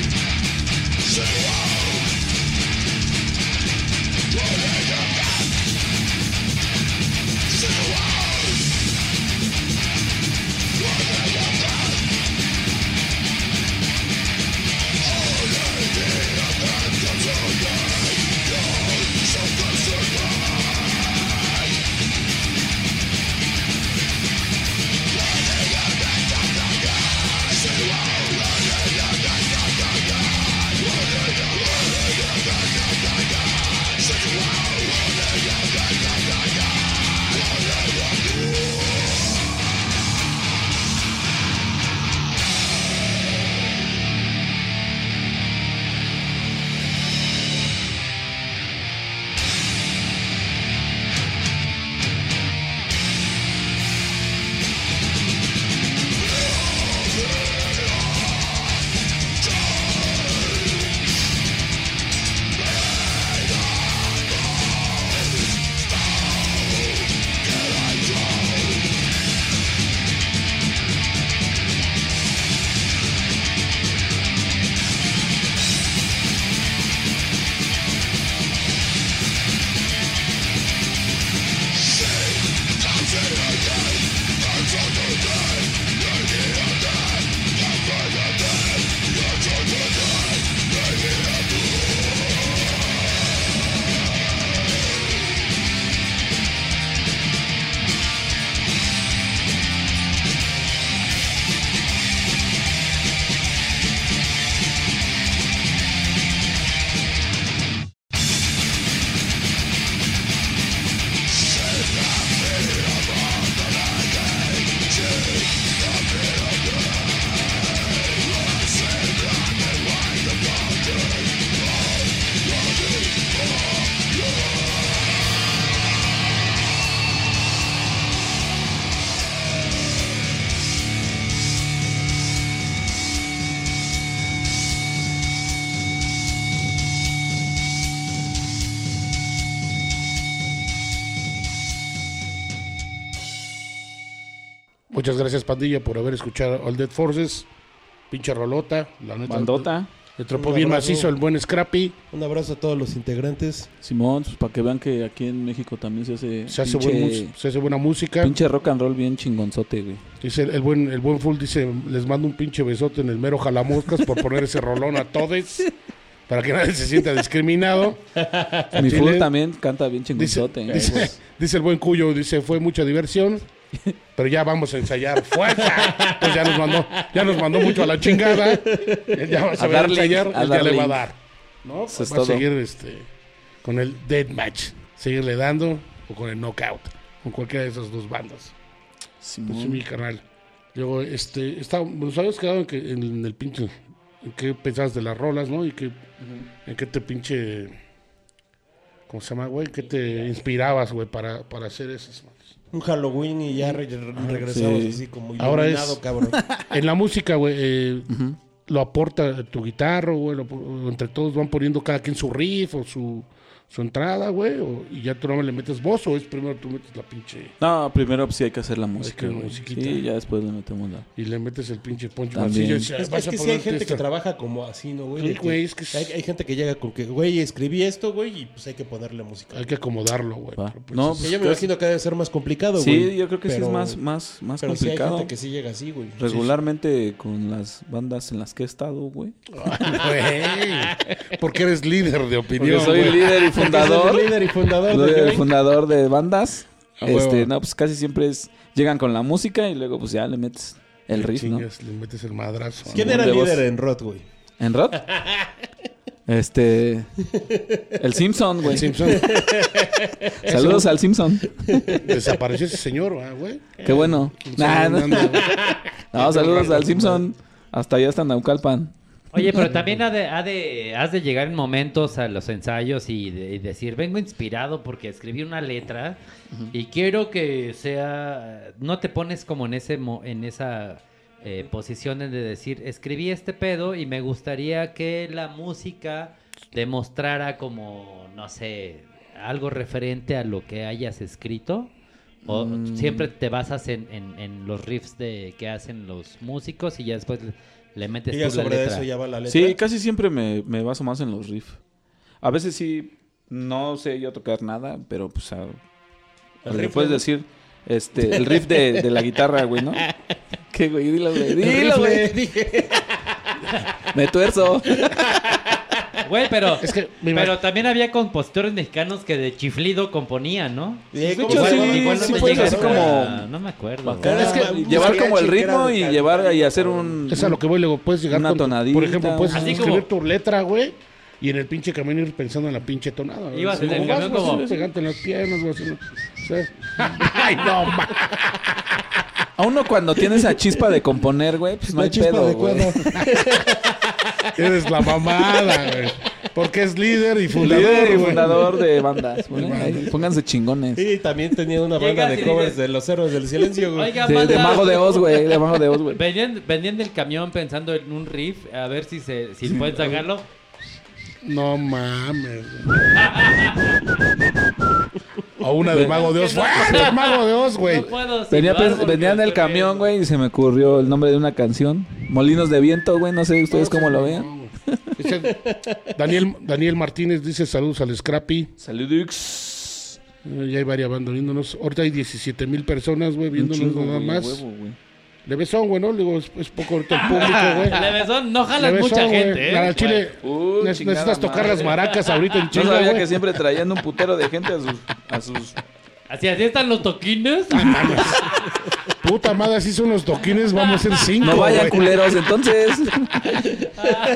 Speaker 6: Say what?
Speaker 1: Muchas gracias, Pandilla, por haber escuchado All Dead Forces. Pinche rolota, la neta.
Speaker 4: Bandota,
Speaker 1: Le tropó
Speaker 3: Un
Speaker 1: bien
Speaker 3: abrazo.
Speaker 1: macizo el buen Scrappy.
Speaker 3: Un abrazo a todos los integrantes.
Speaker 4: Simón, pues, para que vean que aquí en México también se hace.
Speaker 1: Se hace,
Speaker 4: pinche-
Speaker 1: buen mus- se hace buena música.
Speaker 4: Pinche rock and roll bien chingonzote, güey.
Speaker 1: Dice el buen, el buen Full dice, les mando un pinche besote en el mero jalamoscas por poner ese rolón a todos. Para que nadie se sienta discriminado.
Speaker 4: Mi
Speaker 1: Sí,
Speaker 4: Full
Speaker 1: le-
Speaker 4: también canta bien
Speaker 1: Dice,
Speaker 4: chingonzote. ¿eh?
Speaker 1: dice,
Speaker 3: pues.
Speaker 1: dice el buen Cuyo, dice, fue mucha diversión, pero ya vamos a ensayar. ¡Fuerza! Pues ya nos mandó, ya nos mandó mucho a la chingada. Ya vas a,
Speaker 4: A
Speaker 1: ver
Speaker 4: darle,
Speaker 1: ensayar,
Speaker 4: a
Speaker 1: él ya le
Speaker 4: darle.
Speaker 1: va a dar. *laughs* ¿no?
Speaker 4: Eso es
Speaker 1: va a
Speaker 4: todo.
Speaker 1: seguir este, con el dead match. Seguirle dando o con el knockout. Con cualquiera de esas dos bandas. Pues sí,
Speaker 4: Simón.
Speaker 1: mi canal. Luego, este, está, nos habíamos quedado en, que, en, el pinche. En qué pensabas de las rolas, ¿no? Y que, en qué te pinche. ¿Cómo se llama, güey? ¿Qué te inspirabas, güey, para, para hacer esas
Speaker 3: *laughs*
Speaker 1: madres?
Speaker 3: Un Halloween y ya re- regresamos
Speaker 4: Sí.
Speaker 3: así como iluminado,
Speaker 1: Ahora es- *laughs*
Speaker 3: cabrón.
Speaker 1: En la música, güey, eh, lo aporta tu guitarra, güey. lo pu- Entre todos van poniendo cada quien su riff o su, su entrada, güey. o- Y ya tú no le metes voz o es primero tú metes la pinche.
Speaker 4: No, primero pues, sí hay que hacer la música,
Speaker 1: que
Speaker 4: güey.
Speaker 1: musiquita.
Speaker 4: Sí, ya después le metemos la.
Speaker 1: Y le metes el pinche poncho
Speaker 4: También.
Speaker 1: vacío y dices,
Speaker 3: Es,
Speaker 1: "Vas
Speaker 3: es
Speaker 1: a
Speaker 3: que sí hay
Speaker 1: ponerte
Speaker 3: gente que
Speaker 1: esto".
Speaker 3: trabaja como así, ¿no, güey?
Speaker 1: Sí,
Speaker 3: De que
Speaker 1: güey, es que es-
Speaker 3: hay, hay gente que llega con que, güey, escribí esto, güey, y pues hay que ponerle música.
Speaker 1: Hay que acomodarlo, güey.
Speaker 4: Va.
Speaker 1: pero pues
Speaker 4: No,
Speaker 1: es-
Speaker 3: Que yo me
Speaker 4: pues,
Speaker 3: imagino que debe ser más complicado, güey.
Speaker 4: Sí, yo creo que sí es
Speaker 3: pero-
Speaker 4: más, más, más
Speaker 3: Pero sí hay
Speaker 4: complicado.
Speaker 3: gente que sí llega así, güey.
Speaker 4: Regularmente con las bandas en las que he estado, güey.
Speaker 1: Güey, porque eres líder de opinión.
Speaker 4: Yo soy
Speaker 1: güey.
Speaker 4: líder y
Speaker 3: Fundador.
Speaker 4: fundador.
Speaker 3: *laughs* Líder y fundador de
Speaker 4: Soy el
Speaker 3: Joy.
Speaker 4: fundador de bandas.
Speaker 1: Pues, A
Speaker 4: Este,
Speaker 1: huevo.
Speaker 4: no, pues casi siempre es llegan con la música y luego pues ya le metes el riff, ¿no?
Speaker 1: Ah, Chingas, Le metes el madrazo.
Speaker 3: ¿Quién
Speaker 4: de
Speaker 3: era
Speaker 4: voz.
Speaker 3: líder en Rod, güey?
Speaker 1: *laughs*
Speaker 4: En rock. Este el *laughs* Simpson, güey.
Speaker 3: *laughs*
Speaker 1: Simpson.
Speaker 4: Saludos al Simpson.
Speaker 1: Desapareció ese señor, ah, güey.
Speaker 4: Qué bueno. Nah, no,
Speaker 1: Anda, güey.
Speaker 4: *laughs* No, saludos al Simpson. Hasta allá hasta Naucalpan.
Speaker 3: *laughs*
Speaker 5: Oye, pero también ha de, ha de- has de llegar en momentos a los ensayos y, de- y decir, vengo inspirado porque escribí una letra y quiero que sea... No te pones como en, ese, mo- en esa eh, posición de decir, escribí este pedo y me gustaría que la música demostrara como, no sé, algo referente a lo que hayas escrito. O
Speaker 3: Mm.
Speaker 5: siempre te basas en, en- en los riffs de, que hacen los músicos y ya después le, le metes
Speaker 3: Y ya
Speaker 5: tú la
Speaker 3: sobre
Speaker 5: letra.
Speaker 3: eso ya va la letra.
Speaker 4: Sí, casi siempre me, me baso más en los riffs. A veces sí, no sé yo tocar nada, pero pues a-
Speaker 3: El
Speaker 4: le
Speaker 3: riff,
Speaker 4: puedes
Speaker 3: ¿no?
Speaker 4: decir este, el riff *laughs* de, de la guitarra, güey, ¿no? ¿Qué, güey? Dilo, güey. Dilo, güey. Me tuerzo.
Speaker 5: Güey, pero,
Speaker 1: Es que me
Speaker 5: pero también había compositores mexicanos que de chiflido componían, ¿no?
Speaker 3: De
Speaker 4: hecho, sí, sí
Speaker 5: me
Speaker 4: puedes
Speaker 5: llegaron
Speaker 4: así como-
Speaker 5: a- No me acuerdo.
Speaker 4: Bacana.
Speaker 5: güey.
Speaker 3: Es que-
Speaker 4: llevar como el
Speaker 3: mariachi que era
Speaker 4: ritmo
Speaker 3: de
Speaker 4: y
Speaker 3: Cali,
Speaker 4: llevar
Speaker 3: Cali,
Speaker 4: y hacer
Speaker 3: cabrón.
Speaker 4: un...
Speaker 1: Es a lo que voy, luego puedes llegar
Speaker 4: Una
Speaker 1: con tu-
Speaker 4: tonadita,
Speaker 1: Por ejemplo, puedes
Speaker 5: Así
Speaker 1: escribir
Speaker 5: como-
Speaker 1: tu letra, güey. Y en el pinche camino ir pensando en la pinche tonada. güey.
Speaker 5: Ibas en el
Speaker 1: vas,
Speaker 5: camión
Speaker 1: vas,
Speaker 5: como-
Speaker 1: vas, pegándote en las piernas, güey. así, ¿no?
Speaker 5: *laughs*
Speaker 1: ¿Sabes? Ay, no, ma.
Speaker 4: A uno cuando tiene esa chispa de componer, güey, pues no
Speaker 3: La
Speaker 4: hay
Speaker 3: chispa
Speaker 4: pedo,
Speaker 3: de
Speaker 4: güey.
Speaker 3: cuerno.
Speaker 1: Eres la mamada, güey. Porque es líder y fundador,
Speaker 4: Líder y
Speaker 1: güey.
Speaker 4: *laughs* fundador de bandas, güey. Ahí, Pónganse chingones.
Speaker 3: Y también tenía una banda
Speaker 5: Llegas y
Speaker 3: de covers
Speaker 5: dices-
Speaker 3: de los héroes del silencio, güey.
Speaker 5: Oiga,
Speaker 4: De, de
Speaker 5: banda,
Speaker 4: Mago de Oz, güey. De Mago de Oz, güey.
Speaker 5: Venían, venían del camión pensando en un riff, a ver si se si pueden sacarlo.
Speaker 1: No mames. güey. o una de Mago de Oz. ¡Fuerte, Mago de Oz, güey!
Speaker 5: No puedo
Speaker 4: Venía,
Speaker 5: silbar
Speaker 4: pens-
Speaker 5: porque
Speaker 4: venía en el
Speaker 5: estoy
Speaker 4: camión,
Speaker 5: bien.
Speaker 4: güey, y se me ocurrió el nombre de una canción. Molinos de viento, güey, no sé ustedes cómo lo vean.
Speaker 1: Dice- Daniel, Daniel Martínez dice saludos al Scrappy.
Speaker 4: Saludos.
Speaker 1: Eh, ya hay varias bandas viéndonos. Ahorita hay 17 mil personas, güey,
Speaker 4: Un
Speaker 1: viéndonos
Speaker 4: chingo,
Speaker 1: nada
Speaker 4: güey,
Speaker 1: más.
Speaker 4: huevo, Ah, güey.
Speaker 1: Le besón, güey, ¿no? Le digo, es, es poco ahorita el público,
Speaker 5: Ah, Le
Speaker 1: güey.
Speaker 5: besón, no jalas
Speaker 1: Le besón,
Speaker 5: mucha
Speaker 1: güey.
Speaker 5: gente, ¿eh?
Speaker 1: Al Chile,
Speaker 4: Uy,
Speaker 1: ne-
Speaker 4: chingada
Speaker 1: necesitas tocar
Speaker 4: madre.
Speaker 1: las maracas ahorita en
Speaker 4: Yo
Speaker 1: Chile,
Speaker 4: sabía
Speaker 1: güey.
Speaker 4: que siempre traían un putero de gente a sus... A sus...
Speaker 5: Así, así están los toquines.
Speaker 4: Ah,
Speaker 1: Puta madre, así son los toquines, vamos a ser cinco,
Speaker 4: No
Speaker 1: güey.
Speaker 4: vayan culeros, entonces.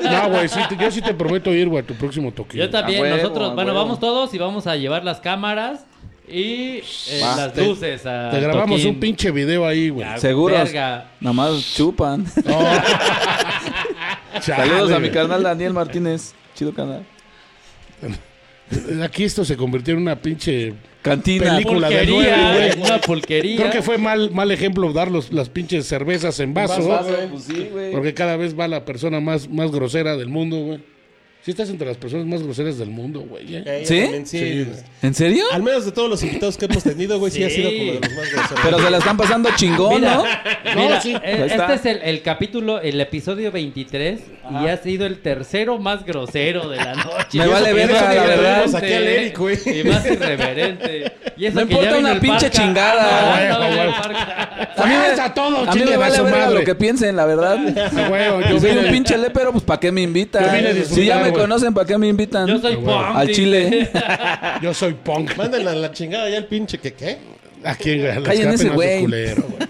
Speaker 1: No, güey, sí te- yo sí te prometo ir, güey, a tu próximo toquín.
Speaker 5: Yo también,
Speaker 4: A huevo,
Speaker 5: nosotros,
Speaker 4: a
Speaker 5: bueno,
Speaker 4: huevo.
Speaker 5: vamos todos y vamos a llevar las cámaras y eh,
Speaker 4: Va.
Speaker 5: las
Speaker 1: Te-
Speaker 5: luces. a
Speaker 1: Te grabamos
Speaker 5: Toquín.
Speaker 1: un pinche video ahí, güey.
Speaker 5: Ya,
Speaker 4: Seguros.
Speaker 5: verga.
Speaker 4: Nada más chupan.
Speaker 1: *laughs* Chale,
Speaker 4: *laughs* Saludos a mi
Speaker 1: güey.
Speaker 4: carnal Daniel Martínez. Chido canal.
Speaker 1: Aquí esto se convirtió en una pinche.
Speaker 4: Cantina.
Speaker 1: Pelic- Película de
Speaker 5: Pulquería,
Speaker 1: nueve, güey.
Speaker 5: una pulquería.
Speaker 1: Creo que fue mal, mal ejemplo dar los, las pinches cervezas en vaso,
Speaker 4: Vaso,
Speaker 1: güey,
Speaker 4: pues sí, güey.
Speaker 1: porque cada vez va la persona más, más grosera del mundo, güey. Sí estás entre las personas más groseras del mundo, güey. ¿eh?
Speaker 3: Eh, yo
Speaker 4: ¿Sí?
Speaker 3: también, sí.
Speaker 1: Sí.
Speaker 4: ¿En serio?
Speaker 3: Al menos de todos los invitados que hemos tenido, güey, sí, ha sido como de los más groseros.
Speaker 4: Pero se la están pasando chingón,
Speaker 5: Mira,
Speaker 4: ¿no?
Speaker 5: mira,
Speaker 4: sí.
Speaker 5: eh,
Speaker 4: Ahí está.
Speaker 5: este es el, el capítulo, el episodio 23 y ha sido el tercero más grosero de la noche.
Speaker 4: *laughs* Me
Speaker 5: Y eso
Speaker 4: vale
Speaker 5: que
Speaker 4: verga,
Speaker 5: es
Speaker 4: la
Speaker 5: irreverente,
Speaker 4: verdad.
Speaker 3: Saqué al Eric, güey.
Speaker 5: Y más irreverente. Y eso
Speaker 4: Me
Speaker 5: que ya
Speaker 4: importa
Speaker 5: vino
Speaker 4: una
Speaker 5: el
Speaker 4: pinche
Speaker 5: Parca.
Speaker 4: chingada.
Speaker 5: Ah, no,
Speaker 1: Huevo,
Speaker 5: vino el
Speaker 1: huevo.
Speaker 5: Parca.
Speaker 4: A mí me,
Speaker 1: ¡Fuerza a todos,
Speaker 4: a mí me
Speaker 1: chingue
Speaker 4: vale
Speaker 1: su
Speaker 4: verga
Speaker 1: madre!
Speaker 4: lo que piensen,
Speaker 1: *laughs*
Speaker 4: la verdad.
Speaker 1: Ah, güey,
Speaker 4: *laughs* Yo
Speaker 1: yo
Speaker 4: soy
Speaker 1: vine-
Speaker 4: un pinche lépero, pues ¿para qué me
Speaker 1: Yo vine a
Speaker 4: invitan? Si
Speaker 1: disfrutar,
Speaker 4: ya me
Speaker 1: güey.
Speaker 4: conocen, ¿para qué me invitan?
Speaker 5: Yo soy Punk.
Speaker 4: Al
Speaker 3: *laughs*
Speaker 4: chile. ¿eh?
Speaker 1: yo soy punk.
Speaker 3: Mándenla a la chingada ya el pinche que qué.
Speaker 1: ¿A quién gana?
Speaker 4: Callen ese güey.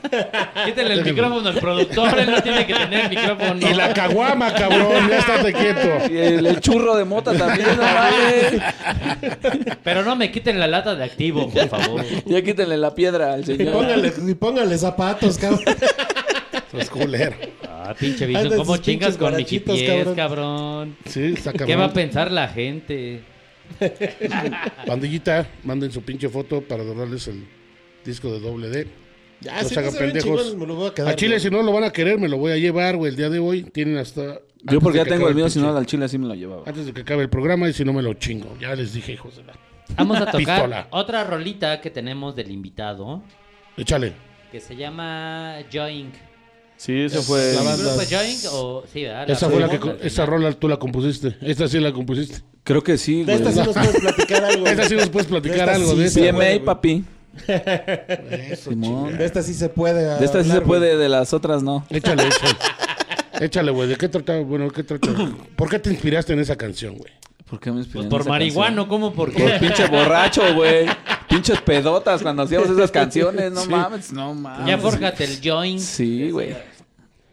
Speaker 5: Quítale el micrófono al productor, él no tiene que tener micrófono.
Speaker 1: Y la caguama, cabrón, ya estate
Speaker 4: Y
Speaker 1: quieto.
Speaker 4: el, el churro de mota también, no mames.
Speaker 5: Pero no me quiten la lata de activo, por favor.
Speaker 4: Ya quítenle la piedra al
Speaker 3: Y
Speaker 4: señor.
Speaker 3: póngale, y póngale zapatos,
Speaker 4: *laughs*
Speaker 3: cabrón.
Speaker 1: Es Pues, culero.
Speaker 5: Ah, pinche bicho,
Speaker 3: Andan
Speaker 5: ¿cómo
Speaker 3: sus
Speaker 5: chingas
Speaker 3: pinches
Speaker 5: con mi
Speaker 3: guarachitos,
Speaker 5: cabrón?
Speaker 3: cabrón.
Speaker 1: Sí, está
Speaker 5: ¿Qué va
Speaker 1: cabrón.
Speaker 5: a pensar la gente?
Speaker 1: Pandillita, manden su pinche foto para donarles el disco de doble D.
Speaker 3: Ya,
Speaker 1: No
Speaker 3: si
Speaker 1: se hagan
Speaker 3: no se ven
Speaker 1: pendejos.
Speaker 3: chingones, me lo voy a quedar.
Speaker 1: A Chile, si no lo van a querer, me lo voy a llevar, güey. El día de hoy tienen hasta.
Speaker 4: Yo porque
Speaker 1: antes de que
Speaker 4: ya tengo
Speaker 1: acabe
Speaker 4: el mío,
Speaker 1: pinche-
Speaker 4: si no al chile así me lo llevaba.
Speaker 1: Antes de que acabe el programa y si no me lo chingo. Ya les dije, hijos de la.
Speaker 5: Vamos a tocar
Speaker 1: Pistola.
Speaker 5: otra rolita que tenemos del invitado
Speaker 1: Échale.
Speaker 5: que se llama Joink.
Speaker 4: Sí, eso fue.
Speaker 3: La
Speaker 5: ¿El
Speaker 3: banda-
Speaker 5: grupo es Joink o sí, ¿verdad?
Speaker 1: Esa fue la que.
Speaker 5: primera,
Speaker 1: co- Esa rola tú la compusiste. Esta sí la compusiste.
Speaker 4: Creo que sí,
Speaker 3: De
Speaker 4: güey.
Speaker 3: esta sí nos puedes
Speaker 4: *laughs*
Speaker 3: platicar algo.
Speaker 1: Esta sí nos puedes platicar
Speaker 3: esta
Speaker 1: algo
Speaker 3: sí
Speaker 1: de
Speaker 3: se
Speaker 1: esa.
Speaker 4: PMA,
Speaker 3: puede, güey. *laughs*
Speaker 4: papi.
Speaker 1: Eso,
Speaker 4: Simón.
Speaker 1: chinga.
Speaker 3: De esta sí se puede.
Speaker 4: De esta sí se
Speaker 3: hablar, güey.
Speaker 4: puede, de las otras no.
Speaker 1: Échale, échale. Échale, güey. ¿De qué trataba? Bueno, ¿qué trataba? ¿Por qué te inspiraste en esa canción, güey?
Speaker 4: ¿Por qué me inspiré
Speaker 5: Pues
Speaker 4: en
Speaker 5: por
Speaker 4: esa
Speaker 5: marihuano, ¿cómo? ¿Por
Speaker 4: canción? Por
Speaker 5: qué?
Speaker 4: pinche borracho,
Speaker 3: *laughs*
Speaker 4: güey. Pinches pedotas cuando hacíamos esas canciones, no mames, no mames.
Speaker 5: Ya fórjate el Joink.
Speaker 4: Sí, güey.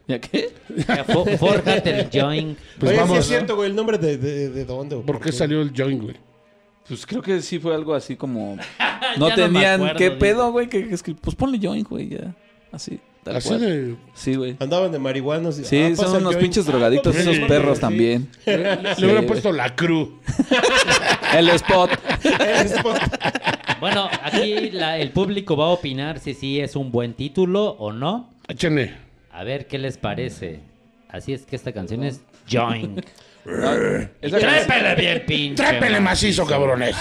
Speaker 4: ¿Ya qué?
Speaker 5: Ya fo- fórjate el Joink.
Speaker 1: Pues
Speaker 3: Oye, sí
Speaker 1: vamos.
Speaker 3: es cierto, güey, el nombre de, de, de dónde. güey?
Speaker 1: ¿Por qué salió el joint, güey?
Speaker 4: Pues creo que sí fue algo así como. No
Speaker 5: me
Speaker 4: tenían.
Speaker 5: acuerdo,
Speaker 4: ¿Qué
Speaker 5: dice.
Speaker 4: pedo, güey? Que, que escri- pues ponle join, güey, ya. Así. Tal
Speaker 1: Así
Speaker 4: cual.
Speaker 1: de.
Speaker 4: Sí, güey.
Speaker 3: Andaban de marihuanos. y-
Speaker 4: Sí,
Speaker 3: ah, pasa
Speaker 4: son
Speaker 3: el
Speaker 4: unos
Speaker 3: joint.
Speaker 4: pinches drogaditos
Speaker 3: Ah,
Speaker 4: esos
Speaker 3: sí.
Speaker 4: perros
Speaker 3: Sí.
Speaker 4: también. Sí,
Speaker 1: Le hubiera
Speaker 4: güey.
Speaker 1: puesto la crew.
Speaker 4: El spot.
Speaker 3: *laughs* Es por-
Speaker 5: Bueno, aquí la- el público va a opinar si sí es un buen título o no.
Speaker 1: Échenle.
Speaker 5: A ver qué les parece. Así es que esta canción es Joink.
Speaker 4: Esa canción-
Speaker 5: Trépele bien, pinche.
Speaker 1: Trépele macizo, cabrones.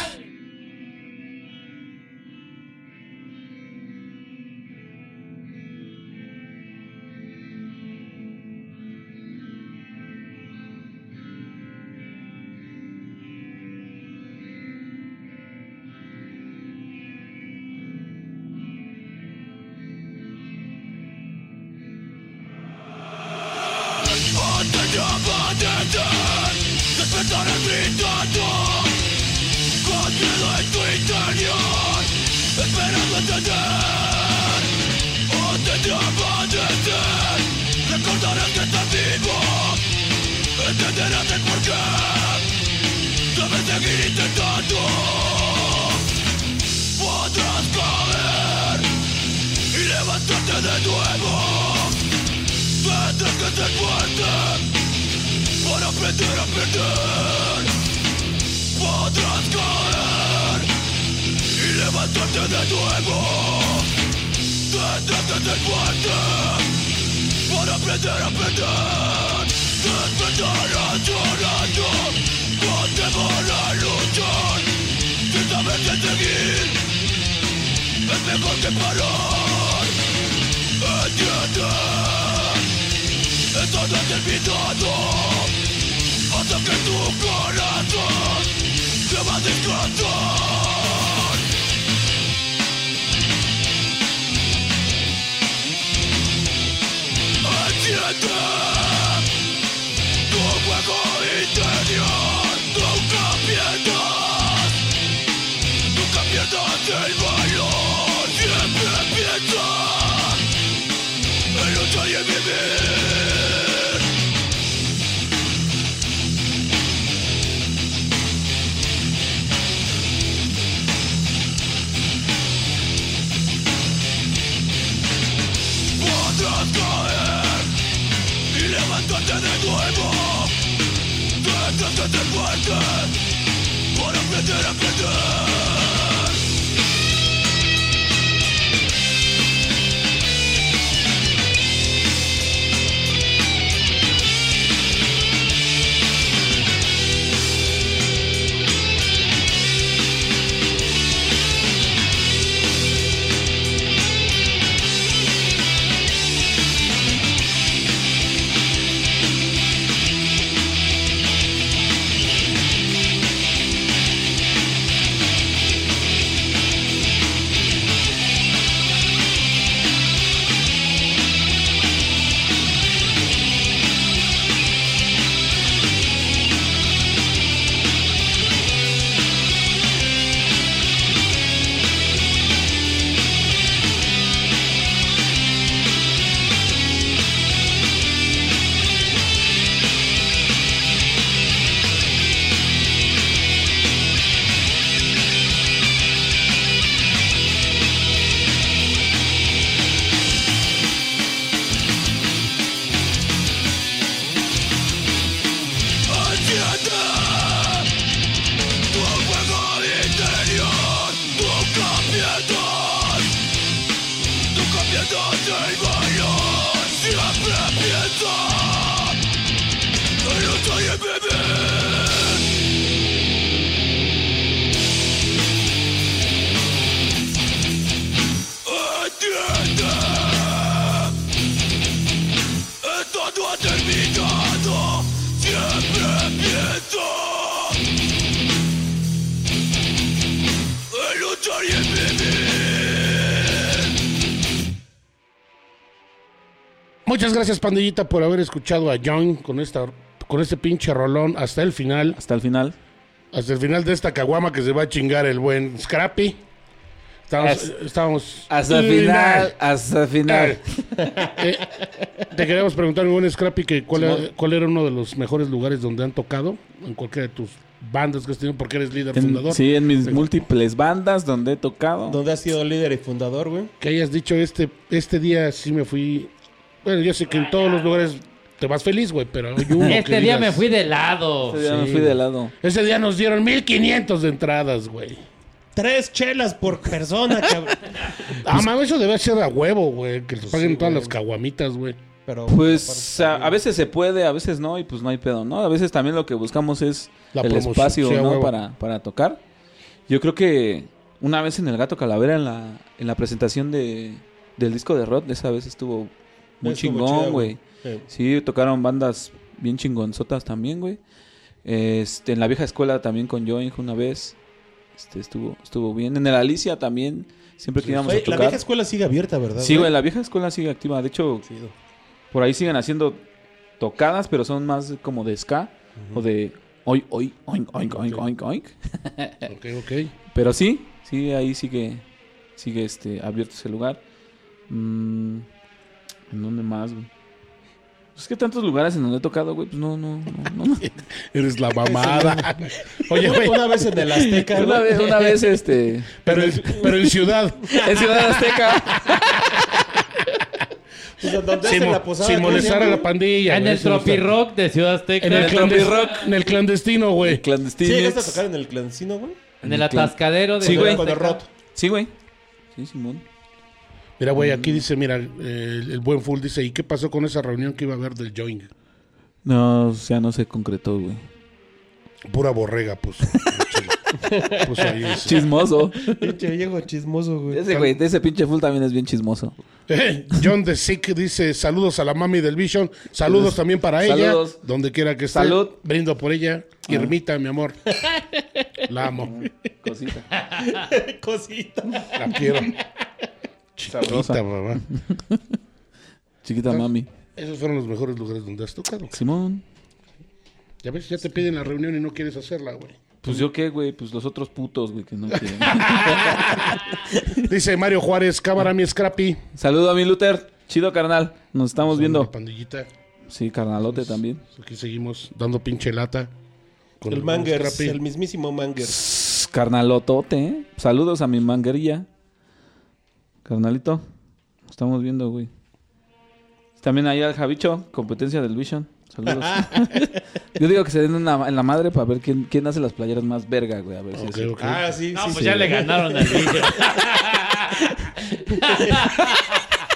Speaker 1: Muchas gracias, pandillita, por haber escuchado a John con esta con este pinche rolón hasta el final.
Speaker 4: Hasta el final.
Speaker 1: Hasta el final de esta caguama que se va a chingar el buen Scrappy. Estamos.
Speaker 6: As-
Speaker 1: estamos-
Speaker 6: Hasta el final, hasta el final.
Speaker 1: Eh, te queríamos preguntar, mi buen Scrappy, que cuál, era, cuál era uno de los mejores lugares donde han tocado en cualquiera de tus bandas que has tenido, porque eres líder
Speaker 4: En-
Speaker 1: fundador.
Speaker 4: sí, en mis múltiples bandas donde he tocado.
Speaker 3: ¿Dónde has sido líder y fundador, güey?
Speaker 1: Que hayas dicho, este, este día sí me fui. Bueno, yo sé que en todos los lugares te vas feliz, güey, pero hay uno que
Speaker 5: Este día
Speaker 1: digas,
Speaker 5: me fui de lado.
Speaker 4: Este día me fui de lado.
Speaker 1: Ese día nos dieron 1500 de entradas, güey.
Speaker 3: Tres chelas por persona, cabrón.
Speaker 4: Pues
Speaker 1: Ah, mames, eso debe ser a huevo, güey. Que les paguen todas las caguamitas, güey.
Speaker 3: Pero
Speaker 4: Pues a, a veces se puede, a veces no, y pues no hay pedo, ¿no? A veces también lo que buscamos es
Speaker 1: La
Speaker 4: el
Speaker 1: promoción,
Speaker 4: espacio,
Speaker 1: sí, a
Speaker 4: ¿no?
Speaker 1: huevo.
Speaker 4: Para, para tocar. Yo creo que una vez en El Gato Calavera, en la, en la presentación de, del disco de Rod, esa vez estuvo muy
Speaker 3: Estuvo
Speaker 4: chingón,
Speaker 3: chida,
Speaker 4: güey.
Speaker 3: Eh,
Speaker 4: Sí, tocaron bandas bien chingonzotas también, güey. Este, en la vieja escuela también con Join una vez. Este, estuvo, estuvo bien. En el Alicia también, siempre que íbamos
Speaker 3: oye,
Speaker 4: a
Speaker 3: la
Speaker 4: tocar.
Speaker 3: vieja escuela sigue abierta, ¿verdad?
Speaker 4: Sí, güey, la vieja escuela sigue activa. De hecho,
Speaker 3: Chido.
Speaker 4: por ahí siguen haciendo tocadas, pero son más como de ska o de oink, oink, oink, oink, oink, oink, oink.
Speaker 1: Ok, ok.
Speaker 4: Pero sí, sí, ahí sigue, sigue este, abierto ese lugar. Mm, ¿En dónde más, güey? Pues Es que tantos lugares en donde he tocado, güey, pues no, no, no. no.
Speaker 1: Eres la mamada. Oye, güey,
Speaker 3: Una vez en el Azteca,
Speaker 4: una,
Speaker 3: güey.
Speaker 4: vez, una vez, este,
Speaker 1: pero, en- pero en ciudad.
Speaker 4: en Ciudad Azteca.
Speaker 3: Pues,
Speaker 1: Sin,
Speaker 3: ¿dónde hacen
Speaker 1: mo-
Speaker 3: la posada?
Speaker 1: sin
Speaker 3: ¿Cómo se
Speaker 1: molestar a
Speaker 3: llama?
Speaker 1: la pandilla.
Speaker 5: En
Speaker 1: güey,
Speaker 5: el
Speaker 1: eso no está-
Speaker 5: Tropirock de Ciudad Azteca.
Speaker 1: En el,
Speaker 4: Tropi
Speaker 1: clandes-
Speaker 4: Rock.
Speaker 1: en el clandestino, güey.
Speaker 3: ¿Sí
Speaker 4: Clandestino.
Speaker 3: llegaste a tocar en el clandestino, güey?
Speaker 5: En el atascadero de
Speaker 4: Sí, güey.
Speaker 5: Ciudad
Speaker 3: Cuando
Speaker 5: Azteca.
Speaker 3: roto. *laughs*
Speaker 4: Sí, güey. Sí, Simón.
Speaker 1: Mira, güey, aquí dice, mira, eh, el, el buen Full dice, ¿y qué pasó con esa reunión que iba a haber del Join?
Speaker 4: No, o sea, no se concretó, güey.
Speaker 1: Pura borrega, pues. *laughs* puso. puso Pues ahí. dice.
Speaker 4: Chismoso.
Speaker 3: Pinche viejo chismoso, güey.
Speaker 4: Ese güey, ese pinche full también es bien chismoso.
Speaker 1: Eh, John the Sick dice, saludos a la mami del Vision, saludos también para ella,
Speaker 4: Saludos.
Speaker 1: donde quiera que esté.
Speaker 4: Salud.
Speaker 1: Brindo por ella. Irmita, mi *laughs* amor. La amo.
Speaker 4: Cosita.
Speaker 3: Cosita.
Speaker 1: La *laughs* quiero. Chiquita, mamá.
Speaker 4: Chiquita mami.
Speaker 1: Esos fueron los mejores lugares donde has tocado.
Speaker 4: Simón.
Speaker 1: Ya ves, ya te piden la reunión y no quieres hacerla, güey.
Speaker 4: Pues yo qué, güey, pues los otros putos, güey, que no quieren. *laughs*
Speaker 1: Dice Mario Juárez, cámara mi Scrappy.
Speaker 4: Saludo a mi Luther. Chido, carnal. Nos estamos
Speaker 1: La
Speaker 4: viendo.
Speaker 1: pandillita.
Speaker 4: Sí, carnalote también.
Speaker 1: Aquí seguimos dando pinche lata. Con
Speaker 3: El
Speaker 1: buen
Speaker 3: Mangers,
Speaker 1: Scrappy.
Speaker 3: el mismísimo Mangers.
Speaker 4: Pss, Carnalotote, ¿eh? Saludos a mi manguerilla. Carnalito. Nos estamos viendo, güey. También ahí al Javicho, competencia del Vision. Saludos. *laughs* yo digo que se den una- en la madre para ver quién, quién hace las playeras más verga, güey. A ver si
Speaker 1: Ok,
Speaker 4: es el-
Speaker 1: ok.
Speaker 3: Ah, sí,
Speaker 5: No,
Speaker 3: sí,
Speaker 5: pues
Speaker 3: sí.
Speaker 5: ya
Speaker 3: *laughs*
Speaker 5: le ganaron
Speaker 1: *laughs*
Speaker 5: al bicho.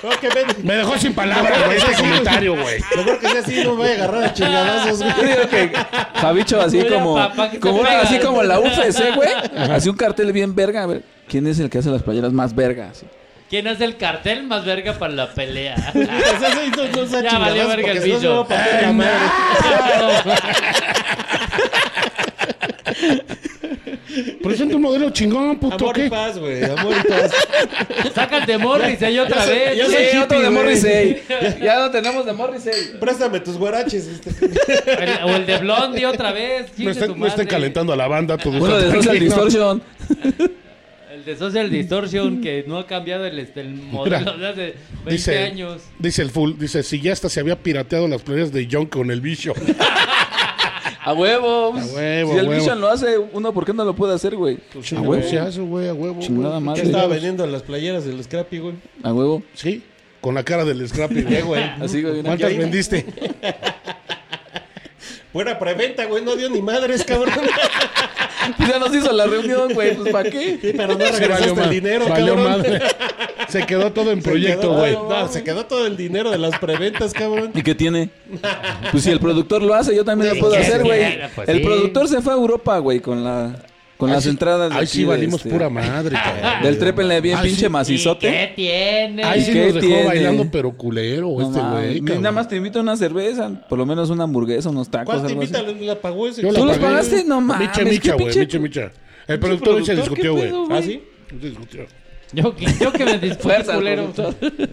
Speaker 3: No, que ven.
Speaker 1: Me dejó sin palabras, güey, *laughs* ese comentario, güey.
Speaker 3: Mejor que sea así, no me vaya a agarrar a chingadazos, güey. *laughs*
Speaker 4: Yo
Speaker 5: *laughs*
Speaker 4: digo que Javicho así
Speaker 5: Mira,
Speaker 4: como
Speaker 5: papá, que te
Speaker 4: como
Speaker 5: pega.
Speaker 4: así como la UFC, güey. Así un cartel bien verga, a ver, ¿quién es el que hace las playeras más vergas?
Speaker 5: ¿Quién es el cartel más verga para la pelea? *laughs*
Speaker 3: O sea, sí, no, no sea
Speaker 5: Ya
Speaker 3: chingadazos,
Speaker 5: valió verga
Speaker 3: porque
Speaker 5: el
Speaker 3: si no,
Speaker 5: bicho.
Speaker 3: no va a partir
Speaker 5: *laughs*
Speaker 3: la madre.
Speaker 1: Presenta un modelo chingón, puto,
Speaker 3: Amor y
Speaker 1: ¿qué?
Speaker 3: paz, güey. Amor y
Speaker 5: *laughs*
Speaker 3: paz.
Speaker 5: Sácate Morrissey otra vez.
Speaker 3: yo
Speaker 5: Sí,
Speaker 3: soy
Speaker 5: otro
Speaker 3: hippie,
Speaker 5: de
Speaker 3: güey.
Speaker 4: Morrissey. Ya lo tenemos de Morrissey.
Speaker 3: Préstame tus guaraches. Este.
Speaker 5: El- o el de Blondie otra vez.
Speaker 1: No
Speaker 5: chingue
Speaker 1: estén,
Speaker 5: su
Speaker 1: no estén
Speaker 5: madre.
Speaker 1: calentando a la banda. Todo
Speaker 4: Uno de
Speaker 1: está
Speaker 4: Social
Speaker 1: tranquilo.
Speaker 4: Distortion.
Speaker 5: El de Social Distortion que no ha cambiado el, este, el modelo de hace 20
Speaker 1: Dice,
Speaker 5: años.
Speaker 1: dice el full, dice, si ya hasta se había pirateado las playeras de John con el bicho.
Speaker 4: A huevo.
Speaker 1: A huevo,
Speaker 4: si el
Speaker 1: a huevo.
Speaker 4: Vision lo hace, uno ¿por qué no lo puede hacer, güey? A
Speaker 1: huevo.
Speaker 4: huevo.
Speaker 1: Se hace, "Ah, güey, a huevo.
Speaker 4: Chingada
Speaker 1: güey.
Speaker 4: madre.
Speaker 3: Ya estaba vendiendo las playeras del Scrappy, güey.
Speaker 4: A huevo.
Speaker 1: Sí, con la cara del Scrappy,
Speaker 3: Ya,
Speaker 1: güey. *laughs*
Speaker 3: güey.
Speaker 4: Así güey. bien
Speaker 1: ¿Cuántas *laughs*
Speaker 4: acá.
Speaker 1: vendiste?
Speaker 3: Fuera preventa, güey. No dio ni madres,
Speaker 5: *laughs*
Speaker 3: cabrón.
Speaker 4: Pues *laughs* Ya nos hizo la reunión, güey, pues ¿para
Speaker 3: Sí,
Speaker 4: qué?
Speaker 3: pero no
Speaker 1: Se
Speaker 3: regresaste
Speaker 1: ma-
Speaker 3: el dinero,
Speaker 1: valió
Speaker 3: cabrón.
Speaker 1: madre. *laughs* Se quedó todo en
Speaker 3: Se
Speaker 1: proyecto,
Speaker 3: quedó-
Speaker 1: güey.
Speaker 3: No, se quedó todo el dinero de las preventas, cabrón.
Speaker 4: ¿Y qué tiene? Pues si el productor lo hace, yo también lo puedo
Speaker 5: ya,
Speaker 4: hacer,
Speaker 5: ya,
Speaker 4: güey.
Speaker 5: pues
Speaker 4: el
Speaker 5: sí.
Speaker 4: productor se fue a Europa, güey, con la con las
Speaker 1: Ahí sí-
Speaker 4: entradas de
Speaker 1: Ahí
Speaker 4: aquí
Speaker 1: sí
Speaker 4: de
Speaker 1: valimos
Speaker 4: este-
Speaker 1: pura
Speaker 4: *laughs*
Speaker 1: madre, cabrón.
Speaker 4: Del trépenle bien
Speaker 1: Ah,
Speaker 4: pinche
Speaker 1: sí.
Speaker 5: ¿Y
Speaker 4: macizote.
Speaker 5: ¿Qué tiene?
Speaker 1: Ahí sí
Speaker 4: ¿Qué
Speaker 1: nos dejó
Speaker 4: tiene?
Speaker 1: bailando, pero culero,
Speaker 4: No
Speaker 1: este
Speaker 4: mames,
Speaker 1: güey.
Speaker 4: ni
Speaker 1: cabrón.
Speaker 4: nada más te invito a una cerveza, por lo menos una hamburguesa, unos tacos,
Speaker 3: ¿Cuál te
Speaker 4: algo así.
Speaker 3: invita? La pagó ese.
Speaker 1: Yo la
Speaker 4: ¿Tú los
Speaker 1: pagué.
Speaker 4: pagaste? No mames,
Speaker 1: Micha,
Speaker 4: qué
Speaker 1: micha, güey.
Speaker 4: pinche-
Speaker 1: Micha, micha. El productor hoy se
Speaker 4: productor,
Speaker 1: discutió,
Speaker 4: qué
Speaker 1: güey. Ah,
Speaker 4: pedo,
Speaker 3: ¿Ah, sí?
Speaker 1: Se discutió.
Speaker 5: Yo, que- yo que me dispuse,
Speaker 6: Fuerza,
Speaker 5: culero.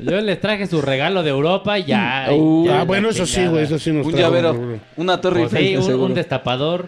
Speaker 5: Yo les traje su regalo de Europa y ya.
Speaker 4: Uh,
Speaker 5: ya
Speaker 1: ah,
Speaker 5: la
Speaker 1: bueno, eso sí,
Speaker 5: chingada.
Speaker 1: güey, eso sí nos
Speaker 6: Un
Speaker 1: trajo,
Speaker 6: llavero,
Speaker 1: güey.
Speaker 6: una torre
Speaker 5: Pues sí,
Speaker 6: Eiffel,
Speaker 5: un,
Speaker 6: seguro.
Speaker 5: un destapador.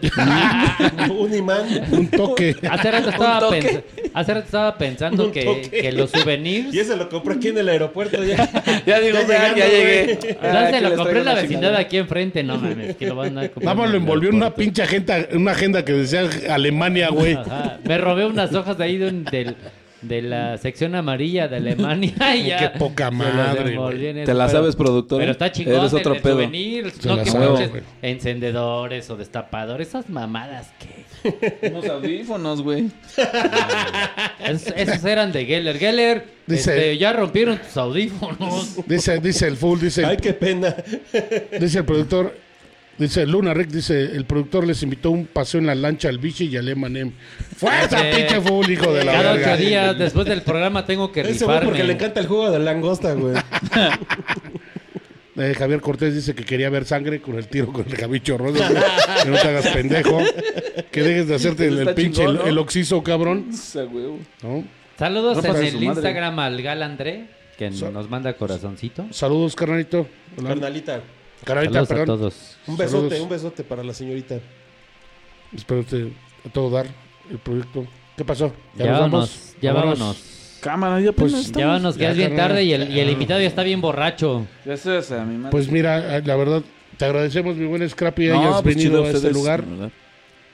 Speaker 3: Un imán.
Speaker 1: *laughs* Un
Speaker 4: *laughs*
Speaker 1: toque.
Speaker 5: *laughs* Hace rato estaba,
Speaker 6: toque.
Speaker 5: pens- hace rato estaba pensando
Speaker 3: Un
Speaker 5: que,
Speaker 3: toque.
Speaker 5: que los souvenirs.
Speaker 3: Y *laughs* ese lo compré aquí en el aeropuerto. Ya,
Speaker 4: *laughs*
Speaker 6: ya digo, ya,
Speaker 3: llegando,
Speaker 6: ya
Speaker 3: güey.
Speaker 6: llegué.
Speaker 5: Ya
Speaker 6: Ah,
Speaker 5: se
Speaker 6: que
Speaker 5: lo
Speaker 6: les
Speaker 5: compré
Speaker 6: traigo
Speaker 5: en la
Speaker 6: una
Speaker 5: vecindad
Speaker 6: chingada.
Speaker 5: aquí enfrente. No mames, que lo van a comprar.
Speaker 1: Vamos, lo envolvió en una pinche agenda, en una agenda que decía Alemania,
Speaker 4: *laughs*
Speaker 1: güey.
Speaker 5: Ajá. Me robé unas hojas de ahí de, un- del- de la sección amarilla de Alemania. *laughs* Y ya.
Speaker 1: Qué poca
Speaker 5: Se las
Speaker 1: madre,
Speaker 5: envolví
Speaker 1: güey.
Speaker 5: en eso,
Speaker 4: Te la
Speaker 5: pero-
Speaker 4: sabes, productor.
Speaker 5: Pero está chingón.
Speaker 4: Eres otro
Speaker 5: el- el
Speaker 4: pedo.
Speaker 5: souvenir,
Speaker 1: Se
Speaker 5: no
Speaker 1: la
Speaker 5: que
Speaker 1: sabe,
Speaker 5: pinches
Speaker 1: güey.
Speaker 5: encendedores o destapadores. Esas mamadas que.
Speaker 6: Unos audífonos, güey.
Speaker 5: Es- esos eran de Geller. Geller,
Speaker 1: Dice-
Speaker 5: este, ya rompieron tus audífonos.
Speaker 1: Dice, dice el full, dice,
Speaker 3: Ay, qué pena.
Speaker 1: dice el productor, dice Luna Rick, dice, el productor les invitó un paseo en la lancha al bichi y al Emanem. Fuerza,
Speaker 5: Dice,
Speaker 1: pinche full, hijo de la
Speaker 5: Cada
Speaker 1: verga.
Speaker 5: ocho días después del programa
Speaker 1: *laughs*
Speaker 5: tengo que
Speaker 3: Ese güey
Speaker 5: rifarme.
Speaker 3: porque le encanta el jugo de langosta,
Speaker 4: *laughs*
Speaker 3: güey.
Speaker 1: Eh, Javier Cortés dice que quería ver sangre con el tiro con el Javicho Rosa. güey. que no te hagas pendejo. Que dejes de hacerte el,
Speaker 6: Eso está
Speaker 1: pinche
Speaker 6: chingón,
Speaker 1: el,
Speaker 6: ¿no?
Speaker 1: el oxiso, cabrón.
Speaker 6: Esa, güey.
Speaker 1: ¿No?
Speaker 5: Saludos
Speaker 4: No
Speaker 5: en
Speaker 4: pasa
Speaker 5: el
Speaker 4: su madre.
Speaker 5: Instagram al Gal André, que nos manda corazoncito.
Speaker 1: Saludos, carnalito. Hola.
Speaker 3: Carnalita.
Speaker 1: Carnalita,
Speaker 5: Saludos a
Speaker 1: perdón.
Speaker 5: todos.
Speaker 3: Un besote,
Speaker 1: Saludos.
Speaker 3: un besote para la señorita.
Speaker 1: Espero te, a todo dar el proyecto. ¿Qué pasó?
Speaker 5: Ya,
Speaker 1: nos
Speaker 5: vámonos, ya
Speaker 1: Vámonos.
Speaker 5: vámonos.
Speaker 4: Cámara, ya
Speaker 1: Pues,
Speaker 4: pues.
Speaker 5: Ya vámonos, que
Speaker 1: Ya,
Speaker 5: es bien
Speaker 1: carnal.
Speaker 5: tarde y el, y el invitado ya está bien borracho.
Speaker 6: Eso es a mi madre.
Speaker 1: Pues mira, eh, la verdad, te agradecemos, mi buen Scrappy, hayas
Speaker 4: pues,
Speaker 1: venido
Speaker 4: chido
Speaker 1: a este
Speaker 4: ustedes,
Speaker 1: lugar.
Speaker 4: la verdad.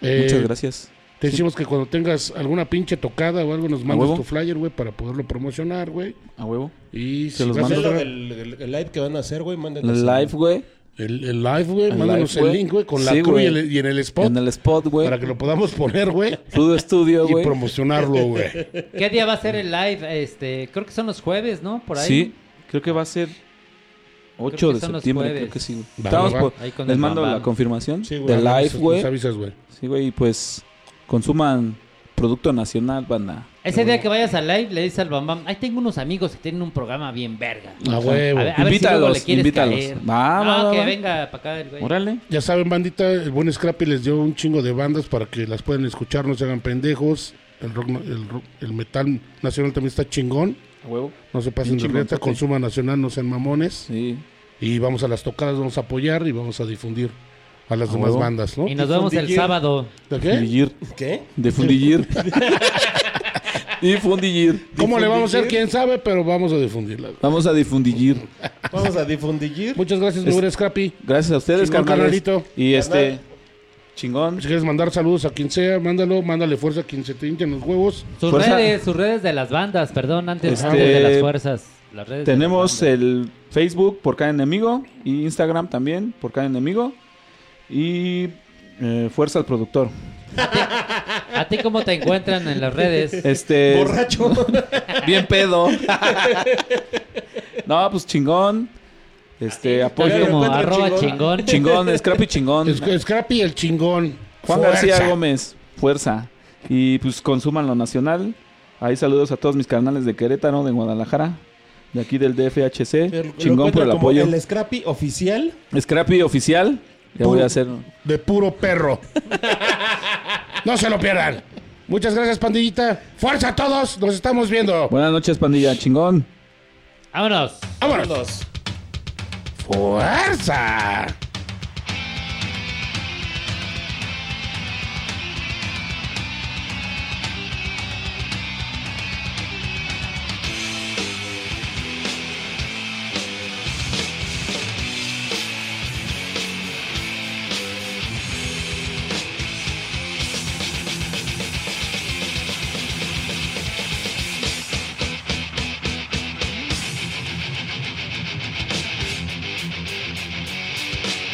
Speaker 1: Eh,
Speaker 4: Muchas gracias.
Speaker 1: Te decimos que cuando tengas alguna pinche tocada o algo, nos mandas
Speaker 4: huevo?
Speaker 1: tu flyer, güey, para poderlo promocionar, güey.
Speaker 4: A huevo.
Speaker 1: Y
Speaker 4: Se
Speaker 1: si
Speaker 4: los
Speaker 1: vas a
Speaker 4: mando.
Speaker 3: Ve lo
Speaker 1: otra-
Speaker 3: del- el, el live que van a hacer, güey, mándenos.
Speaker 4: El live, güey.
Speaker 1: El, el live, güey.
Speaker 4: El
Speaker 1: Mándanos
Speaker 4: live,
Speaker 1: el
Speaker 4: güey.
Speaker 1: link, güey, con la
Speaker 4: Sí,
Speaker 1: crew y,
Speaker 4: güey.
Speaker 1: el- y en el spot.
Speaker 4: En el spot, güey.
Speaker 1: Para que lo podamos poner,
Speaker 4: *laughs*
Speaker 1: güey.
Speaker 4: Todo estudio,
Speaker 1: Y
Speaker 4: güey.
Speaker 1: promocionarlo,
Speaker 4: *laughs*
Speaker 1: güey.
Speaker 5: ¿Qué día va a ser el live? Este, creo que son los jueves, ¿no? Por ahí.
Speaker 4: Sí, creo que va a ser 8
Speaker 5: que
Speaker 4: de
Speaker 5: son los
Speaker 4: septiembre,
Speaker 5: jueves.
Speaker 4: creo que sí. güey.
Speaker 1: Va, va,
Speaker 4: Estamos
Speaker 1: va.
Speaker 4: por-
Speaker 5: Ahí con
Speaker 4: les
Speaker 5: el
Speaker 4: mando
Speaker 5: Bam
Speaker 4: la
Speaker 5: Bam.
Speaker 4: confirmación
Speaker 3: Sí, güey,
Speaker 4: del live,
Speaker 1: Nos-
Speaker 4: güey.
Speaker 1: Nos avisas, güey.
Speaker 4: Sí, güey, y pues consuman producto nacional, banda.
Speaker 5: Ese día que vayas al live le dices al Bambam, ahí tengo unos amigos que tienen un programa bien verga.
Speaker 1: A huevo.
Speaker 5: A ver, a ver si luego
Speaker 4: Invítalos,
Speaker 5: le quieres
Speaker 4: invítalos.
Speaker 5: caer.
Speaker 4: Va,
Speaker 5: no,
Speaker 4: va, va,
Speaker 5: que
Speaker 4: va.
Speaker 5: venga para acá el güey.
Speaker 4: Órale.
Speaker 1: Ya saben, bandita, el buen Scrappy les dio un chingo de bandas para que las puedan escuchar, no se hagan pendejos. El, rock, no- el, rock- el metal nacional también está chingón.
Speaker 4: A huevo.
Speaker 1: No se pasen de
Speaker 4: Chingón,
Speaker 1: reta,
Speaker 4: ok.
Speaker 1: consuma nacional, no sean mamones.
Speaker 4: Sí.
Speaker 1: Y vamos a las tocadas, vamos a apoyar y vamos a difundir a las demás
Speaker 4: huevo.
Speaker 1: bandas, ¿no?
Speaker 5: Y nos vemos el
Speaker 3: Difundir.
Speaker 5: sábado.
Speaker 1: ¿De qué?
Speaker 4: Fundigir.
Speaker 3: ¿Qué?
Speaker 4: De *laughs* fundigir. y fundigir.
Speaker 1: ¿Cómo le vamos a hacer?
Speaker 3: Difundir.
Speaker 1: ¿Quién sabe? Pero vamos a difundirla.
Speaker 4: Vamos a difundigir.
Speaker 3: Vamos a difundir.
Speaker 4: Pues,
Speaker 1: Muchas gracias, mi
Speaker 4: Es-
Speaker 1: buen Scrappy.
Speaker 4: Gracias a ustedes,
Speaker 1: Chingón,
Speaker 4: carnales.
Speaker 1: carnalito.
Speaker 4: Y este chingón.
Speaker 1: Si quieres mandar saludos a quien sea, mándalo, mándale fuerza a quien se te hinchen los huevos.
Speaker 5: Sus
Speaker 4: Fuerza.
Speaker 5: redes, sus redes de las bandas, perdón, antes,
Speaker 4: Este,
Speaker 5: antes de las fuerzas. Las redes de
Speaker 4: Tenemos
Speaker 5: las bandas.
Speaker 4: el Facebook por cada enemigo y Instagram también por cada enemigo y eh, Fuerza al productor.
Speaker 5: ¿A ti cómo te encuentran en las
Speaker 4: *laughs*
Speaker 3: *laughs*
Speaker 5: redes?
Speaker 4: Este
Speaker 3: Borracho.
Speaker 4: bien pedo. no, pues chingón. Este
Speaker 5: Estás
Speaker 4: apoyo
Speaker 5: como
Speaker 3: encuentran
Speaker 5: arroba chingón.
Speaker 3: chingón.
Speaker 4: chingón, Scrappy chingón.
Speaker 1: Es- Scrappy el chingón.
Speaker 4: Juan
Speaker 1: Fuerza.
Speaker 4: García Gómez, fuerza. Y pues consuman lo nacional. Ahí saludos a todos mis canales de Querétaro, de Guadalajara, de aquí del
Speaker 3: Lo
Speaker 4: DFHC. *laughs* Chingón por
Speaker 3: encuentran
Speaker 4: el
Speaker 3: como
Speaker 4: apoyo.
Speaker 3: El Scrappy oficial.
Speaker 4: Scrappy oficial. Ya voy
Speaker 1: Puro-
Speaker 4: a hacer.
Speaker 1: de puro perro. no se lo pierdan. Muchas gracias, pandillita. Fuerza a todos. Nos estamos viendo.
Speaker 4: Buenas noches, pandilla. Chingón.
Speaker 5: Vámonos.
Speaker 1: Vámonos.
Speaker 3: Vámonos.
Speaker 1: Fuerza.
Speaker 7: Fuerza,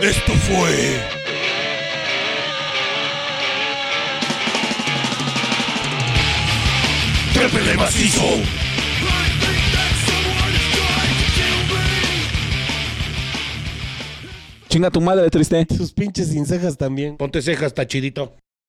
Speaker 8: Esto fue. Trépele macizo.
Speaker 6: Chinga tu madre, triste.
Speaker 4: Sus pinches sin cejas también.
Speaker 3: Ponte cejas, tachidito.